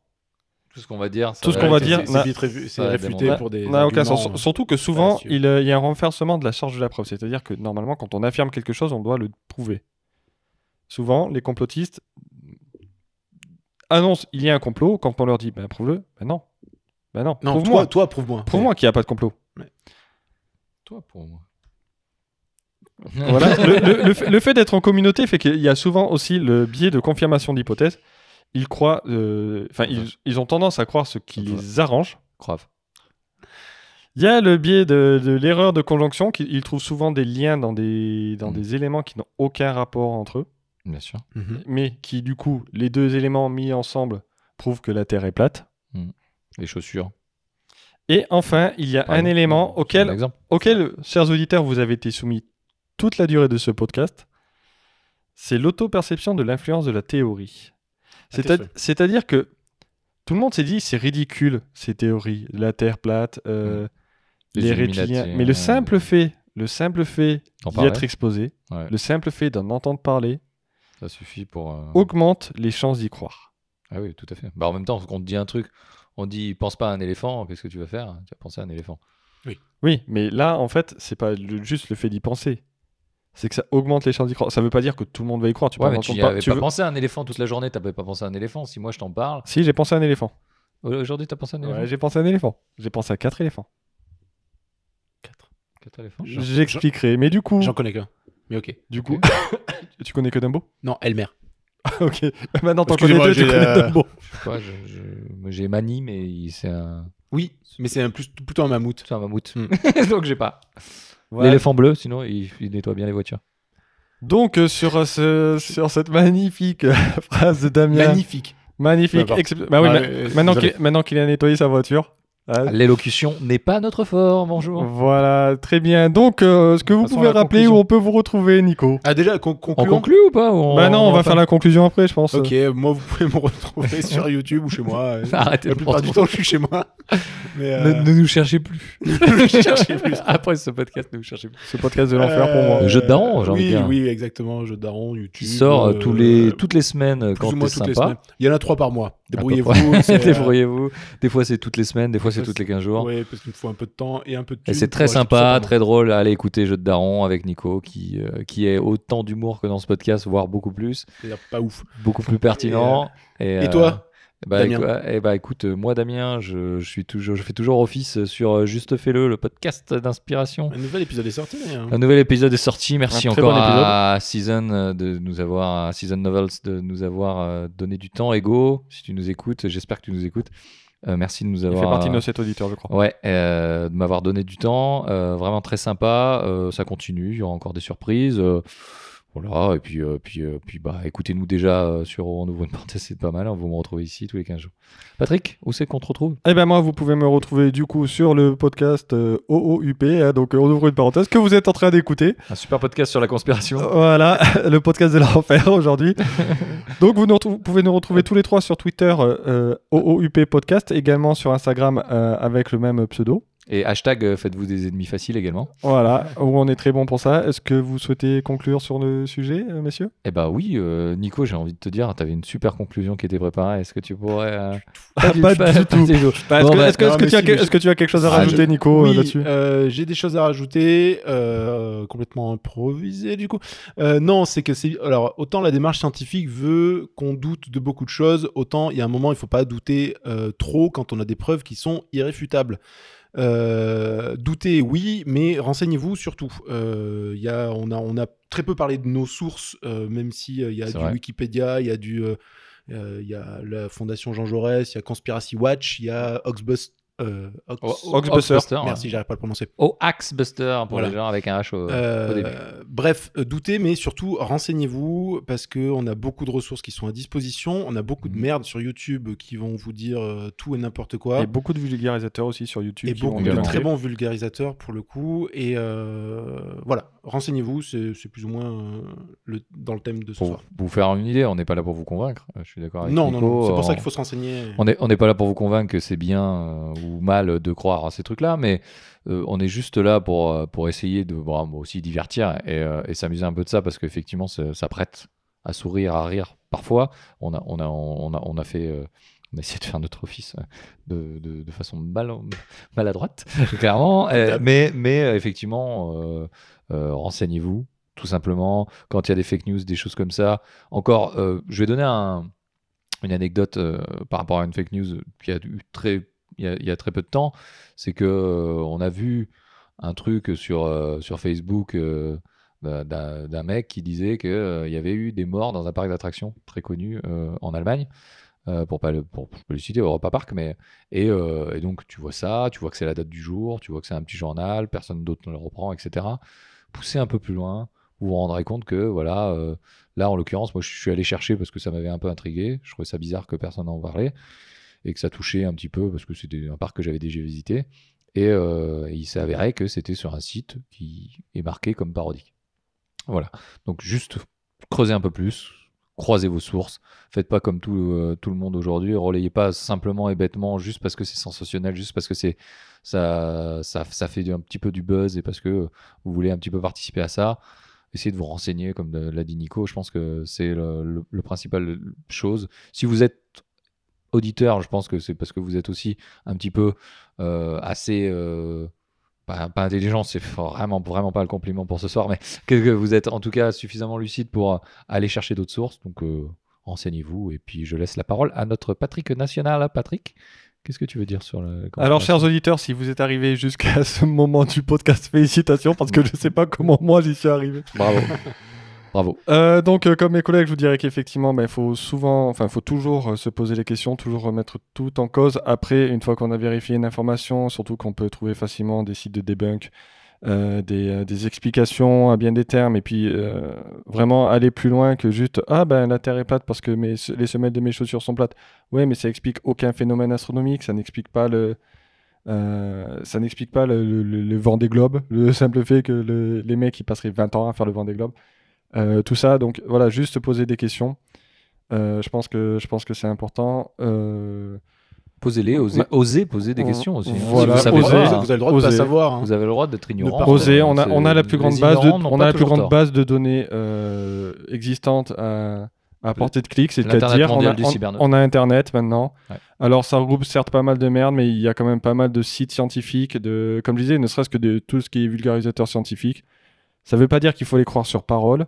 S2: Tout ce qu'on va dire. ça
S1: Tout ce qu'on va
S2: être-
S1: dire, bah,
S3: c'est
S2: c'est-
S1: n'a-
S3: c'est vite réfu- c'est
S2: n'a-
S3: réfuté
S1: n'a-
S3: pour des.
S1: on n'a aucun
S3: arguments,
S1: sens.
S3: euh,
S1: Surtout que souvent,
S3: fallacieux.
S1: il, euh, il y a un renversement de la charge de la preuve. C'est-à-dire que normalement, quand on affirme quelque chose, on doit le prouver. Souvent, les complotistes annoncent il y a un complot. Quand on leur dit ben, prouve-le, ben non. Ben non,
S3: Non,
S1: prouve-moi.
S3: toi, toi, prouve-moi.
S1: Prouve-moi qu'il n'y a pas de complot.
S2: Toi pour moi.
S1: Voilà. le, le- le fait, le fait d'être en communauté fait qu'il y a souvent aussi le biais de confirmation d'hypothèses. Ils croient, euh, enfin, ils, ils ont tendance à croire ce qui
S2: Voilà.
S1: les arrange.
S2: Croive.
S1: Il y a le biais de, de l'erreur de conjonction, qui- ils trouvent souvent des liens dans des, dans
S2: Mm.
S1: des éléments qui n'ont aucun rapport entre eux,
S2: Bien sûr.
S3: Mhm.
S1: mais qui, du coup, les deux éléments mis ensemble prouvent que la Terre est plate.
S2: Les chaussures.
S1: Et enfin, il y a un
S2: pardon.
S1: élément
S2: C'est
S1: auquel
S2: un exemple.
S1: auquel, chers auditeurs, vous avez été soumis toute la durée de ce podcast, c'est l'auto-perception de l'influence de la théorie. C'est à-
S3: Intéressant.
S1: C'est-à-dire que tout le monde s'est dit, c'est ridicule ces théories, la Terre plate, euh,
S2: Hmm. Les
S1: les
S2: Illuminati,
S1: reptiliens. Mais
S2: euh,
S1: le simple fait, le simple fait
S2: T'en
S1: d'y
S2: parlais
S1: être exposé,
S2: Ouais.
S1: le simple fait d'en entendre parler,
S2: Ça suffit pour. euh,
S1: augmente les chances d'y croire.
S2: Ah oui, tout à fait. Bah, en même temps, quand on te dit un truc, on te dit pense pas à un éléphant, qu'est-ce que tu vas faire Tu vas penser à un éléphant.
S1: Oui, mais là, en fait, c'est pas le- juste le fait d'y penser. C'est que ça augmente les chances d'y croire. Ça veut pas dire que tout le monde va y croire. Tu
S2: Ouais,
S1: peux
S2: mais
S1: en
S2: tu
S1: entendre
S2: n'y
S1: par-
S2: avais
S1: tu
S2: pas
S1: veux-
S2: pensé à un éléphant toute la journée, tu n'avais pas pensé à un éléphant. Si moi je t'en parle, euh,
S1: Si, j'ai pensé à un éléphant.
S2: aujourd'hui tu as pensé à un éléphant
S1: Ouais, j'ai pensé à un éléphant. J'ai pensé à quatre éléphants.
S2: Quatre éléphants
S3: Jean-
S1: J'expliquerai. Mais du coup,
S3: J'en connais qu'un. Mais ok.
S1: du coup, tu connais que Dumbo
S3: Non, Elmer.
S1: Ok. Maintenant, t'en connais
S3: Excusez-moi,
S1: deux, tu
S3: j'ai,
S1: connais
S3: euh,
S1: Dumbo.
S2: Je sais pas, je- je- j'ai Mani, mais il- c'est un,
S3: Oui, mais c'est un plus, plutôt un mammouth.
S2: c'est un mammouth.
S3: Hmm.
S2: Donc j'ai pas.
S1: Voilà.
S2: L'éléphant bleu, sinon il, il nettoie bien les voitures.
S1: Donc, euh, sur, euh, ce- sur cette magnifique euh, phrase de Damien.
S3: Magnifique.
S1: magnifique.
S3: Peu importe.
S1: excep- Bah oui,
S3: Ah,
S1: ma-
S3: euh,
S1: maintenant
S3: désolé.
S1: qu'il maintenant qu'il a nettoyé sa voiture. Ah,
S3: Euh.
S2: L'élocution n'est pas notre fort, bonjour.
S1: Voilà, très bien. Donc, euh, ce que vous
S2: Passons à
S1: pouvez
S2: la
S1: rappeler où
S2: conclusion.
S1: on peut vous retrouver, Nico
S3: Ah, déjà, con-
S2: On
S3: concluons.
S2: conclut ou pas ou on-
S1: Bah non, on va faire la conclusion après, je pense.
S3: Ok, moi, vous pouvez me retrouver sur YouTube ou chez moi. euh.
S2: Arrêtez
S3: La
S2: de
S3: plupart du
S2: prendre-
S3: temps, je suis chez moi. Mais euh,
S2: Ne, ne nous cherchez plus.
S3: cherchez plus.
S2: Après ce podcast, ne nous cherchez plus.
S1: Ce podcast de l'enfer pour moi.
S2: Le
S3: Euh,
S2: jeu de daron, j'ai
S3: oui,
S2: envie de dire.
S3: Oui, exactement, jeu de daron, YouTube.
S2: Qui sort euh,
S3: euh,
S2: tous les,
S3: plus
S2: toutes les semaines euh,
S3: ou
S2: quand
S3: moins
S2: t'es
S3: toutes les semaines.
S2: sympa.
S3: Il y en a trois par mois.
S2: peu
S3: Débrouillez-vous. c'est, euh,
S2: Débrouillez-vous. Des fois, c'est toutes les semaines, des fois, c'est
S3: ça,
S2: toutes
S3: c'est-
S2: les 15 jours.
S3: Ouais, parce qu'il me faut un peu de temps et un peu de
S2: Et
S3: thunes
S2: c'est très
S3: pour acheter tout
S2: sympa,
S3: ça pour
S2: très drôle. Allez écouter Jeu de Daron avec Nico, qui, euh, qui est autant d'humour que dans ce podcast, voire beaucoup plus,
S3: moi. C'est pas ouf.
S2: beaucoup plus pertinent. Et,
S3: Et
S2: euh,
S3: toi
S2: Bah,
S3: Damien.
S2: écou- eh bah, écoute, euh, moi Damien, je, je suis toujours, je fais toujours office sur euh, Juste Fais-le, le podcast d'inspiration.
S3: Un nouvel épisode est sorti. d'ailleurs.
S2: Un nouvel épisode est sorti. Merci
S1: Un très
S2: encore
S1: bon épisode.
S2: à Season euh, de nous avoir, à Season Novels de nous avoir euh, donné du temps. Ego, si tu nous écoutes, j'espère que tu nous écoutes. Euh, merci de nous
S1: Il
S2: avoir.
S1: fait partie de nos sept auditeurs, je crois.
S2: Ouais, euh, de m'avoir donné du temps. euh, vraiment très sympa. euh, ça continue. Il y aura encore des surprises. euh, voilà. Et puis, euh, puis, euh, puis bah, écoutez-nous déjà euh, sur On ouvre une parenthèse, c'est pas mal. hein, vous me retrouvez ici tous les 15 jours. Patrick, où c'est qu'on te retrouve
S1: Eh ben moi, vous pouvez me retrouver du coup sur le podcast euh, OOUP, hein, donc euh, on ouvre une parenthèse, que vous êtes en train d'écouter.
S2: Un super podcast sur la conspiration.
S1: Voilà, le podcast de l'enfer aujourd'hui. Donc vous, nous retrou- vous pouvez nous retrouver tous les trois sur Twitter, euh, euh, OOUP Podcast, également sur Instagram euh, avec le même pseudo.
S2: Et hashtag, euh, faites-vous des ennemis faciles également.
S1: Voilà, où on est très bon pour ça. Est-ce que vous souhaitez conclure sur le sujet, euh, messieurs
S2: Eh bah oui, euh, Nico, j'ai envie de te dire, t'avais une super conclusion qui était préparée. Est-ce que tu pourrais. euh,
S1: Pas du tout. Bah, Est-ce
S2: Bon,
S1: que,
S2: bah,
S1: est-ce que-
S3: non,
S1: est-ce que
S3: mais
S1: tu as
S3: si,
S1: que-
S3: mais je-
S1: est-ce que tu as quelque chose à
S2: Ah, je-
S1: rajouter, Nico, euh,
S3: Oui,
S1: là-dessus
S3: euh, j'ai des choses à rajouter, euh, complètement improvisées du coup. Euh, non, c'est que c'est alors autant la démarche scientifique veut qu'on doute de beaucoup de choses, autant il y a un moment il faut pas douter euh, trop quand on a des preuves qui sont irréfutables. Euh, doutez, oui, mais renseignez-vous surtout. Euh, il y a, on, a, on a très peu parlé de nos sources, euh, même si euh, il y a
S2: C'est
S3: du
S2: vrai.
S3: Wikipédia, il y a du, euh, euh, il y a la Fondation Jean Jaurès, il y a Conspiracy Watch, il y a Oxbus, euh, Ox-
S1: Oxbuster.
S3: Merci, j'arrive pas à le prononcer.
S2: hein. Oh, Axbuster pour
S3: Voilà.
S2: les gens avec un H au,
S3: Euh,
S2: au début.
S3: bref, euh, doutez, mais surtout renseignez-vous parce que on a beaucoup de ressources qui sont à disposition. On a beaucoup de
S2: Mhm.
S3: merde sur YouTube qui vont vous dire euh, tout et n'importe quoi.
S1: Et beaucoup de vulgarisateurs aussi sur YouTube.
S3: Et
S1: qui
S3: beaucoup
S1: vont
S3: de
S1: nous
S3: très
S1: aider.
S3: bons vulgarisateurs pour le coup. Et euh, voilà, renseignez-vous, c'est c'est plus ou moins euh, le, dans le thème de ce
S2: Pour
S3: soir.
S2: vous faire une idée, on n'est pas là pour vous convaincre. euh, Je suis d'accord avec
S3: Non,
S2: Nico.
S3: non, non, c'est pour ça
S2: euh,
S3: qu'il faut se renseigner.
S2: On n'est on n'est pas là pour vous convaincre que c'est bien euh, ou mal de croire à ces trucs-là, mais euh, on est juste là pour, euh, pour essayer de bon, bon, aussi divertir et, euh, et s'amuser un peu de ça parce qu'effectivement, ça ça prête à sourire, à rire parfois. On a, on a, on a, on a fait. euh, on a essayé de faire notre office euh, de, de- de façon mal, maladroite, clairement. euh, mais, mais euh, effectivement, euh, euh, renseignez-vous, tout simplement. Quand il y a des fake news, des choses comme ça. Encore, euh, je vais donner un, une anecdote euh, par rapport à une fake news euh, qui a eu très il y a, il y a très peu de temps, c'est que euh, on a vu un truc sur euh, sur Facebook euh, d'un- d'un d'un mec qui disait que euh, il y avait eu des morts dans un parc d'attractions très connu euh, en Allemagne. euh, pour pas le, pour, je peux le citer, Europa Park, mais et, euh, et donc tu vois ça, tu vois que c'est la date du jour, tu vois que c'est un petit journal, personne d'autre ne le reprend, etc. Poussez un peu plus loin, vous vous rendrez compte que voilà, euh, Là, en l'occurrence, moi, je suis allé chercher parce que ça m'avait un peu intrigué. Je trouvais ça bizarre que personne n'en parlait et que ça touchait un petit peu parce que c'était un parc que j'avais déjà visité. Et euh, il s'est avéré que c'était sur un site qui est marqué comme parodique. Voilà. Donc, juste creusez un peu plus, croisez vos sources. Faites pas comme tout, euh, tout le monde aujourd'hui. Relayez pas simplement et bêtement juste parce que c'est sensationnel, juste parce que c'est ça, ça, ça fait un petit peu du buzz et parce que vous voulez un petit peu participer à ça essayez de vous renseigner, comme le- l'a dit Nico. Je pense que c'est le, le- le principal chose. Si vous êtes auditeur, je pense que c'est parce que vous êtes aussi un petit peu euh, assez euh, pas, pas intelligent. C'est vraiment vraiment pas le compliment pour ce soir, mais que, que vous êtes en tout cas suffisamment lucide pour euh, aller chercher d'autres sources. Donc euh, renseignez-vous. Et puis je laisse la parole à notre Patrick national. Patrick, qu'est-ce que tu veux dire sur le
S1: Alors, chers auditeurs, si vous êtes arrivés jusqu'à ce moment du podcast, félicitations parce que je ne sais pas comment moi j'y suis arrivé.
S2: bravo, bravo.
S1: Euh, donc, euh, comme mes collègues, je vous dirais qu'effectivement, il faut souvent, enfin, faut toujours euh, se poser les questions, toujours remettre tout en cause. Après, une fois qu'on a vérifié une information, surtout qu'on peut trouver facilement des sites de debunk, euh, des, euh, des explications à bien des termes, et puis euh, vraiment aller plus loin que juste ah ben la Terre est plate parce que mes, les semelles de mes chaussures sont plates. Ouais, mais ça explique aucun phénomène astronomique, ça n'explique pas le euh, ça n'explique pas le, le- le- le vent des globes, le simple fait que le- les mecs ils passeraient 20 ans à faire le vent des globes. Euh, tout ça, donc voilà, juste se poser des questions. Euh, je pense que je pense que c'est important. Euh,
S2: Posez-les, osez,
S1: Ma-
S2: Bah, osez poser des questions aussi.
S1: Voilà,
S2: Si vous savez
S3: osez,
S1: osez,
S2: pas,
S3: vous avez le droit de
S1: osez.
S3: pas savoir. hein.
S2: Vous avez le droit d'être ignorant.
S3: pas-
S1: Oser,
S2: Euh,
S1: on a, on a la plus
S2: c'est-
S1: grande
S2: les
S1: base de,
S2: ignorants n'ont
S1: on
S2: pas
S1: a la plus
S2: toujours
S1: grande
S2: tort.
S1: base de données euh, existantes à, à portée de clic, c'est à
S2: L'Internet
S1: dire on a,
S2: mondial du
S1: on-
S2: cyberneute.
S1: on a Internet maintenant.
S2: Ouais.
S1: Alors ça regroupe certes pas mal de merde, mais il y a quand même pas mal de sites scientifiques, de, comme je disais, ne serait-ce que de tout ce qui est vulgarisateur scientifique. Ça veut pas dire qu'il faut les croire sur parole,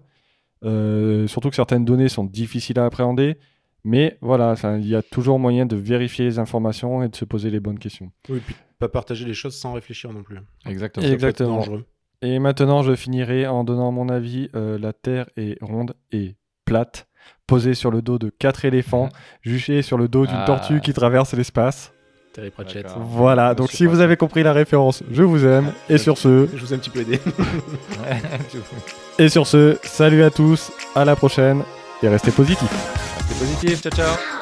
S1: euh, surtout que certaines données sont difficiles à appréhender. Mais voilà, ça- il y a toujours moyen de vérifier les informations et de se poser les bonnes questions.
S3: Oui, et puis pas partager les choses sans réfléchir non plus. Ça
S2: Exactement.
S3: peut être
S1: Exactement.
S3: dangereux.
S1: Et maintenant, je finirai en donnant mon avis. Euh, la Terre est ronde et plate, posée sur le dos de quatre éléphants, juchée sur le dos d'une
S2: Mmh. Ah.
S1: tortue qui traverse l'espace.
S3: Terry Pratchett.
S2: D'accord.
S1: Voilà, donc
S2: je sais
S1: si
S2: pas
S1: vous
S2: ça.
S1: avez compris la référence, je vous aime. Et sur ce,
S3: Je vous ai un petit peu aidé.
S1: et sur ce, salut à tous, à la prochaine et restez positifs.
S2: C'est positif, ciao ciao.